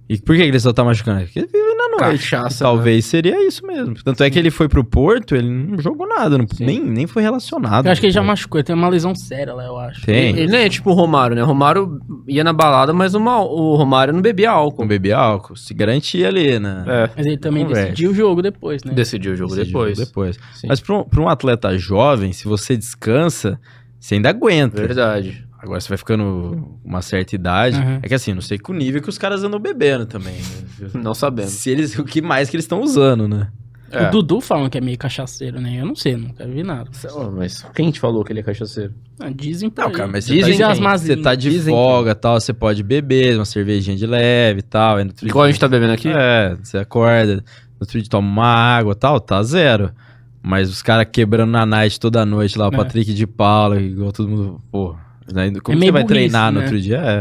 [SPEAKER 3] E por que que ele só tá machucando? Porque ele vive
[SPEAKER 2] Ah,
[SPEAKER 3] na noite.
[SPEAKER 2] Cachaça,
[SPEAKER 3] E Talvez seria isso mesmo. Tanto é que ele foi pro Porto, ele não jogou nada, não- nem, nem foi relacionado.
[SPEAKER 1] Eu acho que ele já
[SPEAKER 3] Pô,
[SPEAKER 1] machucou, ele tem uma lesão séria lá, eu acho.
[SPEAKER 3] Tem.
[SPEAKER 2] Ele não é tipo o Romário, né? O Romário ia na balada, mas o Ma- o Romário não bebia
[SPEAKER 3] Com
[SPEAKER 2] álcool.
[SPEAKER 3] beber álcool, se garantia ali, né?
[SPEAKER 2] É.
[SPEAKER 1] Mas ele também
[SPEAKER 3] Conversa.
[SPEAKER 1] decidiu o jogo depois, né?
[SPEAKER 2] Decidiu o jogo
[SPEAKER 3] Decidiu
[SPEAKER 2] depois.
[SPEAKER 3] depois.
[SPEAKER 2] Sim.
[SPEAKER 3] Mas pra um, pra um atleta jovem, se você descansa, você ainda aguenta.
[SPEAKER 2] Verdade.
[SPEAKER 3] Agora você vai ficando uma certa idade.
[SPEAKER 1] Uhum.
[SPEAKER 3] É que assim, não sei que o nível que os caras andam bebendo também. né?
[SPEAKER 2] Não sabemos.
[SPEAKER 3] se eles, o que mais que eles estão usando, né?
[SPEAKER 2] É.
[SPEAKER 1] O Dudu falam que é meio cachaceiro, né? Eu não sei, nunca vi nada.
[SPEAKER 2] Ô, Mas quem te falou que ele é cachaceiro?
[SPEAKER 1] Ah, Dizem por
[SPEAKER 3] Não,
[SPEAKER 1] aí.
[SPEAKER 3] cara, mas você
[SPEAKER 2] Dizem
[SPEAKER 1] Dizem
[SPEAKER 3] tá,
[SPEAKER 1] as
[SPEAKER 3] de-
[SPEAKER 2] quem?
[SPEAKER 1] más
[SPEAKER 3] você tá de
[SPEAKER 2] Dizem que-
[SPEAKER 3] folga tal, você pode beber uma cervejinha de leve e tal. aí no outro
[SPEAKER 2] Igual a
[SPEAKER 3] dia-
[SPEAKER 2] gente tá bebendo aqui?
[SPEAKER 3] É, você acorda, no outro dia toma uma água e tal, tá zero. Mas os caras quebrando na night toda noite lá, o
[SPEAKER 1] É.
[SPEAKER 3] Patrick de Paula, igual todo mundo, pô. né, Como
[SPEAKER 1] É
[SPEAKER 3] você
[SPEAKER 1] meio
[SPEAKER 3] vai
[SPEAKER 1] burrice,
[SPEAKER 3] treinar no
[SPEAKER 1] né?
[SPEAKER 3] outro dia? É.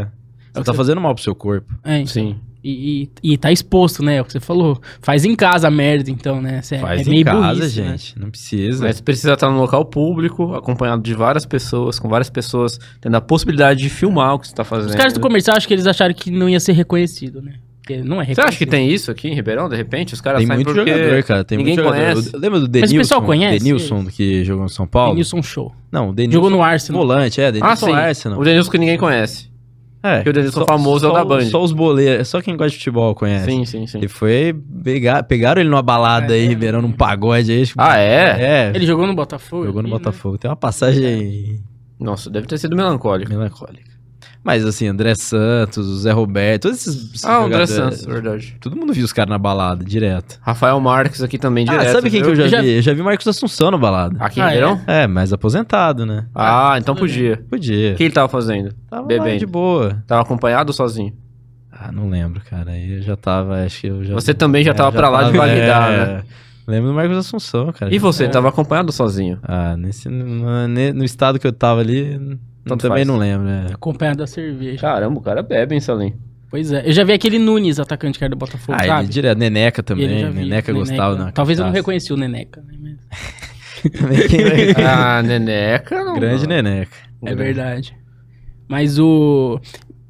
[SPEAKER 3] Você
[SPEAKER 1] o
[SPEAKER 3] tá
[SPEAKER 1] que-
[SPEAKER 3] fazendo mal pro seu corpo.
[SPEAKER 1] É,
[SPEAKER 2] Sim.
[SPEAKER 1] e, e, e tá exposto, né? É o que você falou. Faz em casa a merda, então, né? Cê-
[SPEAKER 3] Faz
[SPEAKER 1] é
[SPEAKER 3] em
[SPEAKER 1] meio
[SPEAKER 3] casa,
[SPEAKER 1] burrice, né?
[SPEAKER 3] gente. Não precisa.
[SPEAKER 2] é. Mas precisa estar num local público, acompanhado de várias pessoas, com várias pessoas tendo a possibilidade de filmar o que você tá fazendo.
[SPEAKER 1] Os
[SPEAKER 3] É.
[SPEAKER 1] caras do comercial, acho que eles acharam que não ia ser reconhecido, né? Porque não é
[SPEAKER 2] Você
[SPEAKER 1] reconhecido.
[SPEAKER 2] acha que tem isso aqui em Ribeirão, de repente? Os caras
[SPEAKER 3] Tem
[SPEAKER 2] saem
[SPEAKER 3] muito
[SPEAKER 2] porque...
[SPEAKER 3] jogador, cara. Tem
[SPEAKER 2] ninguém
[SPEAKER 3] muito jogador.
[SPEAKER 2] conhece.
[SPEAKER 3] Eu- Lembra do
[SPEAKER 1] Mas
[SPEAKER 3] Denilson?
[SPEAKER 1] o pessoal conhece
[SPEAKER 3] Denilson, que jogou no São Paulo?
[SPEAKER 1] Denilson Show.
[SPEAKER 3] Não, o Denilson.
[SPEAKER 1] Jogou no Arsenal.
[SPEAKER 3] Volante, é.
[SPEAKER 2] Ah,
[SPEAKER 3] Denilson
[SPEAKER 2] sim.
[SPEAKER 3] Arsenal.
[SPEAKER 2] O Denilson que ninguém conhece.
[SPEAKER 3] É.
[SPEAKER 2] Porque o Denilson famoso é o da Band.
[SPEAKER 3] Só os boleiros. Só quem gosta de futebol conhece.
[SPEAKER 2] Sim, sim, sim.
[SPEAKER 3] Ele foi. Pegar, pegaram ele numa balada
[SPEAKER 1] É.
[SPEAKER 3] aí, Ribeirão, num pagode aí. acho que-
[SPEAKER 2] Ah, é?
[SPEAKER 3] É.
[SPEAKER 1] Ele jogou no Botafogo.
[SPEAKER 3] jogou no
[SPEAKER 1] aqui, né?
[SPEAKER 3] Botafogo. Tem uma passagem
[SPEAKER 2] Nossa, deve ter sido melancólico.
[SPEAKER 3] melancólica. Mas assim, André Santos, o Zé Roberto, todos esses. esses
[SPEAKER 2] Ah, o André
[SPEAKER 3] jogadores-
[SPEAKER 2] Santos, verdade.
[SPEAKER 3] Todo mundo viu os caras na balada, direto.
[SPEAKER 2] Rafael Marques aqui também, direto.
[SPEAKER 3] ah, sabe quem que
[SPEAKER 2] viu?
[SPEAKER 3] eu já,
[SPEAKER 1] Eu já-
[SPEAKER 3] vi? Eu já vi Marcos Assunção na balada.
[SPEAKER 2] Aqui em
[SPEAKER 1] Ah, é?
[SPEAKER 2] Ribeirão?
[SPEAKER 3] É, mas aposentado, né?
[SPEAKER 2] Ah, então podia.
[SPEAKER 3] Podia.
[SPEAKER 2] O que ele tava fazendo?
[SPEAKER 3] Tava lá
[SPEAKER 2] Bebendo.
[SPEAKER 3] de boa.
[SPEAKER 2] Tava acompanhado ou sozinho?
[SPEAKER 3] Ah, não lembro, cara. Aí eu já tava, acho que eu já...
[SPEAKER 2] Você também já
[SPEAKER 3] É,
[SPEAKER 2] tava pra lá de
[SPEAKER 3] tava-
[SPEAKER 2] validar, né?
[SPEAKER 3] é. Lembro do Marcos Assunção, cara.
[SPEAKER 2] E você,
[SPEAKER 1] É.
[SPEAKER 2] tava acompanhado ou sozinho?
[SPEAKER 3] Ah, nesse, no, ne- no estado que eu tava ali, n-
[SPEAKER 2] Tanto
[SPEAKER 3] Então também
[SPEAKER 2] faz.
[SPEAKER 3] não lembro, é.
[SPEAKER 1] Acompanhado da cerveja.
[SPEAKER 2] Caramba, o cara bebe, hein, Salim?
[SPEAKER 1] Pois é. Eu já vi aquele Nunes, atacante que era do Botafogo,
[SPEAKER 3] Ah,
[SPEAKER 1] sabe?
[SPEAKER 3] ele direto, Neneca também,
[SPEAKER 1] Ele eu já vi.
[SPEAKER 3] Neneca gostava. Não,
[SPEAKER 1] Talvez eu não
[SPEAKER 3] cachaça.
[SPEAKER 1] reconheci o Neneca. né? Mas-
[SPEAKER 3] Também quem vai-
[SPEAKER 2] Ah, Neneca não.
[SPEAKER 3] Grande
[SPEAKER 2] né?
[SPEAKER 3] Neneca.
[SPEAKER 1] É verdade. Mas o...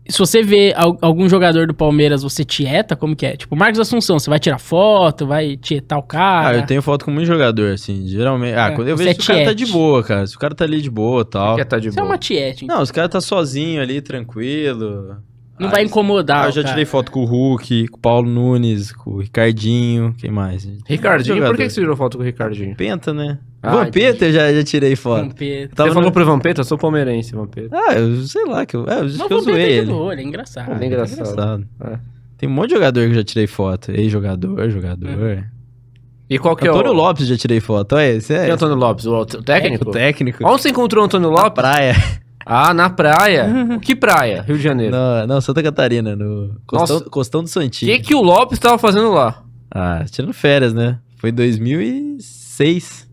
[SPEAKER 1] Se você vê al- algum jogador do Palmeiras, você tieta? Como que é? Tipo, Marcos Assunção, você vai tirar foto, vai tietar o
[SPEAKER 3] Ah,
[SPEAKER 1] cara?
[SPEAKER 3] eu tenho foto com muito jogador, assim, geralmente... Ah,
[SPEAKER 1] É,
[SPEAKER 3] quando eu
[SPEAKER 1] você
[SPEAKER 3] vejo
[SPEAKER 1] é
[SPEAKER 3] se o cara tá de
[SPEAKER 1] tiete.
[SPEAKER 3] boa, cara. Se o cara tá ali de boa e tal.
[SPEAKER 2] Quer tá de
[SPEAKER 1] Você é
[SPEAKER 2] boa.
[SPEAKER 1] uma tiete, então.
[SPEAKER 3] Não, os caras tá sozinho ali, tranquilo.
[SPEAKER 1] Não
[SPEAKER 3] Ah,
[SPEAKER 1] vai
[SPEAKER 3] isso-
[SPEAKER 1] incomodar o
[SPEAKER 3] Ah, eu já
[SPEAKER 1] cara. é.
[SPEAKER 3] tirei foto com o Hulk, com o Paulo Nunes, com o Ricardinho, quem mais?
[SPEAKER 2] Ricardinho, por
[SPEAKER 3] Jogador.
[SPEAKER 2] que que você tirou foto com o Ricardinho?
[SPEAKER 3] Penta, né?
[SPEAKER 2] Ah,
[SPEAKER 3] Vampeta eu já, já tirei
[SPEAKER 1] Com
[SPEAKER 3] foto.
[SPEAKER 1] Pedro.
[SPEAKER 3] Eu tava
[SPEAKER 2] você falou
[SPEAKER 3] no-
[SPEAKER 2] pro Vampeta? Eu sou palmeirense, Vampeta.
[SPEAKER 3] Ah, eu sei lá, que eu, é, eu, acho
[SPEAKER 1] Mas
[SPEAKER 3] que eu
[SPEAKER 1] o Vampeta
[SPEAKER 3] zoei
[SPEAKER 1] é de
[SPEAKER 3] ele.
[SPEAKER 1] boa, ele é engraçado.
[SPEAKER 2] Ele é
[SPEAKER 3] Ah,
[SPEAKER 2] engraçado. É.
[SPEAKER 3] Tem um monte de jogador que eu já tirei foto. Ex-jogador, jogador.
[SPEAKER 2] E qual que é o...
[SPEAKER 3] Antônio Lopes já tirei foto. Olha, esse
[SPEAKER 2] Quem é
[SPEAKER 3] é
[SPEAKER 2] o Antônio Lopes? O outro- o técnico?
[SPEAKER 3] o técnico.
[SPEAKER 2] Onde você encontrou o Antônio
[SPEAKER 3] Na
[SPEAKER 2] Lopes?
[SPEAKER 3] praia.
[SPEAKER 2] Ah, na praia. que praia? Rio de Janeiro.
[SPEAKER 3] Não, não, Santa Catarina, no
[SPEAKER 2] Nossa.
[SPEAKER 3] Costão, Costão do
[SPEAKER 2] O
[SPEAKER 3] Santinho.
[SPEAKER 2] que que o Lopes tava fazendo lá?
[SPEAKER 3] Ah, tirando férias, né? Foi em 2006.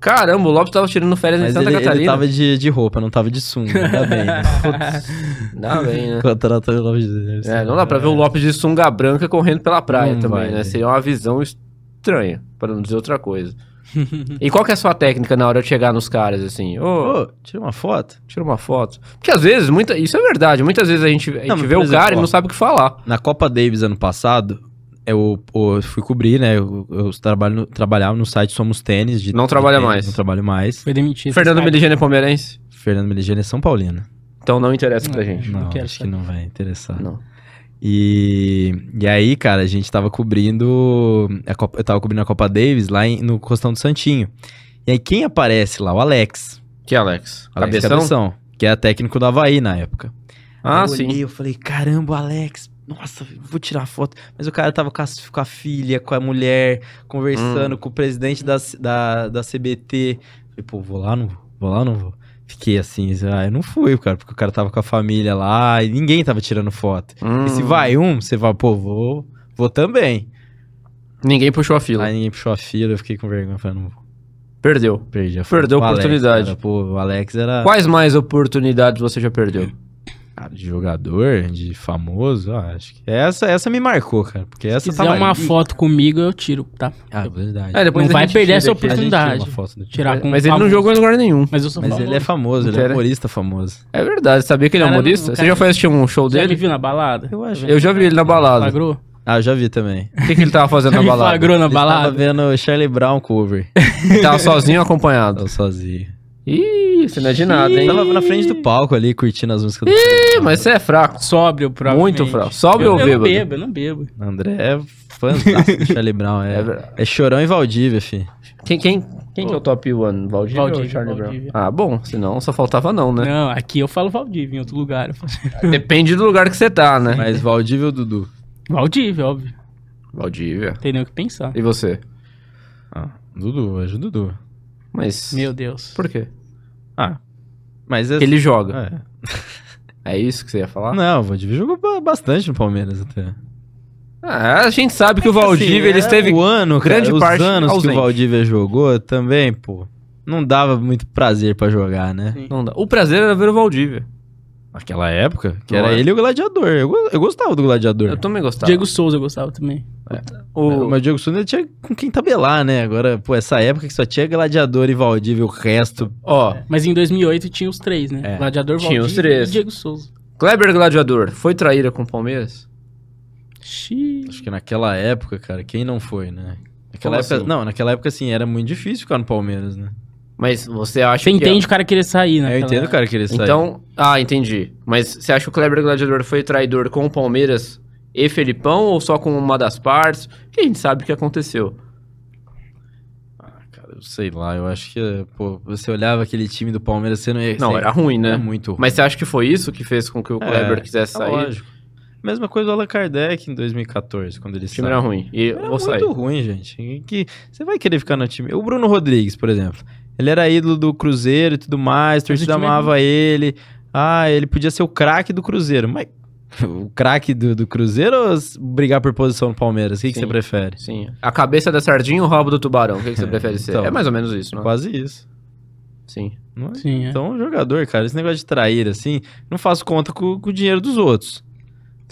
[SPEAKER 2] Caramba, o Lopes tava tirando férias em
[SPEAKER 3] Mas
[SPEAKER 2] Santa
[SPEAKER 3] ele,
[SPEAKER 2] Catarina.
[SPEAKER 3] ele tava de, de roupa, não tava de sunga. Ainda bem, né?
[SPEAKER 2] Dá bem, né?
[SPEAKER 3] Contratou o Lopes de Deus.
[SPEAKER 2] É, não dá pra ver o Lopes de sunga branca correndo pela praia
[SPEAKER 3] Não
[SPEAKER 2] também,
[SPEAKER 3] vai,
[SPEAKER 2] né?
[SPEAKER 3] né?
[SPEAKER 2] Seria uma visão estranha, pra não dizer outra coisa. e qual que é a sua técnica na hora de chegar nos caras, assim? Ô,
[SPEAKER 3] Ô, tira uma foto.
[SPEAKER 2] tira uma foto. Porque às vezes, muita, isso é verdade, muitas vezes a gente, a gente
[SPEAKER 3] Não, mas,
[SPEAKER 2] vê
[SPEAKER 3] por
[SPEAKER 2] o
[SPEAKER 3] exemplo,
[SPEAKER 2] cara e
[SPEAKER 3] ó.
[SPEAKER 2] não sabe o que falar.
[SPEAKER 3] Na Copa Davis ano passado, eu, eu fui cobrir, né? Eu, eu trabalho no- trabalhava no site Somos Tênis. de-
[SPEAKER 2] Não trabalha
[SPEAKER 3] de tênis,
[SPEAKER 2] mais.
[SPEAKER 3] Não trabalho mais.
[SPEAKER 1] Foi demitido.
[SPEAKER 2] Fernando
[SPEAKER 1] sabe?
[SPEAKER 2] Meligeni é palmeirense?
[SPEAKER 3] Fernando Meligeni é São Paulino.
[SPEAKER 2] Então não interessa pra
[SPEAKER 1] É.
[SPEAKER 2] gente.
[SPEAKER 1] Não
[SPEAKER 3] Não,
[SPEAKER 1] quero
[SPEAKER 3] acho que
[SPEAKER 1] saber.
[SPEAKER 3] não vai interessar.
[SPEAKER 2] Não.
[SPEAKER 3] E, e aí, cara, a gente tava cobrindo. A Copa- eu tava cobrindo a Copa Davis lá em- no Costão do Santinho. E aí, quem aparece lá? O Alex.
[SPEAKER 2] Que Alex?
[SPEAKER 3] Alex
[SPEAKER 2] Cabeção?
[SPEAKER 3] Cabeção, que é técnico do Havaí na época.
[SPEAKER 2] Ah,
[SPEAKER 3] eu
[SPEAKER 2] sim.
[SPEAKER 3] Olhei, eu falei, caramba, o Alex, nossa, vou tirar foto. Mas o cara tava com a, com a filha, com a mulher,
[SPEAKER 2] Hum.
[SPEAKER 3] conversando com o presidente da, C- da, da CBT. Falei, pô, vou lá, não vou, vou lá, não vou. Fiquei assim, ah, eu não fui, cara, porque o cara tava com a família lá e ninguém tava tirando foto.
[SPEAKER 2] Hum.
[SPEAKER 3] E se vai um, você vai, pô, vou, vou também.
[SPEAKER 2] Ninguém puxou a fila.
[SPEAKER 3] Aí ninguém puxou a fila, eu fiquei com vergonha, falei, não vou,
[SPEAKER 2] Perdeu.
[SPEAKER 3] perdi a foto
[SPEAKER 2] Perdeu a
[SPEAKER 3] com o Alex,
[SPEAKER 2] oportunidade.
[SPEAKER 3] cara. pô, o Alex era
[SPEAKER 2] Quais mais oportunidades você já perdeu?
[SPEAKER 3] cara, de jogador, de famoso, ah, acho que essa, essa me marcou, cara, porque
[SPEAKER 1] Se
[SPEAKER 3] essa
[SPEAKER 1] quiser
[SPEAKER 3] tava
[SPEAKER 1] uma
[SPEAKER 3] ali.
[SPEAKER 1] foto comigo, eu tiro, tá?
[SPEAKER 3] Ah, verdade.
[SPEAKER 2] É, depois
[SPEAKER 1] Não
[SPEAKER 2] a
[SPEAKER 1] vai
[SPEAKER 2] gente
[SPEAKER 1] perder
[SPEAKER 2] tira
[SPEAKER 1] essa
[SPEAKER 2] aqui.
[SPEAKER 3] A gente
[SPEAKER 1] oportunidade.
[SPEAKER 3] tira uma foto do
[SPEAKER 1] Tirar com
[SPEAKER 2] Mas ele não
[SPEAKER 1] famoso.
[SPEAKER 2] jogou em lugar nenhum.
[SPEAKER 1] Mas eu sou
[SPEAKER 3] Mas ele é famoso, ele é
[SPEAKER 2] Sério?
[SPEAKER 3] humorista famoso.
[SPEAKER 2] É verdade, sabia que ele é
[SPEAKER 1] Cara,
[SPEAKER 2] humorista?
[SPEAKER 1] não,
[SPEAKER 2] Você já
[SPEAKER 1] cara.
[SPEAKER 2] foi assistir um show
[SPEAKER 1] Já me
[SPEAKER 2] dele?
[SPEAKER 1] viu na balada?
[SPEAKER 3] Eu acho.
[SPEAKER 2] Eu já vi ele na balada.
[SPEAKER 1] Flagrou?
[SPEAKER 3] Ah, eu já vi também.
[SPEAKER 2] O que, que ele tava fazendo na
[SPEAKER 1] me
[SPEAKER 2] balada?
[SPEAKER 1] flagrou na
[SPEAKER 3] Ele tava
[SPEAKER 1] balada?
[SPEAKER 3] vendo Charlie Brown cover.
[SPEAKER 2] Ele tava sozinho ou acompanhado?
[SPEAKER 3] Eu sozinho.
[SPEAKER 2] Ih, você não é de nada,
[SPEAKER 3] Ele
[SPEAKER 2] hein?
[SPEAKER 3] tava na frente do palco ali, curtindo as músicas do Charlie
[SPEAKER 2] Ih,
[SPEAKER 3] Brown.
[SPEAKER 2] mas você é fraco.
[SPEAKER 1] Sóbrio, provavelmente.
[SPEAKER 2] Muito fraco. Sobe
[SPEAKER 1] eu,
[SPEAKER 2] ou
[SPEAKER 1] eu não
[SPEAKER 2] bêbado?
[SPEAKER 1] bebo, eu não bebo.
[SPEAKER 3] André é fantástico do Charlie Brown.
[SPEAKER 2] É
[SPEAKER 3] É,
[SPEAKER 2] verdade.
[SPEAKER 3] é chorão e Valdívia, fi.
[SPEAKER 2] Quem, quem, quem que é o top one? Valdir ou
[SPEAKER 1] Valdívia,
[SPEAKER 2] Charlie
[SPEAKER 1] Valdívia.
[SPEAKER 2] Brown? Ah, bom, senão só faltava não, né?
[SPEAKER 1] Não, aqui eu falo Valdívia, em outro lugar. eu falo-
[SPEAKER 2] Depende do lugar que você tá, né?
[SPEAKER 3] Mas Valdívia ou Dudu?
[SPEAKER 1] Valdívia, óbvio.
[SPEAKER 2] Valdívia.
[SPEAKER 1] Não tem nem o que pensar.
[SPEAKER 2] E você?
[SPEAKER 3] Ah, Dudu, hoje o Dudu.
[SPEAKER 2] Mas.
[SPEAKER 1] Meu Deus.
[SPEAKER 2] Por quê?
[SPEAKER 3] Ah, mas... é-
[SPEAKER 2] Ele joga.
[SPEAKER 3] é.
[SPEAKER 1] Ah.
[SPEAKER 2] É isso que você ia falar?
[SPEAKER 3] Não, o Valdívia jogou ba- bastante no Palmeiras até.
[SPEAKER 2] Ah, a gente sabe que o
[SPEAKER 1] tipo assim,
[SPEAKER 2] Valdívia,
[SPEAKER 1] é
[SPEAKER 2] ele esteve.
[SPEAKER 3] Tipo assim, é O ano, grande
[SPEAKER 2] grande
[SPEAKER 3] cara,
[SPEAKER 2] parte
[SPEAKER 3] os anos que
[SPEAKER 2] ausente.
[SPEAKER 3] o Valdívia jogou também, pô, não dava muito prazer pra jogar, né?
[SPEAKER 2] Não dá. O prazer era ver o Valdívia.
[SPEAKER 3] Naquela época, que
[SPEAKER 2] Não
[SPEAKER 3] era
[SPEAKER 2] é?
[SPEAKER 3] ele e o Gladiador. Eu, go- eu gostava do Gladiador.
[SPEAKER 2] Eu também gostava.
[SPEAKER 1] Diego
[SPEAKER 3] tá.
[SPEAKER 1] Souza eu gostava também.
[SPEAKER 2] o...
[SPEAKER 3] Mas o Diego Souza tinha com quem tabelar, né? Agora, pô, essa época que só tinha Gladiador e Valdívia, o resto...
[SPEAKER 2] Ó,
[SPEAKER 1] Mas em 2008 tinha os três, né?
[SPEAKER 3] É.
[SPEAKER 1] Gladiador,
[SPEAKER 2] Tinha os
[SPEAKER 1] Valdívia
[SPEAKER 2] três.
[SPEAKER 1] e Diego Souza.
[SPEAKER 2] Kleber Gladiador foi traíra com o Palmeiras?
[SPEAKER 1] Xiii.
[SPEAKER 3] Acho que naquela época, cara, quem não foi, né?
[SPEAKER 2] Como
[SPEAKER 3] Naquela época,
[SPEAKER 2] assim?
[SPEAKER 3] Não, naquela época, assim, era muito difícil ficar no Palmeiras, né?
[SPEAKER 2] Mas você acha
[SPEAKER 1] Você
[SPEAKER 2] que. é
[SPEAKER 1] entende o cara querer sair, né?
[SPEAKER 3] é. eu entendo, cara, que ele saiu.
[SPEAKER 2] Então, ah, entendi. Mas você acha que o Kleber Gladiador foi traidor com o Palmeiras e Felipão ou só com uma das partes? Que a gente sabe o que aconteceu.
[SPEAKER 3] Cara, eu sei lá, eu acho que, pô, você olhava aquele time do Palmeiras, você não ia...
[SPEAKER 2] Não,
[SPEAKER 3] você-
[SPEAKER 2] era ruim, né?
[SPEAKER 3] Era É muito ruim.
[SPEAKER 2] Mas você acha que foi isso que fez com que o
[SPEAKER 3] É,
[SPEAKER 2] Kleber quisesse
[SPEAKER 3] é
[SPEAKER 2] sair?
[SPEAKER 3] lógico. Mesma coisa do Allan Kardec em 2014, quando ele
[SPEAKER 2] O time
[SPEAKER 3] saiu.
[SPEAKER 2] era ruim. E
[SPEAKER 3] Era
[SPEAKER 2] vou
[SPEAKER 3] muito
[SPEAKER 2] sair.
[SPEAKER 3] ruim, gente. Que você vai querer ficar no time. O Bruno Rodrigues, por exemplo. Ele era ídolo do Cruzeiro e tudo mais, a torcida
[SPEAKER 1] time é
[SPEAKER 3] amava ele. Ah, ele podia ser o craque do Cruzeiro. Mas o craque do, do Cruzeiro ou s- brigar por posição no Palmeiras? O que, que
[SPEAKER 2] Sim.
[SPEAKER 3] você prefere?
[SPEAKER 2] Sim. A cabeça da sardinha ou o rabo do tubarão? O que, que você prefere ser?
[SPEAKER 3] então.
[SPEAKER 2] É mais ou menos isso, né?
[SPEAKER 3] Quase isso.
[SPEAKER 2] Sim.
[SPEAKER 3] Não é?
[SPEAKER 1] Sim, é.
[SPEAKER 3] Então, jogador, cara, esse negócio de trair, assim, não faço conta com, com o dinheiro dos outros.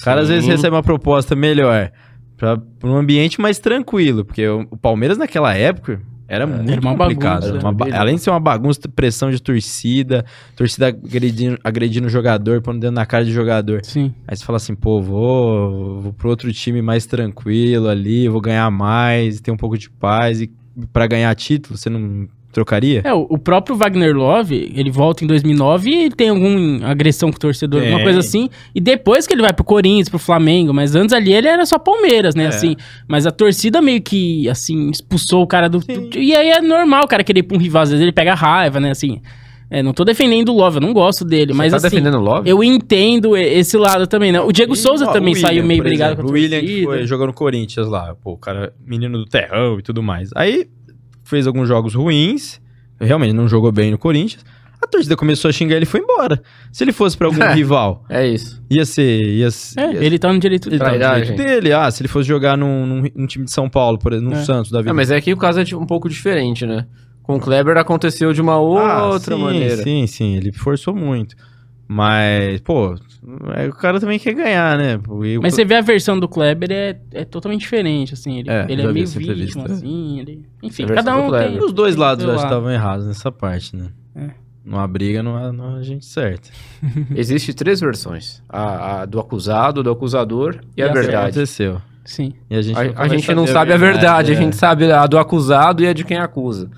[SPEAKER 3] O cara às
[SPEAKER 2] Sim.
[SPEAKER 3] vezes recebe uma proposta melhor pra, pra um ambiente mais tranquilo, porque o, o Palmeiras naquela época era muito
[SPEAKER 1] Era uma
[SPEAKER 3] complicado.
[SPEAKER 1] bagunça,
[SPEAKER 3] era uma
[SPEAKER 2] né?
[SPEAKER 3] ba-
[SPEAKER 2] Beleza.
[SPEAKER 3] além de ser uma bagunça, pressão de torcida, torcida agredindo, agredindo o jogador, pondo dentro na cara de jogador.
[SPEAKER 1] Sim.
[SPEAKER 3] Aí você fala assim, pô, vou, vou pro outro time mais tranquilo ali, vou ganhar mais, ter um pouco de paz. E pra ganhar título, você não trocaria?
[SPEAKER 1] É, o o próprio Wagner Love, ele volta em 2009 e ele tem alguma agressão com o torcedor, alguma
[SPEAKER 3] Tem.
[SPEAKER 1] coisa assim. E depois que ele vai pro Corinthians, pro Flamengo, mas antes ali ele era só Palmeiras, né,
[SPEAKER 3] É.
[SPEAKER 1] assim. Mas a torcida meio que, assim, expulsou o cara do...
[SPEAKER 3] Sim.
[SPEAKER 1] E aí é normal o cara querer ir pra um rival, às vezes ele pega raiva, né, assim. É, não tô defendendo o Love, eu não gosto dele, mas
[SPEAKER 2] tá
[SPEAKER 1] assim...
[SPEAKER 2] defendendo o Love?
[SPEAKER 1] Eu entendo e- esse lado também, né? O Diego
[SPEAKER 3] E,
[SPEAKER 1] Souza
[SPEAKER 3] ó,
[SPEAKER 1] também
[SPEAKER 3] o William,
[SPEAKER 1] saiu meio
[SPEAKER 3] por
[SPEAKER 1] brigado
[SPEAKER 3] exemplo,
[SPEAKER 1] com a
[SPEAKER 3] O William que
[SPEAKER 1] torcida. né?
[SPEAKER 3] foi, jogou no Corinthians lá, pô, o cara, menino do terrão e tudo mais. Aí fez alguns jogos ruins, realmente não jogou bem no Corinthians. A torcida começou a xingar ele e foi embora. Se ele fosse pra algum rival,
[SPEAKER 2] É isso.
[SPEAKER 3] ia ser. Ia, ser-
[SPEAKER 1] É,
[SPEAKER 3] ia
[SPEAKER 1] ele tá no direito
[SPEAKER 3] ele tá no
[SPEAKER 2] Trairagem.
[SPEAKER 3] direito dele. Ah, se ele fosse jogar num, num- num time de São Paulo, por exemplo, no
[SPEAKER 1] É.
[SPEAKER 3] Santos da vida.
[SPEAKER 2] É, mas é que o caso é de- um pouco diferente, né? Com o Kleber aconteceu de uma
[SPEAKER 3] Ah,
[SPEAKER 2] outra
[SPEAKER 3] sim,
[SPEAKER 2] maneira.
[SPEAKER 3] Sim, sim, ele forçou muito. Mas, pô, é, o cara também quer ganhar, né? Pô, e o-
[SPEAKER 1] Mas você vê a versão do Kleber é, é totalmente diferente, assim. Ele
[SPEAKER 3] É,
[SPEAKER 1] é, ele
[SPEAKER 3] já
[SPEAKER 1] é
[SPEAKER 3] vi
[SPEAKER 1] meio
[SPEAKER 3] essa
[SPEAKER 1] vítima,
[SPEAKER 3] entrevista. é.
[SPEAKER 1] assim. Ele... Enfim,
[SPEAKER 2] A versão
[SPEAKER 1] cada
[SPEAKER 2] do
[SPEAKER 1] um
[SPEAKER 2] Kleber.
[SPEAKER 1] tem...
[SPEAKER 3] Os dois
[SPEAKER 1] tem
[SPEAKER 3] lados
[SPEAKER 1] seu
[SPEAKER 3] eu acho que tá
[SPEAKER 1] lado.
[SPEAKER 3] estavam errados nessa parte, né?
[SPEAKER 1] É.
[SPEAKER 3] Numa briga não há, não há gente certa.
[SPEAKER 2] Existe três versões: a, a do acusado, do acusador e,
[SPEAKER 1] E
[SPEAKER 2] a
[SPEAKER 1] a
[SPEAKER 2] verdade.
[SPEAKER 3] Aconteceu.
[SPEAKER 1] Sim.
[SPEAKER 3] E a gente,
[SPEAKER 2] A,
[SPEAKER 3] nunca
[SPEAKER 2] a
[SPEAKER 3] vai
[SPEAKER 2] gente não
[SPEAKER 3] saber
[SPEAKER 2] sabe a verdade, a
[SPEAKER 3] é.
[SPEAKER 2] gente sabe a do acusado e a de quem acusa.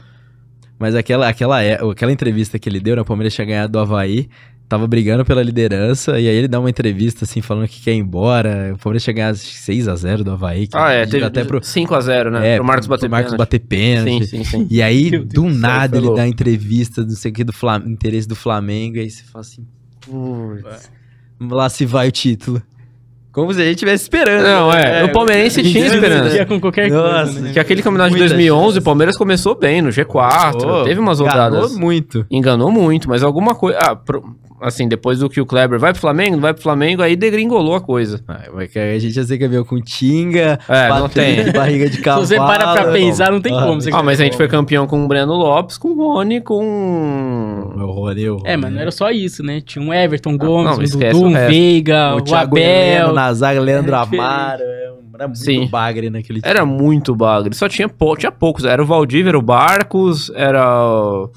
[SPEAKER 3] Mas aquela, aquela, é- aquela entrevista que ele deu, né? O Palmeiras tinha ganhado do Havaí, tava brigando pela liderança, e aí ele dá uma entrevista assim, falando que quer ir embora. O Palmeiras tinha ganhado 6x0 do Havaí. que
[SPEAKER 2] Ah, é,
[SPEAKER 3] acredita
[SPEAKER 2] teve
[SPEAKER 3] até pro,
[SPEAKER 2] 5x0, né?
[SPEAKER 3] é,
[SPEAKER 2] pro Marcos bater
[SPEAKER 3] Marcos
[SPEAKER 2] pênalti.
[SPEAKER 3] bater pênalti.
[SPEAKER 2] Sim, sim, sim.
[SPEAKER 3] E aí,
[SPEAKER 1] Meu Deus
[SPEAKER 3] do
[SPEAKER 1] do céu,
[SPEAKER 3] nada,
[SPEAKER 2] foi
[SPEAKER 3] ele
[SPEAKER 2] louco.
[SPEAKER 3] dá entrevista, não sei o que, do Flam- interesse do Flamengo, e aí você fala assim, lá se vai o título. Como se a gente estivesse esperando.
[SPEAKER 2] Não,
[SPEAKER 3] né?
[SPEAKER 2] é, o palmeirense tinha
[SPEAKER 3] isso,
[SPEAKER 2] esperança.
[SPEAKER 1] Ia com qualquer
[SPEAKER 3] Nossa,
[SPEAKER 1] coisa, né?
[SPEAKER 2] Que aquele campeonato de
[SPEAKER 3] Muita
[SPEAKER 2] 2011,
[SPEAKER 3] chance.
[SPEAKER 2] o Palmeiras começou bem no G4,
[SPEAKER 3] Pô,
[SPEAKER 2] teve umas
[SPEAKER 3] enganou
[SPEAKER 2] rodadas.
[SPEAKER 3] muito.
[SPEAKER 2] Enganou muito, mas alguma coisa. Ah, pro- assim, depois do que o Kleber vai pro Flamengo, não vai pro Flamengo, aí degringolou a coisa.
[SPEAKER 3] Ah, mas que A gente ia ser campeão com Tinga,
[SPEAKER 2] É, não
[SPEAKER 3] Patrick,
[SPEAKER 2] tem.
[SPEAKER 3] barriga de
[SPEAKER 1] Se
[SPEAKER 3] cavalo.
[SPEAKER 1] você para pra pensar, não tem
[SPEAKER 3] Ah,
[SPEAKER 1] como. Você... tipo,
[SPEAKER 2] Ah, mas a gente foi campeão com o Breno Lopes, com o Rony, com.
[SPEAKER 3] Meu Rony, o
[SPEAKER 1] É, mas não era só isso, né? Tinha um Everton Gomes,
[SPEAKER 2] não,
[SPEAKER 1] um
[SPEAKER 2] esquece
[SPEAKER 1] Dudu,
[SPEAKER 2] o
[SPEAKER 1] um
[SPEAKER 2] resto.
[SPEAKER 1] Veiga,
[SPEAKER 3] Ah, o,
[SPEAKER 1] o,
[SPEAKER 3] Thiago Heleno
[SPEAKER 1] Abel.
[SPEAKER 3] na zaga, Leandro
[SPEAKER 1] Era diferente.
[SPEAKER 3] Amaro. é um- Era muito
[SPEAKER 2] Sim.
[SPEAKER 3] bagre naquele time.
[SPEAKER 2] Era muito bagre. Só tinha, pou... tinha poucos. Era o Valdívia, era o Barcos, era. o-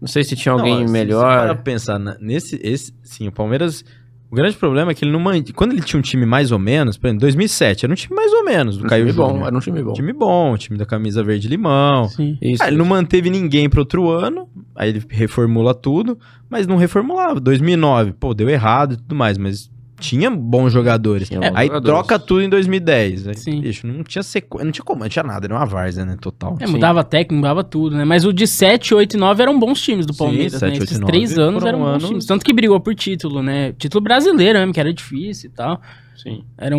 [SPEAKER 2] Não sei se tinha alguém
[SPEAKER 3] Não, se- se
[SPEAKER 2] melhor.
[SPEAKER 3] Para pensar na- nesse, esse, sim, o Palmeiras. O grande problema é que ele não mant... quando ele tinha um time mais ou menos, por exemplo, 2007 era um time mais ou menos do
[SPEAKER 2] Um
[SPEAKER 3] Caio
[SPEAKER 2] time
[SPEAKER 3] Júnior.
[SPEAKER 2] bom, era um time bom.
[SPEAKER 3] Um time bom, um time da camisa verde e limão.
[SPEAKER 1] Sim.
[SPEAKER 2] Isso.
[SPEAKER 3] Ah, ele não manteve ninguém pro outro ano, aí ele reformula tudo, mas não reformulava. 2009, pô, deu errado e tudo mais, mas tinha bons jogadores.
[SPEAKER 2] Tinha
[SPEAKER 3] É,
[SPEAKER 2] bons
[SPEAKER 3] aí
[SPEAKER 2] jogadores.
[SPEAKER 3] troca tudo em 2010. Aí,
[SPEAKER 1] Sim.
[SPEAKER 3] bicho, não tinha sequência, não tinha como, não tinha nada, era uma várzea, né, total.
[SPEAKER 1] É,
[SPEAKER 2] Sim.
[SPEAKER 1] mudava técnico, mudava tudo, né? Mas o de 7, 8 e 9 eram bons times do
[SPEAKER 3] Sim,
[SPEAKER 1] Palmeiras, né?
[SPEAKER 3] 7, 8 e
[SPEAKER 1] Esses
[SPEAKER 3] 9
[SPEAKER 1] três anos
[SPEAKER 3] foram
[SPEAKER 1] eram bons
[SPEAKER 3] anos-
[SPEAKER 1] times. Tanto que brigou por título, né? Título brasileiro mesmo, que era difícil e tal.
[SPEAKER 2] Sim.
[SPEAKER 1] Eram,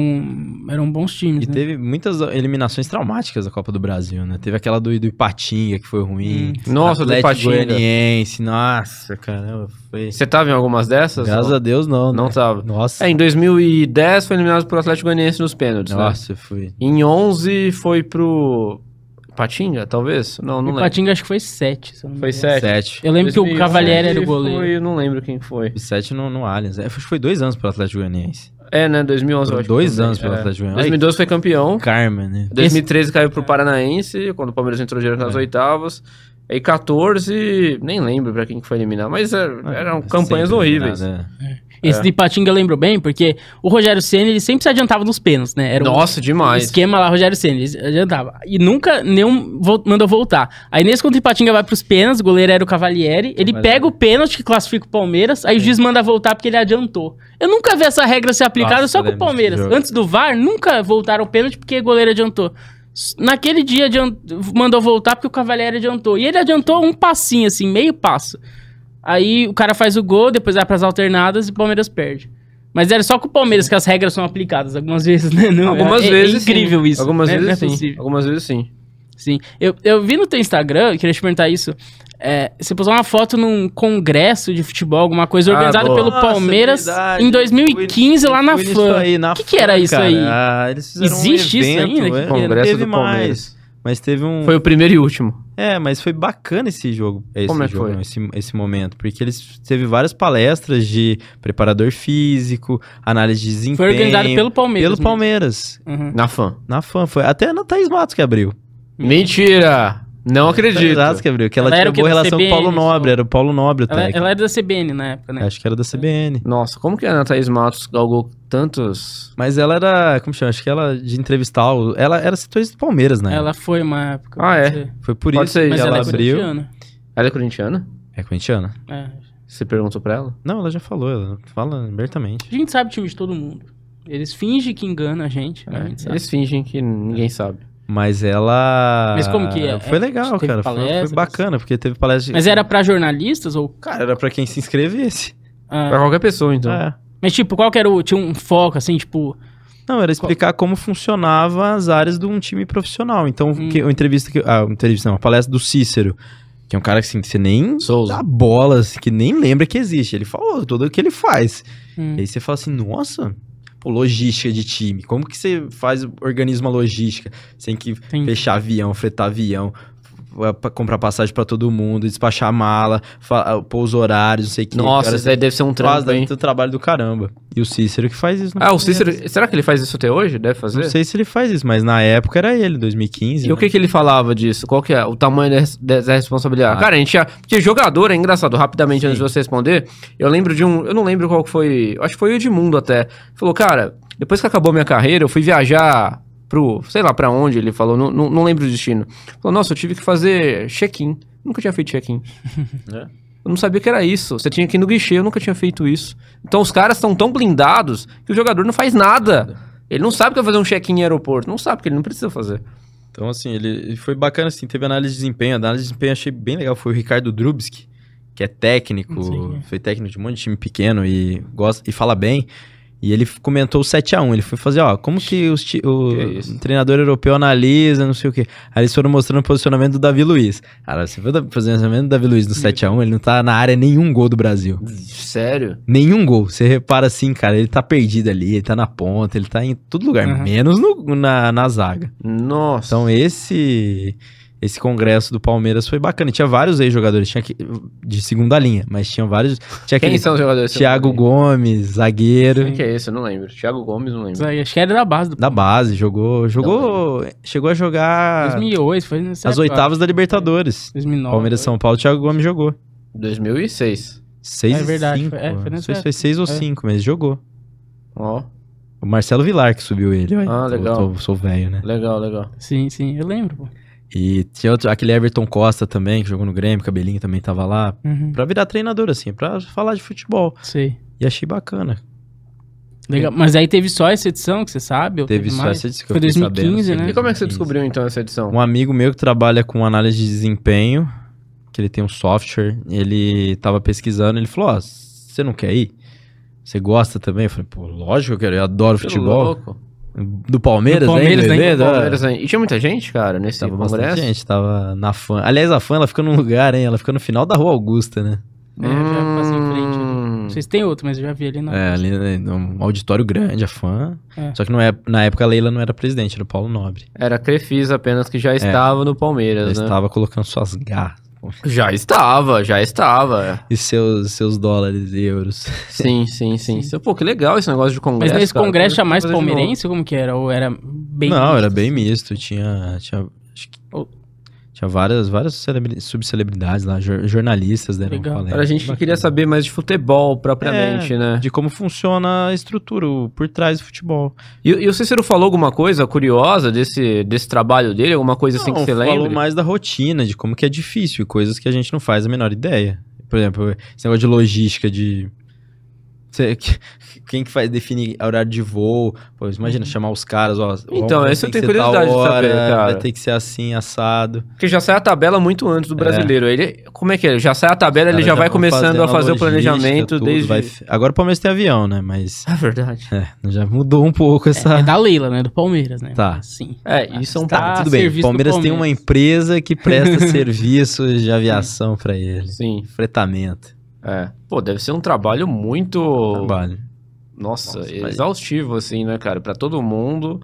[SPEAKER 1] eram bons times,
[SPEAKER 3] E
[SPEAKER 1] né?
[SPEAKER 3] teve muitas eliminações traumáticas da Copa do Brasil, né? Teve aquela do, do Ipatinga, que foi
[SPEAKER 2] Hum.
[SPEAKER 3] ruim.
[SPEAKER 2] Nossa, do
[SPEAKER 3] Atlético
[SPEAKER 2] Patinga.
[SPEAKER 3] Goianiense, nossa, caramba, foi...
[SPEAKER 2] Você tava em algumas dessas?
[SPEAKER 3] Graças a Deus, não,
[SPEAKER 2] Não
[SPEAKER 3] né?
[SPEAKER 2] tava.
[SPEAKER 3] Nossa,
[SPEAKER 2] É, em 2010 foi eliminado pro Atlético Goianiense nos pênaltis, né?
[SPEAKER 3] nossa, foi...
[SPEAKER 2] Em 11 foi pro Patinga, talvez? Não, não
[SPEAKER 1] o
[SPEAKER 2] lembro.
[SPEAKER 1] Patinga acho que foi 7, se eu não me
[SPEAKER 2] Foi
[SPEAKER 1] engano.
[SPEAKER 2] sete.
[SPEAKER 3] Sete.
[SPEAKER 1] Eu lembro que o
[SPEAKER 2] 2011
[SPEAKER 1] Cavalieri era o
[SPEAKER 2] foi-
[SPEAKER 1] goleiro.
[SPEAKER 2] não lembro quem foi.
[SPEAKER 3] Sete no, no Allianz. É, acho que foi dois anos pro Atlético Goianiense.
[SPEAKER 2] É, né? 2011, eu acho. que
[SPEAKER 3] Dois
[SPEAKER 2] foi.
[SPEAKER 3] anos pelo
[SPEAKER 2] É.
[SPEAKER 3] Atlético Goianiense. Olha
[SPEAKER 2] 2012 foi campeão.
[SPEAKER 3] que Karma, né?
[SPEAKER 2] 2013 caiu pro Paranaense, quando o Palmeiras entrou direto nas
[SPEAKER 3] É.
[SPEAKER 2] oitavas. Aí 14, nem lembro pra quem que foi eliminar, mas é, eram
[SPEAKER 3] Sempre
[SPEAKER 2] campanhas horríveis.
[SPEAKER 3] eliminado, né?
[SPEAKER 2] É.
[SPEAKER 1] Esse de Patinga eu lembro bem, porque o Rogério Senna, ele sempre se adiantava nos pênaltis, né? Era um
[SPEAKER 2] Nossa, demais.
[SPEAKER 1] esquema lá, Rogério Senna, ele se adiantava. E nunca nenhum vol- mandou voltar. Aí nesse contra o Patinga vai pros pênaltis, o goleiro era o Cavalieri, ele
[SPEAKER 3] Cavalieri.
[SPEAKER 1] pega o pênalti que classifica o Palmeiras, aí o juiz manda voltar porque ele adiantou. Eu nunca vi essa regra ser aplicada
[SPEAKER 3] Nossa,
[SPEAKER 1] só com o
[SPEAKER 3] lembro desse
[SPEAKER 1] Palmeiras.
[SPEAKER 3] jogo.
[SPEAKER 1] Antes do VAR, nunca voltaram o pênalti porque o goleiro adiantou. S- Naquele dia adiant- mandou voltar porque o Cavalieri adiantou. E ele adiantou um passinho, assim, meio passo. Aí o cara faz o gol, depois vai pras alternadas e o Palmeiras perde. Mas era só com o Palmeiras que as regras são aplicadas algumas vezes, né? Não,
[SPEAKER 2] Algumas
[SPEAKER 1] é- é
[SPEAKER 2] vezes. sim.
[SPEAKER 1] incrível isso.
[SPEAKER 2] Algumas
[SPEAKER 1] né? Não é
[SPEAKER 2] vezes sim.
[SPEAKER 1] possível.
[SPEAKER 2] Algumas vezes sim.
[SPEAKER 1] Sim. Eu, eu vi no teu Instagram, eu queria te perguntar isso. é, você postou uma foto num congresso de futebol, alguma coisa,
[SPEAKER 2] Ah,
[SPEAKER 1] organizado
[SPEAKER 2] boa.
[SPEAKER 1] pelo
[SPEAKER 3] Nossa,
[SPEAKER 1] Palmeiras
[SPEAKER 3] verdade.
[SPEAKER 1] em 2015, lá na
[SPEAKER 3] Foi nisso
[SPEAKER 1] FAN.
[SPEAKER 3] aí, na
[SPEAKER 1] Que que era
[SPEAKER 3] Fã,
[SPEAKER 1] isso
[SPEAKER 3] cara.
[SPEAKER 1] aí?
[SPEAKER 3] Ah, eles fizeram
[SPEAKER 1] Existe
[SPEAKER 3] um
[SPEAKER 1] isso
[SPEAKER 3] evento,
[SPEAKER 1] ainda?
[SPEAKER 3] é,
[SPEAKER 1] Que
[SPEAKER 3] não
[SPEAKER 2] Congresso
[SPEAKER 3] teve
[SPEAKER 2] do
[SPEAKER 3] mais.
[SPEAKER 2] Palmeiras.
[SPEAKER 3] Mas teve um...
[SPEAKER 2] Foi o primeiro e último.
[SPEAKER 3] É, mas foi bacana esse jogo. Esse
[SPEAKER 2] Como é que
[SPEAKER 3] jogo,
[SPEAKER 2] foi?
[SPEAKER 3] não, Esse, esse momento. Porque eles teve várias palestras de preparador físico, análise de desempenho.
[SPEAKER 1] Foi organizado pelo Palmeiras.
[SPEAKER 3] pelo Palmeiras.
[SPEAKER 1] mesmo. Uhum.
[SPEAKER 2] Na fã.
[SPEAKER 3] Na fã. Foi até na Thaís Matos que abriu. Hum.
[SPEAKER 2] Mentira!
[SPEAKER 3] Tá
[SPEAKER 2] Não acredito.
[SPEAKER 3] Thaís Matos que abriu. Que ela,
[SPEAKER 1] Ela era
[SPEAKER 3] tinha
[SPEAKER 1] o quê?
[SPEAKER 3] boa
[SPEAKER 1] Da
[SPEAKER 3] relação com o
[SPEAKER 1] CBN,
[SPEAKER 3] Paulo Nobre.
[SPEAKER 1] só?
[SPEAKER 3] Era o Paulo Nobre o
[SPEAKER 1] Ela,
[SPEAKER 3] técnico.
[SPEAKER 1] ela era da CBN na época, né?
[SPEAKER 3] Acho que era da CBN.
[SPEAKER 2] Nossa, como que a Ana Thaís Matos galgou tantos.
[SPEAKER 3] Mas ela era, como chama? Acho que ela de entrevistar. o- Ela era setorista do Palmeiras, né?
[SPEAKER 1] Ela foi uma época.
[SPEAKER 2] É, Ah, é?
[SPEAKER 1] pode ser.
[SPEAKER 3] Foi por
[SPEAKER 2] Pode
[SPEAKER 3] isso
[SPEAKER 2] ser,
[SPEAKER 3] que
[SPEAKER 1] Mas
[SPEAKER 2] Ela
[SPEAKER 1] ela, é
[SPEAKER 3] abriu.
[SPEAKER 1] corintiana.
[SPEAKER 2] Ela é corintiana?
[SPEAKER 3] É corintiana?
[SPEAKER 1] É.
[SPEAKER 2] Você perguntou pra ela?
[SPEAKER 3] Não, ela já falou, ela fala abertamente.
[SPEAKER 1] A gente sabe o time de todo mundo. Eles fingem que engana a gente,
[SPEAKER 3] É,
[SPEAKER 1] mas É, a gente sabe.
[SPEAKER 2] Eles fingem que ninguém sabe.
[SPEAKER 3] Mas ela.
[SPEAKER 1] Mas como que é?
[SPEAKER 3] Foi
[SPEAKER 1] É,
[SPEAKER 3] legal,
[SPEAKER 1] teve
[SPEAKER 3] cara. Foi- Foi,
[SPEAKER 1] palestras?
[SPEAKER 3] bacana, porque teve palestra. de-
[SPEAKER 1] Mas era pra jornalistas ou.
[SPEAKER 3] Cara, era pra quem se inscrevesse.
[SPEAKER 1] Ah,
[SPEAKER 2] Pra qualquer pessoa, então.
[SPEAKER 3] É.
[SPEAKER 1] Mas, tipo, qual que era o. Tinha um foco, assim, tipo.
[SPEAKER 3] Não, era explicar como funcionava as áreas de um time profissional. Então,
[SPEAKER 1] Hum.
[SPEAKER 3] que, uma entrevista que. Ah, uma entrevista, não, uma palestra do Cícero. Que é um cara que assim, que você nem
[SPEAKER 2] Souza.
[SPEAKER 3] dá bola, assim, que nem lembra que existe. Ele falou tudo o que ele faz.
[SPEAKER 1] hum,
[SPEAKER 3] E aí você fala assim, nossa, pô, logística de time. Como que você faz, organiza uma logística? Sem que
[SPEAKER 2] Hum.
[SPEAKER 1] tem-
[SPEAKER 3] fechar avião, fretar avião, f- pra comprar passagem pra todo mundo, despachar mala, fa- ah, pôr os horários, não sei o que.
[SPEAKER 2] Nossa,
[SPEAKER 3] cara,
[SPEAKER 2] isso aí deve ser um
[SPEAKER 3] faz
[SPEAKER 2] trampo, hein?
[SPEAKER 3] dentro do trabalho do caramba. E o Cícero que faz isso. no
[SPEAKER 2] Ah, o
[SPEAKER 3] Palmeiras.
[SPEAKER 2] Cícero. Será que ele faz isso até hoje? Deve fazer?
[SPEAKER 3] Não sei se ele faz isso, mas na época era ele,
[SPEAKER 2] E
[SPEAKER 3] 2015.
[SPEAKER 2] o
[SPEAKER 3] né?
[SPEAKER 2] que que ele falava disso? Qual que é o tamanho des- dessa responsabilidade?
[SPEAKER 3] Ah.
[SPEAKER 2] Cara, a gente já... Porque jogador é engraçado. Rapidamente,
[SPEAKER 3] Sim.
[SPEAKER 2] antes de você responder, eu lembro de um... Eu não lembro qual que foi... Acho que foi o Edmundo até. Falou, cara, depois que acabou minha carreira, eu fui viajar pro... Sei lá pra onde, ele falou. Não, não, não lembro o destino. Falou, nossa, eu tive que fazer check-in. Nunca tinha feito check-in.
[SPEAKER 3] É.
[SPEAKER 2] Eu não sabia que era isso. Você tinha que ir no guichê, eu nunca tinha feito isso. Então os caras estão tão blindados que o jogador não faz nada. Ele não sabe que vai fazer um check-in em aeroporto. Não sabe, porque ele não precisa fazer.
[SPEAKER 3] Então, assim, ele ele foi bacana, assim, teve análise de desempenho. A análise de desempenho eu achei bem legal. Foi o Ricardo Drubski, que é técnico,
[SPEAKER 1] Não sei quem é.
[SPEAKER 3] foi técnico de um monte de time pequeno e gosta e fala bem. E ele f- comentou o 7x1. Ele foi fazer, ó, como que os ti- o
[SPEAKER 2] Que isso.
[SPEAKER 3] treinador europeu analisa, não sei o quê. Aí eles foram mostrando o posicionamento do Davi Luiz. Cara, você viu o da- posicionamento do Davi Luiz no 7x1? Ele não tá na área nenhum gol do Brasil.
[SPEAKER 2] Sério?
[SPEAKER 3] Nenhum gol. Você repara assim, cara, ele tá perdido ali, ele tá na ponta, ele tá em todo lugar,
[SPEAKER 1] Uhum.
[SPEAKER 3] menos no- na, na zaga.
[SPEAKER 2] Nossa.
[SPEAKER 3] Então esse esse congresso do Palmeiras foi bacana. Tinha vários ex-jogadores, tinha que- de segunda linha, mas tinha vários. Tinha
[SPEAKER 2] Quem
[SPEAKER 3] aquele
[SPEAKER 2] são os jogadores?
[SPEAKER 3] é Thiago Gomes, zagueiro
[SPEAKER 2] Quem que é esse? Eu não lembro. Thiago Gomes, não lembro.
[SPEAKER 1] Acho que era da base do
[SPEAKER 3] da base, jogou, jogou,
[SPEAKER 1] Então,
[SPEAKER 3] chegou a
[SPEAKER 1] Ah,
[SPEAKER 3] jogar
[SPEAKER 1] 2008, foi nessa
[SPEAKER 3] as
[SPEAKER 1] época,
[SPEAKER 3] oitavas da Libertadores.
[SPEAKER 1] 2009.
[SPEAKER 3] Palmeiras São Paulo, Thiago Gomes jogou.
[SPEAKER 2] 2006.
[SPEAKER 3] Seis
[SPEAKER 1] É verdade,
[SPEAKER 3] e cinco.
[SPEAKER 1] foi- é, foi
[SPEAKER 3] não
[SPEAKER 1] nessa
[SPEAKER 3] sei se foi seis ou
[SPEAKER 1] É.
[SPEAKER 3] cinco, mas jogou.
[SPEAKER 2] Ó,
[SPEAKER 3] O Marcelo Vilar que subiu ele. olha,
[SPEAKER 2] Ah,
[SPEAKER 3] eu
[SPEAKER 2] legal.
[SPEAKER 3] tô- sou velho, né?
[SPEAKER 2] legal, legal.
[SPEAKER 1] Sim, sim, eu lembro. pô.
[SPEAKER 3] E tinha outro, aquele Everton Costa também, que jogou no Grêmio, cabelinho também tava lá.
[SPEAKER 1] Uhum,
[SPEAKER 3] Pra virar treinador, assim, pra falar de futebol.
[SPEAKER 1] sei.
[SPEAKER 3] E achei bacana.
[SPEAKER 1] Legal. Mas aí teve só essa edição, que você sabe? Ou
[SPEAKER 3] Teve só
[SPEAKER 1] mais?
[SPEAKER 3] essa discussão.
[SPEAKER 1] Foi 2015, né?
[SPEAKER 2] E como é que você descobriu, então, essa edição?
[SPEAKER 3] assim, Um amigo meu que trabalha com análise de desempenho, que ele tem um software, ele tava pesquisando, ele falou, ó, você não quer ir? Você gosta também? Eu falei, pô, lógico que eu quero, eu adoro
[SPEAKER 2] Que
[SPEAKER 3] futebol.
[SPEAKER 2] louco.
[SPEAKER 3] Do Palmeiras,
[SPEAKER 1] Do Palmeiras,
[SPEAKER 3] né?
[SPEAKER 1] né?
[SPEAKER 3] Bebê?
[SPEAKER 1] Do
[SPEAKER 3] Ah,
[SPEAKER 2] Palmeiras, hein? E tinha muita gente, cara, nesse
[SPEAKER 3] Tava bastante
[SPEAKER 2] congresso?
[SPEAKER 3] gente, tava na fã. Aliás, a fã, ela fica num lugar, hein? Ela fica no final da Rua Augusta, né?
[SPEAKER 1] É, já passei em frente. né? ali.
[SPEAKER 2] Hum.
[SPEAKER 1] Não sei se tem outro, mas eu já vi ali. Não.
[SPEAKER 3] É, ali né, num auditório grande, a fã.
[SPEAKER 1] É.
[SPEAKER 3] Só que não é, na época a Leila não era presidente, era o Paulo Nobre.
[SPEAKER 2] Era a Crefisa apenas que já estava no Palmeiras,
[SPEAKER 3] Ela
[SPEAKER 2] né?
[SPEAKER 3] estava colocando suas garras
[SPEAKER 2] Já estava, já estava.
[SPEAKER 3] e seus, seus dólares e euros.
[SPEAKER 2] Sim, sim, sim. Pô, que legal esse negócio de
[SPEAKER 1] Mas
[SPEAKER 2] congresso.
[SPEAKER 1] nesse
[SPEAKER 2] cara.
[SPEAKER 1] congresso
[SPEAKER 2] Depois eu
[SPEAKER 1] tinha
[SPEAKER 2] vou
[SPEAKER 1] mais
[SPEAKER 2] fazer de novo.
[SPEAKER 1] palmeirense? Como que era? Ou era bem.
[SPEAKER 3] não,
[SPEAKER 1] misto?
[SPEAKER 3] era bem
[SPEAKER 2] assim.
[SPEAKER 3] misto. Tinha, tinha, acho que-
[SPEAKER 1] Oh.
[SPEAKER 3] tinha várias, várias celebri- subcelebridades lá, jor- jornalistas deram
[SPEAKER 1] Legal.
[SPEAKER 3] palestra.
[SPEAKER 2] Era a gente que
[SPEAKER 3] É, Bacana.
[SPEAKER 2] queria saber mais de futebol, propriamente, né?
[SPEAKER 3] de como funciona a estrutura o- por trás do futebol.
[SPEAKER 2] E, e o Cícero falou alguma coisa curiosa desse, desse trabalho dele? Alguma coisa assim que
[SPEAKER 3] Não,
[SPEAKER 2] você
[SPEAKER 3] falou
[SPEAKER 2] lembra?
[SPEAKER 3] mais da rotina, de como que é difícil, e coisas que a gente não faz a menor ideia. Por exemplo, esse negócio de logística, de... Cê- Quem que faz definir horário de voo? Pô, imagina chamar os caras, ó. o
[SPEAKER 2] Uhum. Então,
[SPEAKER 3] voo
[SPEAKER 2] esse
[SPEAKER 3] tem
[SPEAKER 2] eu
[SPEAKER 3] que
[SPEAKER 2] tenho
[SPEAKER 3] ser tal
[SPEAKER 2] curiosidade de saber,
[SPEAKER 3] hora,
[SPEAKER 2] cara.
[SPEAKER 3] Vai ter que ser assim, assado.
[SPEAKER 2] Porque já sai a tabela muito antes do brasileiro. Ele, como é que é? Já sai a tabela, ele
[SPEAKER 3] É. Cara,
[SPEAKER 2] já, vai
[SPEAKER 3] vão
[SPEAKER 2] começando a
[SPEAKER 3] fazendo
[SPEAKER 2] fazer o
[SPEAKER 3] logística,
[SPEAKER 2] planejamento
[SPEAKER 3] tudo,
[SPEAKER 2] desde...
[SPEAKER 3] vai- Agora o Palmeiras tem avião, né? Mas
[SPEAKER 2] É verdade.
[SPEAKER 3] é, já mudou um pouco essa...
[SPEAKER 1] É da Leila, né? Do Palmeiras, né?
[SPEAKER 3] Tá.
[SPEAKER 1] Sim.
[SPEAKER 2] É, isso é um...
[SPEAKER 1] Tá.
[SPEAKER 2] ponto.
[SPEAKER 1] a
[SPEAKER 3] Tudo bem, o
[SPEAKER 1] serviço do
[SPEAKER 3] Palmeiras tem
[SPEAKER 1] Palmeiras.
[SPEAKER 3] uma empresa que presta serviços de aviação pra ele.
[SPEAKER 2] Sim,
[SPEAKER 3] Fretamento.
[SPEAKER 2] é. Pô, deve ser um trabalho muito...
[SPEAKER 3] Trabalho.
[SPEAKER 2] Nossa,
[SPEAKER 3] Nossa, mas-
[SPEAKER 2] exaustivo, assim, né, cara? Pra todo mundo,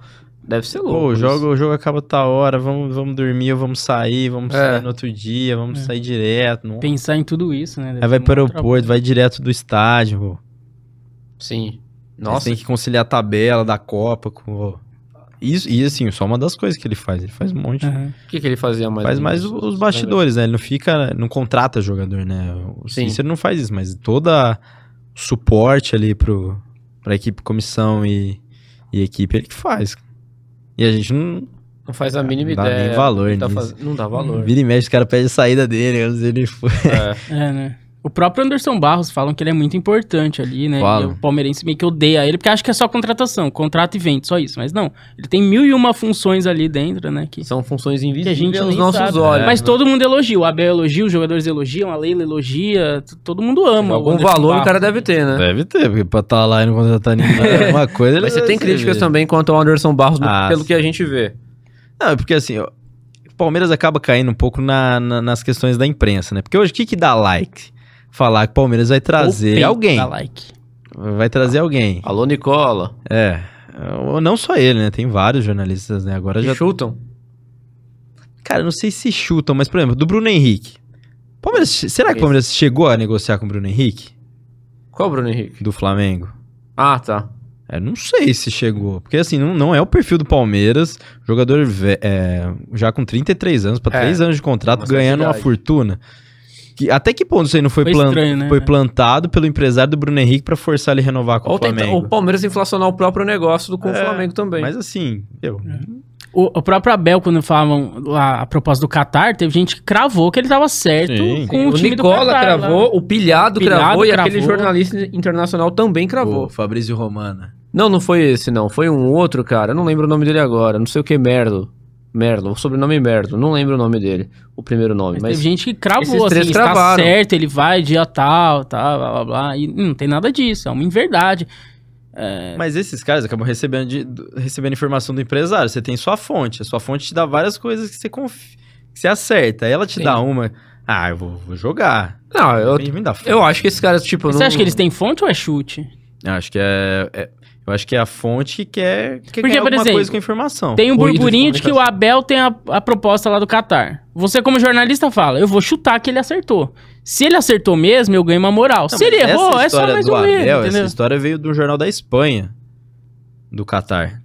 [SPEAKER 2] deve ser louco.
[SPEAKER 3] Pô, o
[SPEAKER 2] isso.
[SPEAKER 3] jogo, o jogo acaba tal hora, vamos, vamos dormir, ou vamos sair, vamos
[SPEAKER 2] É.
[SPEAKER 3] sair no outro dia, vamos
[SPEAKER 1] É.
[SPEAKER 3] sair direto. Não...
[SPEAKER 1] Pensar em tudo isso, né? Deve
[SPEAKER 3] Aí vai
[SPEAKER 1] ser um
[SPEAKER 3] pro
[SPEAKER 1] trabalho.
[SPEAKER 3] aeroporto, vai direto do estádio. pô.
[SPEAKER 2] Sim.
[SPEAKER 3] Nossa.
[SPEAKER 2] Nossa,
[SPEAKER 3] Tem que conciliar a tabela da Copa com... Isso, e assim, só uma das coisas que ele faz. Ele faz um monte.
[SPEAKER 1] Aham.
[SPEAKER 2] o que, que ele fazia mais?
[SPEAKER 3] Faz
[SPEAKER 2] ou
[SPEAKER 3] mais
[SPEAKER 2] menos?
[SPEAKER 3] os bastidores, né? Ele não fica, não contrata jogador, né? O
[SPEAKER 2] Sim.
[SPEAKER 3] Cícero não faz isso, mas toda o suporte ali pro, pra equipe, comissão e, e equipe, ele que faz. E a gente não
[SPEAKER 2] Não faz a mínima
[SPEAKER 3] dá
[SPEAKER 2] ideia.
[SPEAKER 3] nem valor
[SPEAKER 2] Tá
[SPEAKER 3] nisso.
[SPEAKER 2] faz- Não dá valor.
[SPEAKER 3] Vira e mexe, os caras pedem a saída dele, antes ele foi.
[SPEAKER 2] É.
[SPEAKER 1] É, né? O próprio Anderson Barros falam que ele é muito importante ali, né? E
[SPEAKER 3] Falam.
[SPEAKER 1] o palmeirense meio que odeia ele, porque acha que é só contratação, contrato e vende, só isso. Mas não, ele tem mil e uma funções ali dentro, né? Que
[SPEAKER 2] São funções
[SPEAKER 1] que a
[SPEAKER 2] invisíveis
[SPEAKER 1] gente
[SPEAKER 2] aos
[SPEAKER 1] nem
[SPEAKER 2] nossos
[SPEAKER 1] sabe.
[SPEAKER 2] olhos.
[SPEAKER 1] Mas
[SPEAKER 2] né?
[SPEAKER 1] todo mundo elogia. O Abel elogia, os jogadores elogiam, a Leila elogia, t- todo mundo ama.
[SPEAKER 2] Algum
[SPEAKER 1] o Anderson
[SPEAKER 2] valor o
[SPEAKER 1] Barros.
[SPEAKER 2] cara deve ter, né?
[SPEAKER 3] Deve ter, porque pra estar lá e não contratar ninguém é uma coisa. ele
[SPEAKER 2] Mas você
[SPEAKER 3] vai
[SPEAKER 2] tem
[SPEAKER 3] ser
[SPEAKER 2] críticas
[SPEAKER 3] visto.
[SPEAKER 2] também quanto ao Anderson Barros, no-
[SPEAKER 3] Ah,
[SPEAKER 2] pelo
[SPEAKER 3] sim.
[SPEAKER 2] que a gente vê.
[SPEAKER 3] Não, é porque assim, ó, o Palmeiras acaba caindo um pouco na- na- nas questões da imprensa, né? Porque hoje o que, que dá like? Falar que o Palmeiras vai
[SPEAKER 1] Ou
[SPEAKER 3] trazer
[SPEAKER 1] peito,
[SPEAKER 3] alguém.
[SPEAKER 1] dá like.
[SPEAKER 3] Vai trazer alguém.
[SPEAKER 2] Alô, Nicola.
[SPEAKER 3] É. Ou Não só ele, né? Tem vários jornalistas, né? Agora já.
[SPEAKER 2] Chutam.
[SPEAKER 3] Cara, eu não sei se chutam, mas, por exemplo, do Bruno Henrique. Palmeiras, será que o Palmeiras chegou a negociar com o Bruno Henrique?
[SPEAKER 2] Qual é o Bruno Henrique?
[SPEAKER 3] Do Flamengo?
[SPEAKER 2] Ah, tá.
[SPEAKER 3] É, não sei se chegou. Porque, assim, não, não é o perfil do Palmeiras. Jogador ve- é, já com 33 anos, pra
[SPEAKER 2] É,
[SPEAKER 3] 3 anos de contrato,
[SPEAKER 2] uma
[SPEAKER 3] ganhando uma
[SPEAKER 2] certa idade.
[SPEAKER 3] fortuna. Que, até que ponto isso aí não foi,
[SPEAKER 1] Foi
[SPEAKER 3] plan-
[SPEAKER 1] estranho, né?
[SPEAKER 3] foi plantado pelo empresário do Bruno Henrique pra forçar ele a renovar com
[SPEAKER 2] Ou
[SPEAKER 3] o
[SPEAKER 2] tenta-
[SPEAKER 3] Flamengo?
[SPEAKER 2] o Palmeiras inflacionar o próprio negócio do, com o
[SPEAKER 3] É,
[SPEAKER 2] Flamengo também.
[SPEAKER 3] Mas, assim, eu,
[SPEAKER 1] O, o próprio Abel, quando falavam lá a propósito do Qatar, teve gente que cravou que ele tava certo
[SPEAKER 3] Sim.
[SPEAKER 1] com o,
[SPEAKER 2] o
[SPEAKER 1] time do Qatar.
[SPEAKER 2] Nicola
[SPEAKER 1] lá.
[SPEAKER 2] cravou, o Pilhado,
[SPEAKER 1] Pilhado
[SPEAKER 2] cravou e
[SPEAKER 1] cravou.
[SPEAKER 2] aquele jornalista internacional também cravou.
[SPEAKER 3] o Fabrício Romana.
[SPEAKER 2] Não, não foi esse, não. Foi um outro, cara. Eu não lembro o nome dele agora. Não sei o que, é Merlo. Merlo. O sobrenome é Merlo. Não lembro o nome dele. O primeiro nome.
[SPEAKER 1] Mas,
[SPEAKER 2] Mas,
[SPEAKER 1] teve gente que
[SPEAKER 2] esses
[SPEAKER 1] cravou, assim,
[SPEAKER 2] três
[SPEAKER 1] está
[SPEAKER 2] cravaram.
[SPEAKER 1] certo, ele vai dia tal, tal, blá, blá, blá. E não tem nada disso, é uma inverdade. É.
[SPEAKER 3] Mas esses caras acabam recebendo, de- do- recebendo informação do empresário. Você tem sua fonte. A sua fonte te dá várias coisas que você confia. Que você acerta. Aí ela te
[SPEAKER 1] Sim. Ah,
[SPEAKER 3] dá uma. Ah, eu vou, vou jogar.
[SPEAKER 2] Não, eu,
[SPEAKER 3] Depende muito da fonte.
[SPEAKER 2] eu acho que esses caras, tipo.
[SPEAKER 1] Você
[SPEAKER 3] um
[SPEAKER 2] não-
[SPEAKER 1] acha que eles têm fonte ou é chute?
[SPEAKER 3] Eu acho que é, é- eu acho que é a fonte que quer,
[SPEAKER 1] Porque,
[SPEAKER 3] que quer
[SPEAKER 1] por
[SPEAKER 3] alguma
[SPEAKER 1] exemplo,
[SPEAKER 3] coisa com a informação.
[SPEAKER 1] Tem um
[SPEAKER 2] ruído de
[SPEAKER 1] burburinho de que o Abel tem a, a proposta lá do Qatar. Você, como jornalista, fala: eu vou chutar que ele acertou. Se ele acertou mesmo, eu ganho uma moral.
[SPEAKER 3] Não,
[SPEAKER 1] Se ele
[SPEAKER 3] mas essa
[SPEAKER 1] errou, é só
[SPEAKER 3] história
[SPEAKER 1] mais
[SPEAKER 3] do
[SPEAKER 1] um erro,
[SPEAKER 3] Abel, Essa
[SPEAKER 1] entendeu?
[SPEAKER 3] história veio do jornal da Espanha, do Catar.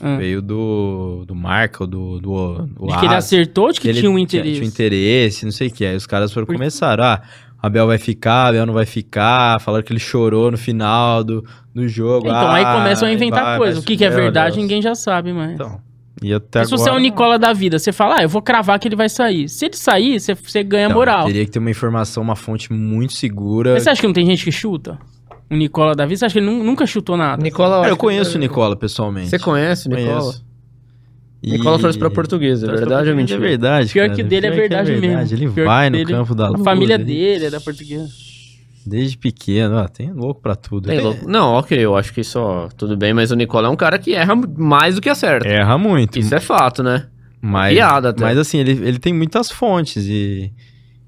[SPEAKER 1] Hum.
[SPEAKER 3] Veio do, do Marco, do, do, do
[SPEAKER 1] De que ele
[SPEAKER 3] As.
[SPEAKER 1] acertou ou de que,
[SPEAKER 3] que ele
[SPEAKER 1] tinha um
[SPEAKER 3] tinha-
[SPEAKER 1] interesse?
[SPEAKER 3] Tinha um interesse, não sei o que. Aí os caras foram
[SPEAKER 1] Por-
[SPEAKER 3] começar, ah, Abel vai ficar, Abel não vai ficar, falaram que ele chorou no final do, do jogo.
[SPEAKER 1] Então aí
[SPEAKER 3] ah,
[SPEAKER 1] começam a inventar
[SPEAKER 3] vai,
[SPEAKER 1] coisas.
[SPEAKER 3] mas
[SPEAKER 1] O que, que é
[SPEAKER 3] meu
[SPEAKER 1] verdade,
[SPEAKER 3] Deus.
[SPEAKER 1] ninguém já sabe, mas.
[SPEAKER 3] Então, e até
[SPEAKER 1] Mas
[SPEAKER 3] agora...
[SPEAKER 1] se você é o Nicola da vida, você fala, ah, eu vou cravar que ele vai sair. Se ele sair, você, você ganha
[SPEAKER 3] Então,
[SPEAKER 1] moral.
[SPEAKER 3] Teria que ter uma informação, uma fonte muito segura.
[SPEAKER 1] Mas você é acha que não tem gente que chuta? O Nicola da vida, você acha que ele nu- nunca chutou nada?
[SPEAKER 2] Nicola.
[SPEAKER 3] Cara,
[SPEAKER 2] acho
[SPEAKER 3] Ah, eu
[SPEAKER 2] que-
[SPEAKER 1] né?
[SPEAKER 3] conheço o Nicola pessoalmente.
[SPEAKER 2] Você conhece o Nicola?
[SPEAKER 3] Conheço. E-
[SPEAKER 2] Nicola trouxe pra portuguesa, é
[SPEAKER 3] Trouxe pra
[SPEAKER 2] verdade ou
[SPEAKER 3] português,
[SPEAKER 2] mentira?
[SPEAKER 3] É verdade,
[SPEAKER 1] Pior
[SPEAKER 3] cara.
[SPEAKER 1] que dele é
[SPEAKER 3] Pior
[SPEAKER 1] verdade mesmo.
[SPEAKER 3] Ele
[SPEAKER 1] Pior
[SPEAKER 3] vai
[SPEAKER 1] que
[SPEAKER 3] no
[SPEAKER 1] dele- é
[SPEAKER 3] campo da
[SPEAKER 1] A
[SPEAKER 3] luz,
[SPEAKER 1] família
[SPEAKER 3] ele-
[SPEAKER 1] dele é da portuguesa.
[SPEAKER 3] Desde pequeno, ó, tem louco pra tudo.
[SPEAKER 2] Tem
[SPEAKER 3] É,
[SPEAKER 2] louco. Não, ok, eu acho que isso, ó, tudo bem, mas o Nicola é um cara que erra mais do que acerta.
[SPEAKER 3] Erra muito.
[SPEAKER 2] Isso é fato, né?
[SPEAKER 3] Mas,
[SPEAKER 2] piada até.
[SPEAKER 3] mas assim, ele, ele tem muitas fontes e,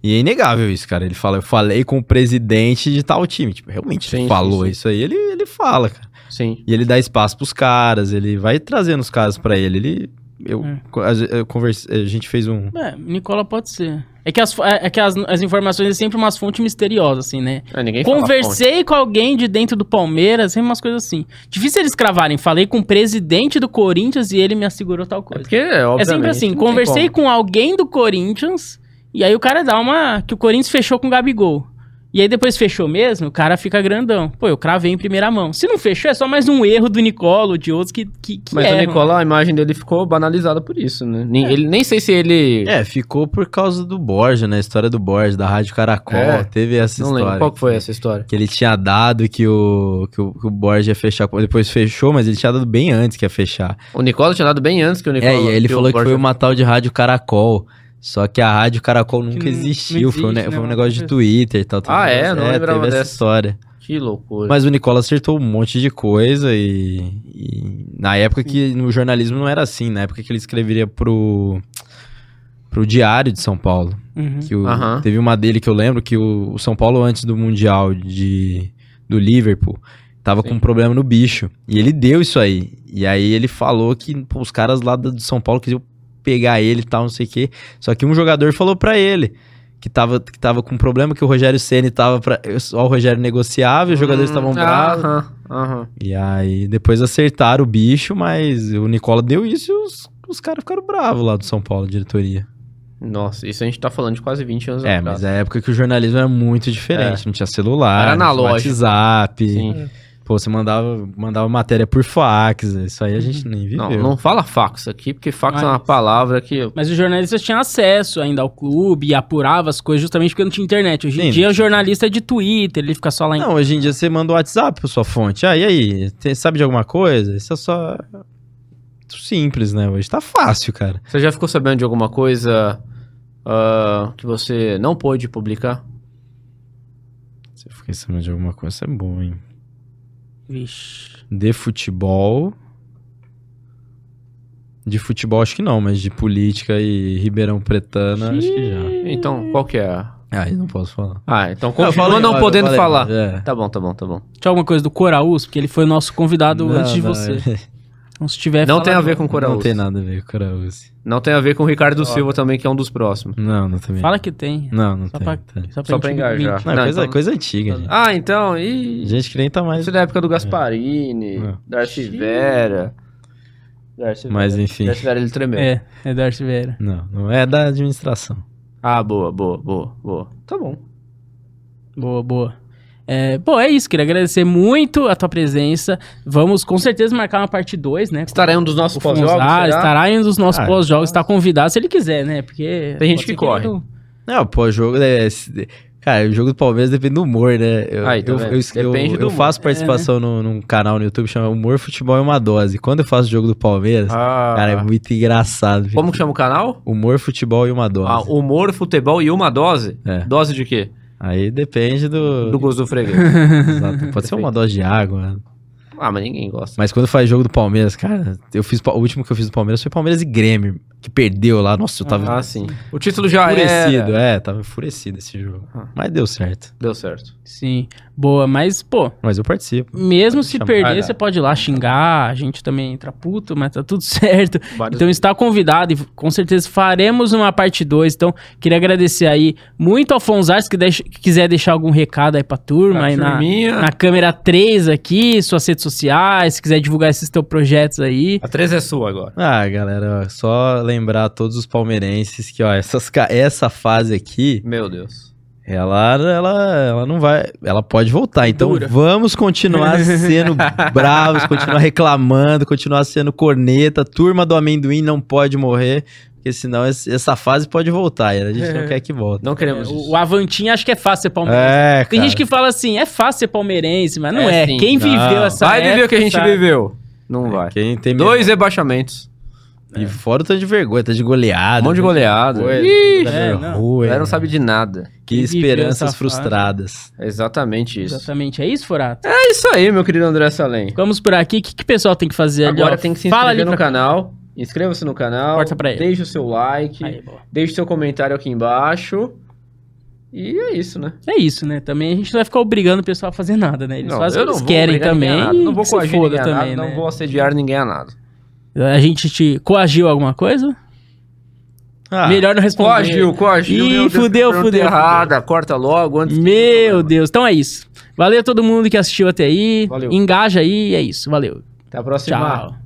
[SPEAKER 3] e é inegável isso, cara. Ele fala, eu falei com o presidente de tal time. Tipo, realmente ele
[SPEAKER 2] Sim,
[SPEAKER 3] falou
[SPEAKER 2] sim, sim.
[SPEAKER 3] isso aí, ele, ele fala, cara.
[SPEAKER 2] Sim.
[SPEAKER 3] E ele dá espaço pros caras, ele vai trazendo os caras pra ele. Ele. Eu,
[SPEAKER 1] É.
[SPEAKER 3] co- a, eu converse- a gente fez um.
[SPEAKER 1] É, Nicola pode ser. É que as, fo- é é que as, as informações é sempre umas fontes misteriosas, assim, né?
[SPEAKER 2] É, ninguém fala
[SPEAKER 1] Conversei com alguém de dentro do Palmeiras, sempre umas coisas assim. Difícil eles cravarem. Falei com o presidente do Corinthians e ele me assegurou tal
[SPEAKER 2] fonte. É
[SPEAKER 1] coisa.
[SPEAKER 2] porque, obviamente...
[SPEAKER 1] É sempre assim,
[SPEAKER 2] não tem
[SPEAKER 1] conversei
[SPEAKER 2] como.
[SPEAKER 1] com alguém do Corinthians, e aí o cara dá uma. Que o Corinthians fechou com o Gabigol. E aí depois fechou mesmo, o cara fica grandão. Pô, eu cravei em primeira mão. Se não fechou, é só mais um erro do Nicolo, de outros que. que, que
[SPEAKER 2] Mas o
[SPEAKER 1] erram.
[SPEAKER 2] Nicola, a imagem dele ficou banalizada por isso, né?
[SPEAKER 1] É.
[SPEAKER 2] Nem, ele, nem sei se ele...
[SPEAKER 3] É, ficou por causa do Borja, né? A história do Borja, da Rádio Caracol.
[SPEAKER 2] É,
[SPEAKER 3] teve essa
[SPEAKER 2] não
[SPEAKER 3] história.
[SPEAKER 2] lembro qual que foi essa história.
[SPEAKER 3] Que ele tinha dado que o, que o, que o Borja ia fechar. Depois fechou, mas ele tinha dado bem antes que ia fechar.
[SPEAKER 2] O Nicola tinha dado bem antes que o Nicola...
[SPEAKER 3] é, e aí ele
[SPEAKER 2] o
[SPEAKER 3] falou que
[SPEAKER 2] Borja-
[SPEAKER 3] foi uma tal de Rádio Caracol. Só que a Rádio Caracol nunca
[SPEAKER 1] não- não
[SPEAKER 3] existiu. foi, um, ne-
[SPEAKER 1] existe, né?
[SPEAKER 3] foi um
[SPEAKER 1] Uma
[SPEAKER 3] negócio de
[SPEAKER 1] coisa-
[SPEAKER 3] Twitter e tal. teve
[SPEAKER 2] Ah,
[SPEAKER 3] um
[SPEAKER 2] é?
[SPEAKER 3] negócio-
[SPEAKER 2] Não lembrava
[SPEAKER 3] teve essa
[SPEAKER 2] dessa.
[SPEAKER 3] história.
[SPEAKER 2] Que loucura.
[SPEAKER 3] Mas o Nicola acertou um monte de coisa e, e na época que no jornalismo não era assim, na época que ele escreveria pro pro Diário de São Paulo,
[SPEAKER 1] Uhum.
[SPEAKER 3] que o-
[SPEAKER 2] Aham.
[SPEAKER 3] teve uma dele que eu lembro que o, o São Paulo antes do mundial de do Liverpool tava
[SPEAKER 2] Sim.
[SPEAKER 3] com um problema no bicho e ele deu isso aí e aí ele falou que pô, os caras lá do do São Paulo queriam pegar ele e tal não sei o quê. só que um jogador falou pra ele que tava, que tava com um problema que o Rogério Ceni tava para só o Rogério negociava
[SPEAKER 2] Hum,
[SPEAKER 3] e os jogadores estavam
[SPEAKER 2] tá.
[SPEAKER 3] bravos.
[SPEAKER 2] Uhum. Aham, aham.
[SPEAKER 3] E aí depois acertaram o bicho, mas o Nicola deu isso e os, os caras ficaram bravos lá do São Paulo, diretoria.
[SPEAKER 2] Nossa, isso a gente tá falando de quase 20 anos
[SPEAKER 3] É,
[SPEAKER 2] atrás.
[SPEAKER 3] mas é a época que o jornalismo era muito diferente, não tinha celular,
[SPEAKER 2] É. Era
[SPEAKER 3] não tinha
[SPEAKER 2] analógico.
[SPEAKER 3] WhatsApp.
[SPEAKER 2] Sim.
[SPEAKER 3] Pô, você mandava, mandava matéria por fax, isso aí a gente nem viveu.
[SPEAKER 2] Uhum. Não, não fala fax aqui, porque fax é uma
[SPEAKER 1] Mas-
[SPEAKER 2] palavra que...
[SPEAKER 1] Mas os jornalistas tinham acesso ainda ao clube e apurava as coisas justamente porque não tinha internet. Hoje em
[SPEAKER 3] Sim,
[SPEAKER 1] dia
[SPEAKER 3] não
[SPEAKER 1] o jornalista é de Twitter, ele fica só lá em.
[SPEAKER 3] Não, hoje em dia você manda o WhatsApp pra sua fonte. Ah, e aí? Tem- sabe de alguma coisa? Isso é só. Simples, né? Hoje tá fácil, cara.
[SPEAKER 2] Você já ficou sabendo de alguma coisa ah, que você não pôde publicar?
[SPEAKER 3] Você fica sabendo de alguma coisa, isso é bom, hein?
[SPEAKER 1] Vixe.
[SPEAKER 3] De futebol. De futebol, acho que não, mas de política e Ribeirão Pretana, acho que já.
[SPEAKER 2] Então, qual que é? a-
[SPEAKER 3] Ah, eu não posso falar.
[SPEAKER 2] Ah, então
[SPEAKER 3] Eu
[SPEAKER 2] continua
[SPEAKER 3] falei,
[SPEAKER 2] não
[SPEAKER 3] eu
[SPEAKER 2] podendo
[SPEAKER 3] falei,
[SPEAKER 2] falar.
[SPEAKER 3] É.
[SPEAKER 2] Tá bom, tá bom, tá bom.
[SPEAKER 1] Tinha alguma coisa do Coraús, porque ele foi o nosso convidado
[SPEAKER 3] Não,
[SPEAKER 1] antes de
[SPEAKER 3] não, é.
[SPEAKER 1] você. Então, se tiver.
[SPEAKER 2] não
[SPEAKER 1] fala
[SPEAKER 2] tem a
[SPEAKER 1] agora.
[SPEAKER 2] ver com Coraúz.
[SPEAKER 3] Não tem nada a ver com Caraúzi.
[SPEAKER 2] Não tem a ver com o Ricardo Silva também, que é um dos próximos.
[SPEAKER 3] Não, não também.
[SPEAKER 1] Fala que tem.
[SPEAKER 3] Não, não
[SPEAKER 1] Só
[SPEAKER 3] tem.
[SPEAKER 1] pra-
[SPEAKER 3] tem.
[SPEAKER 2] Só pra
[SPEAKER 1] gente
[SPEAKER 2] engajar.
[SPEAKER 1] mentir.
[SPEAKER 3] Não,
[SPEAKER 2] Não,
[SPEAKER 3] coisa, é
[SPEAKER 2] então-
[SPEAKER 3] coisa antiga, gente.
[SPEAKER 2] Ah, então, e...
[SPEAKER 3] Gente que nem tá mais.
[SPEAKER 2] Isso é da época do Gasparini,
[SPEAKER 3] É.
[SPEAKER 2] Darcy Vera... Darcy
[SPEAKER 3] Mas
[SPEAKER 2] Vera.
[SPEAKER 3] enfim.
[SPEAKER 2] Darcy Vera, ele tremeu.
[SPEAKER 1] É, é Darth Vera.
[SPEAKER 3] Não, não é da administração.
[SPEAKER 2] Ah, boa, boa, boa, boa. Tá bom.
[SPEAKER 1] Boa, boa. É, pô, é isso. Queria agradecer muito a tua presença. Vamos com certeza marcar uma parte 2, né?
[SPEAKER 2] Estará em um dos nossos
[SPEAKER 1] O Fonzar
[SPEAKER 2] pós-jogos, será? é.
[SPEAKER 1] estará em um dos nossos
[SPEAKER 3] Ah,
[SPEAKER 1] pós-jogos, está convidado se ele quiser, né? Porque.
[SPEAKER 2] Tem gente
[SPEAKER 1] pode
[SPEAKER 2] que
[SPEAKER 1] ser
[SPEAKER 2] corre.
[SPEAKER 1] ele não-
[SPEAKER 3] Não, pô, o jogo é. esse- Cara, o jogo do Palmeiras depende do humor, né? Eu,
[SPEAKER 2] Ah, então,
[SPEAKER 3] eu,
[SPEAKER 2] é.
[SPEAKER 3] eu- eu-
[SPEAKER 2] Depende do
[SPEAKER 3] eu
[SPEAKER 2] humor.
[SPEAKER 3] faço participação no, num canal no YouTube chama Humor Futebol é uma Dose. Quando eu faço o jogo do Palmeiras,
[SPEAKER 2] Ah.
[SPEAKER 3] cara, é muito engraçado.
[SPEAKER 2] Como que
[SPEAKER 3] gente.
[SPEAKER 2] chama o canal?
[SPEAKER 3] Humor Futebol e uma Dose.
[SPEAKER 2] Ah, humor, futebol e uma dose?
[SPEAKER 3] É.
[SPEAKER 2] Dose de quê?
[SPEAKER 3] Aí depende do.
[SPEAKER 2] Do gosto do freguês.
[SPEAKER 3] Exato. Pode ser uma dose de água. né?
[SPEAKER 2] ah, mas ninguém gosta.
[SPEAKER 3] Mas quando faz jogo do Palmeiras, cara, eu fiz. pa- O último que eu fiz do Palmeiras foi Palmeiras e Grêmio, que perdeu lá. Nossa, eu tava
[SPEAKER 2] Ah, sim. O título já
[SPEAKER 3] enfurecido.
[SPEAKER 2] era.
[SPEAKER 3] É, tava enfurecido esse jogo.
[SPEAKER 2] Ah.
[SPEAKER 3] Mas deu certo.
[SPEAKER 2] Deu certo.
[SPEAKER 1] Sim. Boa, mas, pô,
[SPEAKER 3] Mas eu participo.
[SPEAKER 1] mesmo se
[SPEAKER 3] chamar.
[SPEAKER 1] perder,
[SPEAKER 2] Ah,
[SPEAKER 1] você pode ir lá xingar. A gente também entra puto, mas tá tudo certo.
[SPEAKER 2] Vários-
[SPEAKER 1] Então está convidado e com certeza faremos uma parte 2. Então, queria agradecer aí muito ao Fonzar, se que deix- que quiser deixar algum recado aí pra turma,
[SPEAKER 2] Pra
[SPEAKER 1] aí na,
[SPEAKER 2] turminha.
[SPEAKER 1] na câmera 3 aqui, suas redes sociais, se quiser divulgar esses teus projetos aí.
[SPEAKER 2] A 3 é sua agora.
[SPEAKER 3] Ah, galera, ó, só lembrar a todos os palmeirenses que, ó, essas, ca- essa fase aqui,
[SPEAKER 2] Meu Deus.
[SPEAKER 3] ela, ela, ela não vai. Ela pode voltar. Então
[SPEAKER 1] Dura.
[SPEAKER 3] vamos continuar sendo bravos, continuar reclamando, continuar sendo corneta. Turma do amendoim não pode morrer, porque senão esse- essa fase pode voltar. E a gente não quer que volte.
[SPEAKER 2] Não
[SPEAKER 1] É,
[SPEAKER 2] queremos
[SPEAKER 1] o,
[SPEAKER 2] isso.
[SPEAKER 1] o Avantinho acho que é fácil ser palmeirense.
[SPEAKER 3] É, cara.
[SPEAKER 1] Tem gente que fala assim, é fácil ser palmeirense, mas não
[SPEAKER 2] É,
[SPEAKER 1] é.
[SPEAKER 2] sim.
[SPEAKER 1] Quem
[SPEAKER 3] Não.
[SPEAKER 1] viveu essa
[SPEAKER 2] Vai viver o que a
[SPEAKER 1] época
[SPEAKER 2] gente
[SPEAKER 1] sabe.
[SPEAKER 2] viveu. Não vai.
[SPEAKER 3] Quem tem medo-
[SPEAKER 2] Dois rebaixamentos.
[SPEAKER 3] E fora o tanto de vergonha, tanto de goleada.
[SPEAKER 2] Um monte de
[SPEAKER 3] né?
[SPEAKER 2] goleada.
[SPEAKER 3] Coisa,
[SPEAKER 2] Ih,
[SPEAKER 1] é,
[SPEAKER 3] vergonha,
[SPEAKER 1] não.
[SPEAKER 2] a galera não sabe de nada.
[SPEAKER 3] Que
[SPEAKER 1] Quem viveu essa
[SPEAKER 3] esperanças
[SPEAKER 1] fase?
[SPEAKER 3] frustradas.
[SPEAKER 2] É exatamente isso.
[SPEAKER 1] Exatamente, é isso, Furato?
[SPEAKER 2] É isso aí, meu querido André Salem.
[SPEAKER 1] Ficamos por aqui. O que, que o pessoal tem que fazer ali?
[SPEAKER 2] Agora
[SPEAKER 1] ó?
[SPEAKER 2] tem que se
[SPEAKER 1] Fala
[SPEAKER 2] inscrever
[SPEAKER 1] ali
[SPEAKER 2] no
[SPEAKER 1] pra...
[SPEAKER 2] canal. Inscreva-se no canal.
[SPEAKER 1] Corta pra ele.
[SPEAKER 2] Deixe o seu like.
[SPEAKER 1] Aí, boa.
[SPEAKER 2] Deixe seu comentário aqui embaixo. E é isso, né?
[SPEAKER 1] É isso, né? Também a gente não vai ficar obrigando o pessoal a fazer nada, né? Eles fazem o
[SPEAKER 2] eu
[SPEAKER 1] que eles
[SPEAKER 2] vou
[SPEAKER 1] querem
[SPEAKER 2] obrigar ninguém a
[SPEAKER 1] também.
[SPEAKER 2] nada, Não
[SPEAKER 1] e
[SPEAKER 2] vou
[SPEAKER 1] que se
[SPEAKER 2] coagir
[SPEAKER 1] foda
[SPEAKER 2] ninguém a nada,
[SPEAKER 1] também,
[SPEAKER 2] não
[SPEAKER 1] né?
[SPEAKER 2] vou assediar ninguém a nada.
[SPEAKER 1] A gente te coagiu alguma coisa?
[SPEAKER 3] Ah,
[SPEAKER 1] Melhor não responder.
[SPEAKER 2] Coagiu, coagiu.
[SPEAKER 1] Ih,
[SPEAKER 2] meu Deus,
[SPEAKER 1] fudeu,
[SPEAKER 2] pergunta
[SPEAKER 1] fudeu,
[SPEAKER 2] errada, corta logo antes. que- né,
[SPEAKER 1] Meu Deus. Então é isso. Valeu todo mundo que assistiu até aí.
[SPEAKER 2] Valeu.
[SPEAKER 1] Engaja aí, é isso. Valeu.
[SPEAKER 2] Até a próxima.
[SPEAKER 1] Tchau.